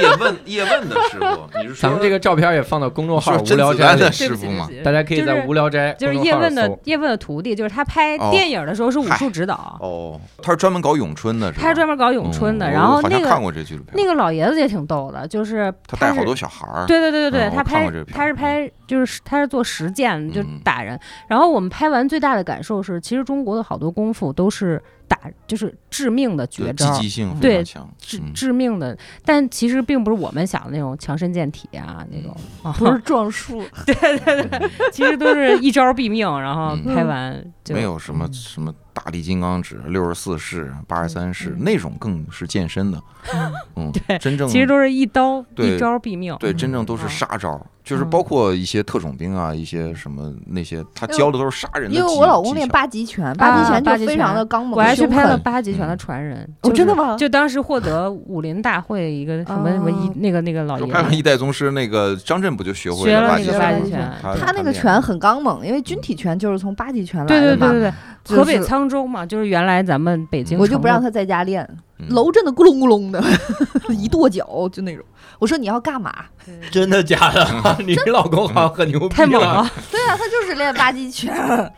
Speaker 7: 叶 问叶问的师傅，你是
Speaker 1: 咱们这个照片也放到公众号
Speaker 3: 说
Speaker 1: “无
Speaker 3: 甄
Speaker 1: 聊
Speaker 3: 子
Speaker 1: 斋”
Speaker 3: 丹
Speaker 1: 里
Speaker 3: 的，
Speaker 8: 对
Speaker 3: 师
Speaker 8: 不起
Speaker 3: 傅嘛，
Speaker 8: 对不起
Speaker 1: 大家可以
Speaker 8: 就
Speaker 1: 在“
Speaker 8: 是
Speaker 1: 无聊斋”
Speaker 8: 就是
Speaker 1: 公
Speaker 8: 叶
Speaker 1: 众号
Speaker 8: 问的
Speaker 1: 搜
Speaker 8: 叶问的徒弟，就是他拍
Speaker 7: 哦
Speaker 8: 电影的时候是武
Speaker 7: 嗨
Speaker 8: 术指导，
Speaker 7: 哦，他是专门搞咏春的，是吧？
Speaker 8: 他是专门搞咏春的，
Speaker 7: 嗯
Speaker 8: 然
Speaker 7: 哦我
Speaker 8: 后
Speaker 7: 好
Speaker 8: 那
Speaker 7: 像看
Speaker 8: 个
Speaker 7: 过这纪录片，
Speaker 8: 那个老爷子也挺逗的，就是
Speaker 7: 他带
Speaker 8: 是
Speaker 7: 好多小孩儿，
Speaker 8: 对对对对对，
Speaker 7: 嗯
Speaker 8: 他
Speaker 7: 我看
Speaker 8: 拍
Speaker 7: 过这个片
Speaker 8: 他是
Speaker 7: 嗯
Speaker 8: 拍就是他是做实践，就
Speaker 7: 嗯
Speaker 8: 打人。然后我们拍完最大的感受是，其实中国的好多功夫都是打，就是致命的
Speaker 7: 对
Speaker 8: 绝
Speaker 7: 积
Speaker 8: 招。
Speaker 7: 极性
Speaker 8: 对
Speaker 7: 非常强，
Speaker 8: 致
Speaker 7: 嗯
Speaker 8: 致命的，但其实并不是我们想的那种强身健体啊，
Speaker 7: 嗯
Speaker 8: 那种啊，
Speaker 6: 不是撞树，
Speaker 8: 对对对，其实都是一招毙命，然后
Speaker 7: 嗯
Speaker 8: 拍完就
Speaker 7: 没有什
Speaker 8: 嗯
Speaker 7: 么什么大力金刚指、六十四式、八十三式那种，更是健身的。嗯，
Speaker 8: 嗯对
Speaker 7: 真正
Speaker 8: 其实都是一刀一
Speaker 7: 对
Speaker 8: 招毙命，
Speaker 7: 对，真正都
Speaker 8: 嗯
Speaker 7: 是杀招，就是
Speaker 8: 嗯
Speaker 7: 包括一些特种兵啊，一些什么那些，他
Speaker 6: 因为
Speaker 7: 教的都是杀人的技。
Speaker 6: 因为我老公
Speaker 7: 技
Speaker 6: 练
Speaker 7: 巧，
Speaker 6: 八极拳，
Speaker 8: 啊
Speaker 6: 八极拳
Speaker 8: 八
Speaker 6: 就
Speaker 8: 极
Speaker 6: 非
Speaker 8: 拳
Speaker 6: 常的刚猛，
Speaker 8: 我还去
Speaker 6: 凶
Speaker 8: 拍了
Speaker 6: 狠
Speaker 8: 八极拳的
Speaker 7: 嗯
Speaker 8: 传人，就
Speaker 6: 哦
Speaker 8: 是
Speaker 6: 真的吗
Speaker 8: 就当时获得武林大会一个什么什么一
Speaker 6: 哦
Speaker 8: 那个那个老
Speaker 7: 就
Speaker 8: 爷
Speaker 7: 拍完
Speaker 8: 子
Speaker 7: 一代宗师那个张震不就学会
Speaker 8: 学
Speaker 7: 八
Speaker 8: 了那
Speaker 7: 极
Speaker 8: 个
Speaker 6: 学
Speaker 8: 八
Speaker 6: 了
Speaker 8: 极
Speaker 6: 那
Speaker 8: 拳
Speaker 6: 个，
Speaker 7: 他
Speaker 6: 他那个拳很刚猛，因为军体拳就是从八极拳来
Speaker 8: 对对
Speaker 6: 的
Speaker 8: 对
Speaker 6: 嘛。
Speaker 8: 对对，
Speaker 6: 就是
Speaker 8: 河北沧州嘛，就是原来咱们北京，
Speaker 6: 我就不让。他在家练，
Speaker 7: 嗯
Speaker 6: 楼震的咕隆咕隆的， 一跺脚就那种。我说你要干嘛？
Speaker 1: 真的假 的？你老公好像很牛逼，
Speaker 8: 太猛了！，
Speaker 6: 对啊，他就是练八极拳。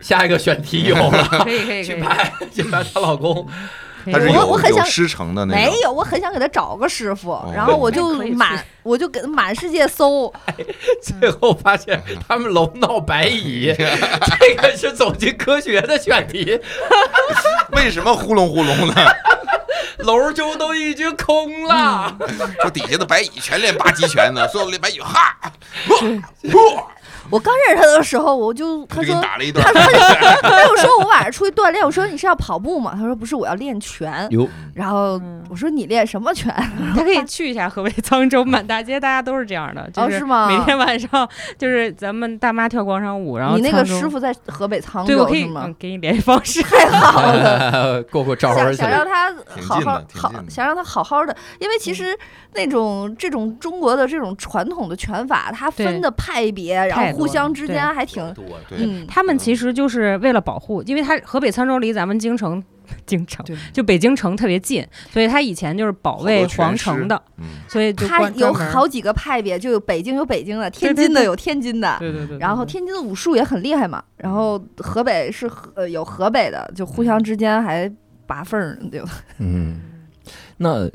Speaker 1: 下一个选题有了，
Speaker 8: 可以可以
Speaker 1: 去拍去拍她老公。
Speaker 8: 可
Speaker 7: 他是
Speaker 6: 我
Speaker 7: 有
Speaker 6: 我很
Speaker 7: 有
Speaker 6: 想
Speaker 7: 师承的那
Speaker 6: 没
Speaker 7: 种。哦
Speaker 6: 有，我很想给他找个师傅，然后我就
Speaker 8: 可以去
Speaker 6: 满我就给满世界搜，
Speaker 1: 最后发现他们楼闹白蚁，这个是走进科学的选题，
Speaker 7: 为什么呼隆呼隆的？
Speaker 1: 楼就都已经空了。
Speaker 7: 说底下的白蚁全练八极拳的，所有练白蚁哈，
Speaker 6: 我刚认识他的时候，我就他
Speaker 7: 就给
Speaker 6: 说
Speaker 7: 你打了一顿
Speaker 6: 他。说他就他就说我晚上出去锻炼，我说你是要跑步吗？他说不是，我要练拳。
Speaker 1: 哟，
Speaker 6: 然后
Speaker 8: 嗯
Speaker 6: 我说你练什么拳？
Speaker 8: 他可以去一下河北沧州，满大街大家都是这样的，就
Speaker 6: 哦是吗
Speaker 8: 每天晚上就是咱们大妈跳广场舞，然后
Speaker 6: 你那个
Speaker 8: 沧州
Speaker 6: 师，傅在河北沧
Speaker 8: 对我
Speaker 6: 州
Speaker 8: 可以
Speaker 6: 是吗
Speaker 8: 嗯？给你联系方式，
Speaker 6: 太好 了。
Speaker 1: 呃过过招
Speaker 6: 想
Speaker 1: 儿去
Speaker 6: 想
Speaker 1: 了
Speaker 6: 让。他
Speaker 7: 挺
Speaker 6: 好
Speaker 7: 近
Speaker 6: 好
Speaker 7: 的挺
Speaker 6: 好
Speaker 7: 近，的嗯
Speaker 6: 想让他好好的，因为其实那种这种中国的这种传统的拳法，它
Speaker 8: 对
Speaker 6: 分的派别，然
Speaker 8: 太
Speaker 6: 后
Speaker 8: 多
Speaker 6: 互
Speaker 8: 了
Speaker 6: 相之
Speaker 8: 对
Speaker 6: 间还挺
Speaker 1: 多
Speaker 7: 对
Speaker 6: 嗯
Speaker 8: 他们其实就是为了保护，因为他河北沧州离咱们京城京城，
Speaker 5: 对
Speaker 8: 就北京城特别近，所以他以前就是保
Speaker 3: 好
Speaker 8: 卫
Speaker 3: 多全
Speaker 8: 皇城
Speaker 3: 师
Speaker 8: 的，
Speaker 7: 嗯，
Speaker 8: 所以 就
Speaker 6: 它
Speaker 8: 关
Speaker 6: 有
Speaker 8: 专门
Speaker 6: 好几个派别，就有北京有北京的，天
Speaker 8: 对
Speaker 6: 津的
Speaker 8: 对
Speaker 6: 有天津的，
Speaker 5: 对对对，
Speaker 6: 然后
Speaker 5: 对
Speaker 6: 天津的武术也很厉害嘛，然后河北是河呃有河北的，就互
Speaker 7: 嗯
Speaker 6: 相之间还拔缝儿，对吧？
Speaker 1: 嗯，那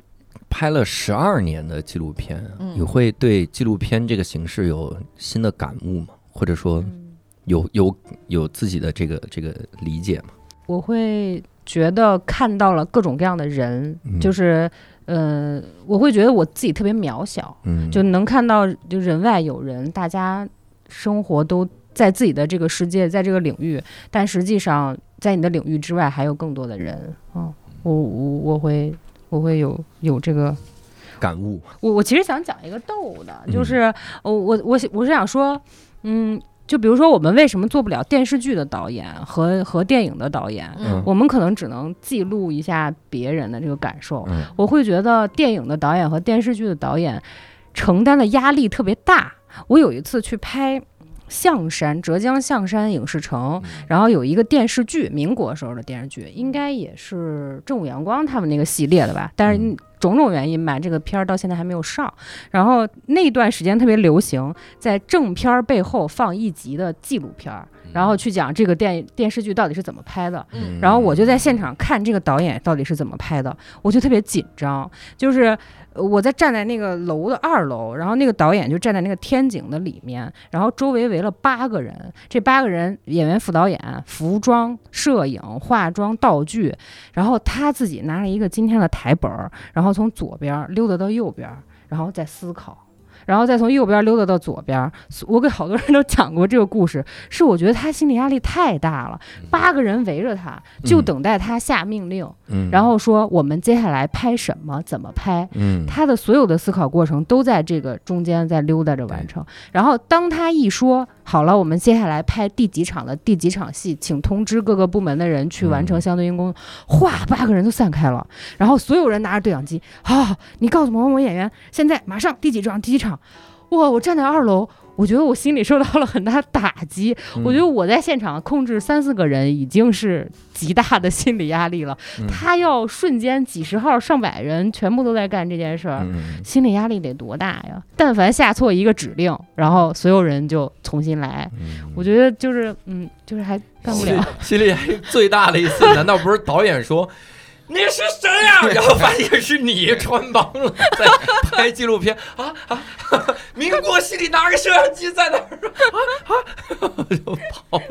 Speaker 1: 拍了十二年的纪录片，
Speaker 6: 嗯
Speaker 1: 你会对纪录片这个形式有新的感悟吗？或者说
Speaker 8: 嗯
Speaker 1: 有有有自己的这个这个理解吗？
Speaker 8: 我会觉得看到了各种各样的人，
Speaker 1: 嗯
Speaker 8: 就是呃，我会觉得我自己特别渺小，
Speaker 1: 嗯，
Speaker 8: 就能看到就人外有人，大家生活都在自己的这个世界，在这个领域，但实际上在你的领域之外还有更多的人。嗯，我我我会我会有有这个
Speaker 1: 感悟，
Speaker 8: 我我其实想讲一个逗的，就
Speaker 1: 嗯
Speaker 8: 是、呃我我我是想说，嗯，就比如说我们为什么做不了电视剧的导演和和电影的导演，
Speaker 1: 嗯
Speaker 8: 我们可能只能记录一下别人的这个感受。
Speaker 1: 嗯
Speaker 8: 我会觉得电影的导演和电视剧的导演承担的压力特别大。我有一次去拍。象山，浙江象山影视城，
Speaker 7: 嗯
Speaker 8: 然后有一个电视剧，民国时候的电视剧，应该也是正午阳光他们那个系列的吧？但是
Speaker 1: 嗯
Speaker 8: 种种原因吧，这个片儿到现在还没有上。然后那段时间特别流行，在正片儿背后放一集的纪录片儿，
Speaker 7: 嗯
Speaker 8: 然后去讲这个电电视剧到底是怎么拍的。
Speaker 1: 嗯
Speaker 8: 然后我就在现场看这个导演到底是怎么拍的，我就特别紧张，就是呃我在站在那个楼的二楼，然后那个导演就站在那个天井的里面，然后周围围了八个人，这八个人演员、副导演、服装、摄影、化妆、道具，然后他自己拿了一个今天的台本儿，然后从左边溜达到右边，然后再思考。然后再从右边溜达到左边，我给好多人都讲过这个故事，是我觉得他心理压力太大了，八个人围着他，就
Speaker 1: 嗯
Speaker 8: 等待他下命令，
Speaker 1: 嗯
Speaker 8: 然后说我们接下来拍什么，怎么拍。
Speaker 1: 嗯
Speaker 8: 他的所有的思考过程都在这个中间在溜达着完成。然后当他一说好了，我们接下来拍第几场的第几场戏，请通知各个部门的人去完成
Speaker 1: 嗯
Speaker 8: 相对应工作，哗，八个人都散开了。然后所有人拿着对讲机，好好，好你告诉某某某演员，现在马上第几场第几场。哇，我站在二楼。我觉得我心里受到了很大的打击，
Speaker 1: 嗯
Speaker 8: 我觉得我在现场控制三四个人已经是极大的心理压力了，
Speaker 1: 嗯
Speaker 8: 他要瞬间几十号、上百人全部都在干这件事儿，
Speaker 1: 嗯
Speaker 8: 心理压力得多大呀！但凡下错一个指令，然后所有人就重新来，
Speaker 1: 嗯
Speaker 8: 我觉得就是嗯，就是还干不了。
Speaker 1: 心里最大的一 次，难道不是导演说？你是谁呀、然后发现是你穿帮了，在拍纪录片啊啊！ 民国戏里拿个摄像机在那儿啊啊，就跑了。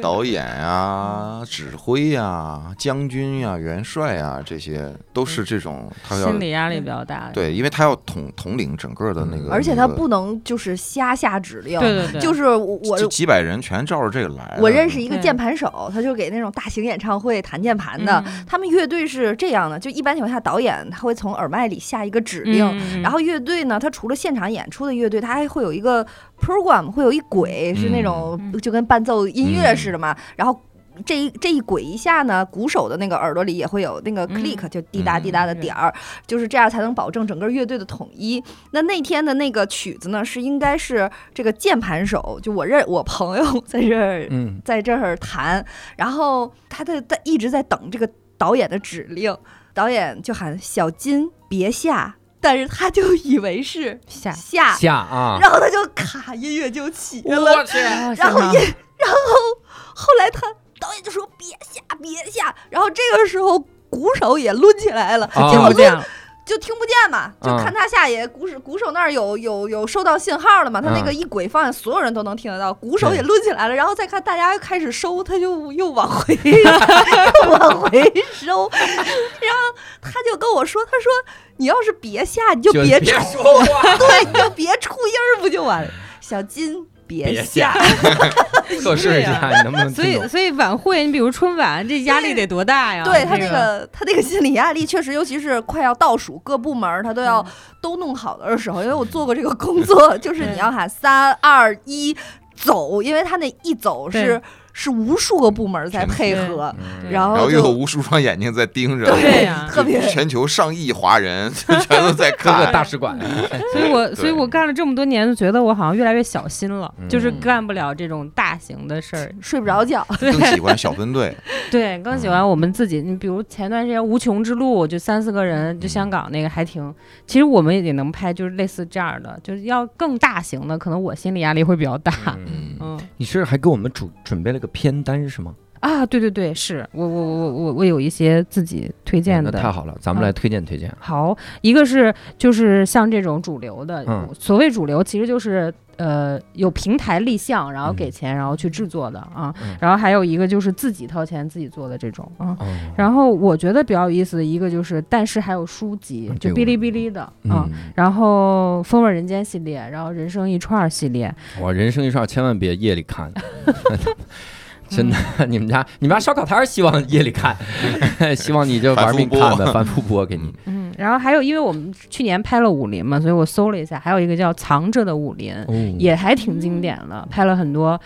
Speaker 3: 导演啊、指挥
Speaker 7: 啊
Speaker 3: 呀、将军呀、元帅呀，这些都
Speaker 6: 嗯
Speaker 3: 是这种他要
Speaker 8: 心理压力比较
Speaker 1: 哎
Speaker 8: 大，
Speaker 3: 对，因为他要统统领整个的那
Speaker 1: 嗯
Speaker 3: 个，
Speaker 6: 而且他
Speaker 3: 那个
Speaker 6: 不能就是瞎下指令，
Speaker 8: 对对对，
Speaker 6: 就是我我
Speaker 3: 这几百人全照着这个来的。
Speaker 6: 我认识一个
Speaker 8: 对
Speaker 6: 键盘手，他就给那种大型演唱会弹键盘的。
Speaker 8: 嗯
Speaker 6: 他们乐队是这样的，就一般情况下，导演他会从耳麦里下一个指令，
Speaker 8: 嗯
Speaker 6: 然后乐队呢，它除了现场演出的乐队，它还会有一个 program，会有一轨是那种、
Speaker 8: 嗯
Speaker 6: 就跟伴奏音乐似的嘛。然后这一这一轨一下呢，鼓手的那个耳朵里也会有那个
Speaker 8: 嗯
Speaker 6: click，、就滴答滴答的点儿，就是这样才能保证整个乐队的统一。那那天的那个曲子呢，是应该是这个键盘手，就我认我朋友 在这儿
Speaker 1: 嗯
Speaker 6: 在这儿弹，然后他的在一直在等这个导演的指令，导演就喊小金别下，但是他就以为是
Speaker 8: 下，
Speaker 6: 下，
Speaker 1: 下啊，
Speaker 6: 然后他就卡，音乐就起了，
Speaker 1: 我去，
Speaker 6: 然后也然后后来他导演就说别下别下，然后这个时候。鼓手也抡起来了，
Speaker 1: 啊
Speaker 6: 结
Speaker 8: 听
Speaker 6: 果
Speaker 8: 不见
Speaker 6: 抡
Speaker 8: 了，
Speaker 6: 就听不见嘛，就
Speaker 1: 啊
Speaker 6: 看他下也鼓手鼓手那儿有有有收到信号了嘛，他那
Speaker 1: 啊
Speaker 6: 个一轨放下，所有人都能听得到，鼓手也抡起来了，然后再看大家又开始收，他就又往回又往回收，然后他就跟我说，他说你要是别下，你就
Speaker 1: 就
Speaker 6: 别
Speaker 1: 别
Speaker 6: 出，
Speaker 1: 说 话，
Speaker 6: 对，你就别出音儿不就完了？小金别
Speaker 1: 别下， 测试一下你能不能
Speaker 8: 所
Speaker 1: 听
Speaker 8: 以
Speaker 1: 懂。
Speaker 8: 所以晚会，你比如春晚，这压力得多大呀？
Speaker 6: 对他
Speaker 8: 这
Speaker 6: 那个他那个心理压力，确实，尤其是快要倒数，各部门儿他都要
Speaker 8: 嗯
Speaker 6: 都弄好的时候，因为我做过这个 工作，就是你要喊三二一走，因为他那一走
Speaker 8: 对
Speaker 6: 是。是无数个部门在配合，
Speaker 1: 嗯
Speaker 6: 然
Speaker 7: 然后
Speaker 6: 后
Speaker 7: 又有
Speaker 6: 就
Speaker 7: 无数双眼睛在盯着，
Speaker 6: 对
Speaker 5: 呀
Speaker 6: 特别
Speaker 7: 全球上亿华人全都在
Speaker 1: 各个
Speaker 7: 看，
Speaker 1: 大使馆，啊
Speaker 8: 所以我，所以
Speaker 7: 对
Speaker 8: 我干了这么多年，就觉得我好像越来越小心了，
Speaker 1: 嗯
Speaker 8: 就是干不了这种大型的事儿。
Speaker 6: 睡不着觉。
Speaker 8: 对
Speaker 7: 更喜欢小 分队，
Speaker 8: 对，更喜欢我们自己。你比如前段时间《无穷之路》，就三四个人，就香港那个还挺。其实我们也能拍，就是类似这样的，就是要更大型的，可能我心理压力会比较大。
Speaker 1: 嗯
Speaker 7: 嗯，
Speaker 8: 嗯
Speaker 1: 你是还给我们准准备了个片单是吗？
Speaker 8: 啊，对对对，是我我我我我有一些自己推荐
Speaker 1: 嗯那
Speaker 8: 的，嗯
Speaker 1: 太好了，咱们来推荐推荐。啊
Speaker 8: 好，一个是就是像这种主流的，
Speaker 1: 嗯
Speaker 8: 所谓主流其实就是呃有平台立项，然后
Speaker 1: 嗯
Speaker 8: 给钱，然后去制作的啊。
Speaker 1: 嗯
Speaker 8: 然后还有一个就是自己掏钱自己做的这种啊。
Speaker 1: 哦，
Speaker 8: 然后我觉得比较有意思的一个就是，但是还有书籍
Speaker 1: 啊，这
Speaker 8: 就
Speaker 1: 个
Speaker 8: 哔
Speaker 1: 我
Speaker 8: 哩
Speaker 1: 知
Speaker 8: 哔哩的啊。
Speaker 1: 嗯，
Speaker 8: 然后《风味人间》系列，然后《人生一串》系列，
Speaker 1: 我人生一串千万别夜里 看，真的，
Speaker 8: 嗯
Speaker 1: 你们家你们家烧烤摊儿希望夜里 看，希望你就玩命看的反复播给你。
Speaker 8: 嗯，然后还有，因为我们去年拍了武林嘛，所以我搜了一下，还有一个叫《藏着的武林》，
Speaker 1: 哦，
Speaker 7: 嗯
Speaker 8: 也还挺经典的，拍了很多，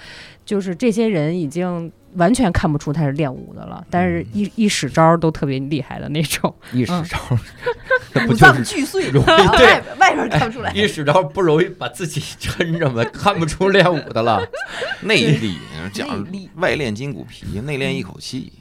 Speaker 8: 就是这些人已经完全看不出他是练武的了，但
Speaker 7: 嗯
Speaker 8: 是一一使招儿都特别厉害的那种。
Speaker 1: 一时招，那
Speaker 6: 五
Speaker 1: 不就
Speaker 6: 脏
Speaker 1: 是
Speaker 6: 俱碎，
Speaker 1: 容易
Speaker 6: 然后
Speaker 1: 对哎
Speaker 6: 外外边看不出来。
Speaker 1: 一时招不容易把自己 撑着吗？看不出练武的 了。
Speaker 7: 内力讲
Speaker 6: 内力
Speaker 7: 外练筋骨皮，内练一口气，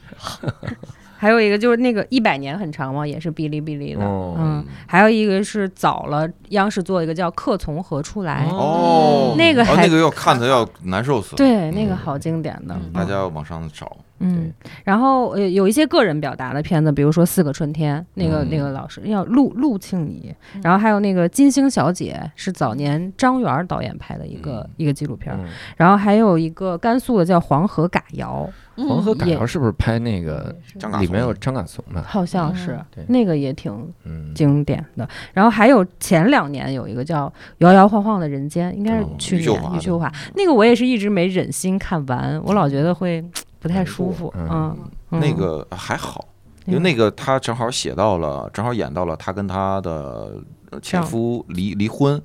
Speaker 8: 还有一个就是那个一百年很长嘛，也是哔哩哔哩的，
Speaker 1: 哦
Speaker 8: 嗯，还有一个是早了央视做一个叫《客从何处来》，
Speaker 6: 嗯
Speaker 7: 哦，
Speaker 8: 那个
Speaker 7: 哦
Speaker 8: 还
Speaker 7: 那个要看的要难受死，，
Speaker 8: 对，那个好经典的，
Speaker 7: 嗯大家要往上找，
Speaker 8: 嗯，然后呃有一些个人表达的片子，比如说《四个春天》，那个、
Speaker 7: 嗯
Speaker 8: 那个老师叫陆陆庆怡，然后还有那个《金星小姐》，是早年张元儿导演拍的一个、一个纪录片儿，
Speaker 1: 嗯
Speaker 8: 然后还有一个甘肃的叫《黄河嘎谣
Speaker 1: 黄河
Speaker 6: 嗯
Speaker 1: 改
Speaker 8: 也
Speaker 1: 谣是不是拍那个
Speaker 7: 张嘎
Speaker 1: 里
Speaker 7: 怂
Speaker 1: 面有张嘎怂》，的？
Speaker 8: 好像是、
Speaker 1: 对
Speaker 8: 那个也挺
Speaker 1: 嗯，
Speaker 8: 经典的。然后还有前两年有一个叫《摇摇晃晃的人间》，应该是
Speaker 7: 哦
Speaker 8: 去
Speaker 7: 余秀
Speaker 8: 年
Speaker 7: 华
Speaker 8: 余
Speaker 7: 的
Speaker 8: 秀华那个，我也是一直没忍心看完，我老觉得会不太舒服，
Speaker 1: 嗯
Speaker 8: 嗯，嗯
Speaker 7: 那个还好，因为那个他正好写到了，正好演到了他跟他的呃前
Speaker 8: 丈
Speaker 7: 夫离离婚，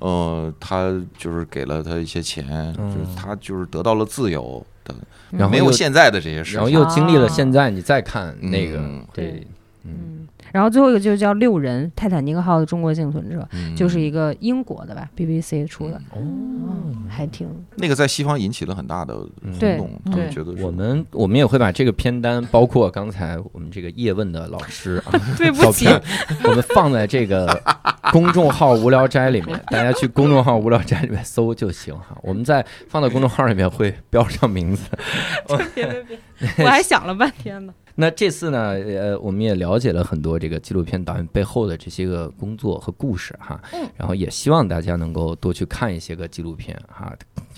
Speaker 7: 呃，他就是给了他一些钱，就是
Speaker 1: 嗯
Speaker 7: 他就是得到了自由的，
Speaker 1: 然后
Speaker 7: 没有
Speaker 1: 又
Speaker 7: 现在的这些事
Speaker 1: 然后
Speaker 7: 情。
Speaker 1: 又经历了现在，你再看那个
Speaker 7: 嗯，
Speaker 1: 对，嗯，
Speaker 8: 嗯，然后最后一个就是叫《六人泰坦尼克号的中国幸存者》，
Speaker 7: 嗯
Speaker 8: 就是一个英国的吧，BBC 出的，
Speaker 1: 哦。
Speaker 8: 嗯，还挺
Speaker 7: 那个在西方引起了很大的轰
Speaker 8: 对
Speaker 7: 动，他
Speaker 8: 对
Speaker 7: 们觉得是
Speaker 1: 嗯我们我们也会把这个片单，包括刚才我们这个叶问的老师啊，
Speaker 8: 对
Speaker 1: 照片，我们放在这个公众号“无聊斋”里面，大家去公众号“无聊斋”里面搜就行哈。我们在放到公众号里面会标上名字。
Speaker 8: 别别别，我还想了半天呢。
Speaker 1: 那这次呢，呃，我们也了解了很多这个纪录片导演背后的这些个工作和故事哈，然后也希望大家能够多去看一些个纪录片哈。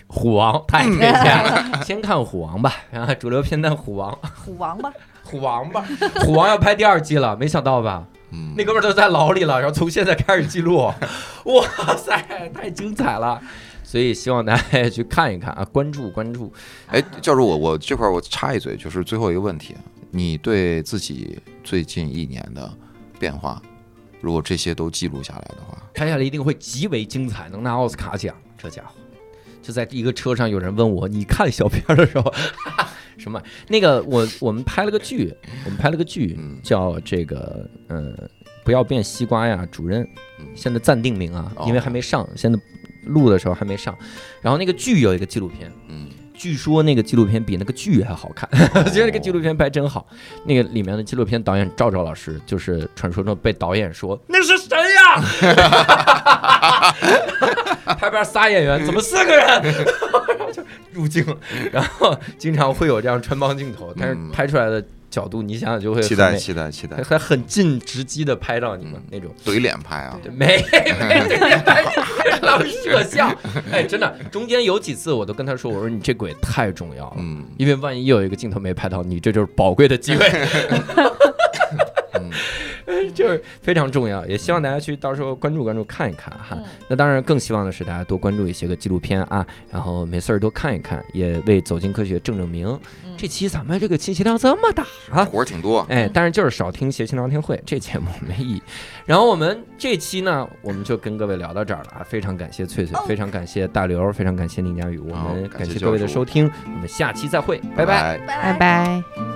Speaker 1: 虎王太推荐了，先看虎王吧，然后主流片单虎王，
Speaker 6: 虎王吧，
Speaker 1: 虎王吧，虎王要拍第二季了，没想到吧？
Speaker 7: 嗯
Speaker 1: 那哥们儿都在牢里了，然后从现在开始记录， 哇塞，太精彩了！所以希望大家也去看一看啊，关注关注。
Speaker 7: 哎，教授，我我这块儿我插一嘴，就是最后一个问题，你对自己最近一年的变化，如果这些都记录下来的话，
Speaker 1: 拍下来一定会极为精彩，能拿奥斯卡奖。这家伙，就在一个车上，有人问我，你看小片儿的时候， 什么玩意儿那个我我们拍了个剧，我们拍了个剧
Speaker 7: 嗯
Speaker 1: 叫这个嗯、呃不要变西瓜呀，主任
Speaker 7: 嗯，
Speaker 1: 现在暂定名啊，
Speaker 7: 哦
Speaker 1: 因为还没上，现在录的时候还没上。然后那个剧有一个纪录片，
Speaker 7: 嗯，
Speaker 1: 据说那个纪录片比那个剧还好看，
Speaker 7: 哦
Speaker 1: 觉得那个纪录片拍真好。那个里面的纪录片导演赵赵老师，就是传说中被导演说 那是谁呀？ 拍拍仨演员，怎么四个人？ 然后就入镜，然后经常会有这样穿帮镜头，但是
Speaker 7: 嗯
Speaker 1: 拍出来的角度，你想想就会
Speaker 7: 期
Speaker 1: 很
Speaker 7: 待
Speaker 1: 美
Speaker 7: 期待期待
Speaker 1: 还，还很近直击的拍到你们
Speaker 7: 嗯
Speaker 1: 那种。
Speaker 7: 怼脸拍啊，
Speaker 1: 对没 没，这天拍当摄像，哎，真的，中间有几次我都跟他说，我说你这鬼太重要了，
Speaker 7: 嗯
Speaker 1: 因为 万一有一个镜头没拍到你，这就是宝贵的机会。
Speaker 7: 嗯，
Speaker 1: 就是非常重要，也希望大家去到时候关注关注看一看哈。
Speaker 5: 嗯
Speaker 1: 那当然，更希望的是大家多关注一些个纪录片啊，然后没事儿多看一看，也为走进科学正正名。
Speaker 5: 嗯
Speaker 1: 这期咱们这个信息量这么大啊！
Speaker 7: 活儿挺多，
Speaker 1: 哎，但是就是少听谐星聊天会，这节目没意义。然后我们这期呢，我们就跟各位聊到这儿了啊！非常感谢翠
Speaker 5: 哦
Speaker 1: 翠，非常感谢大刘，非常感谢宁佳宇，我
Speaker 7: 好
Speaker 1: 们
Speaker 7: 感
Speaker 1: 感
Speaker 7: 谢
Speaker 1: 谢
Speaker 7: 教
Speaker 1: 各位的
Speaker 7: 主
Speaker 1: 收听，我们下期再会，拜拜。
Speaker 7: 拜。
Speaker 6: 拜
Speaker 8: 拜。拜。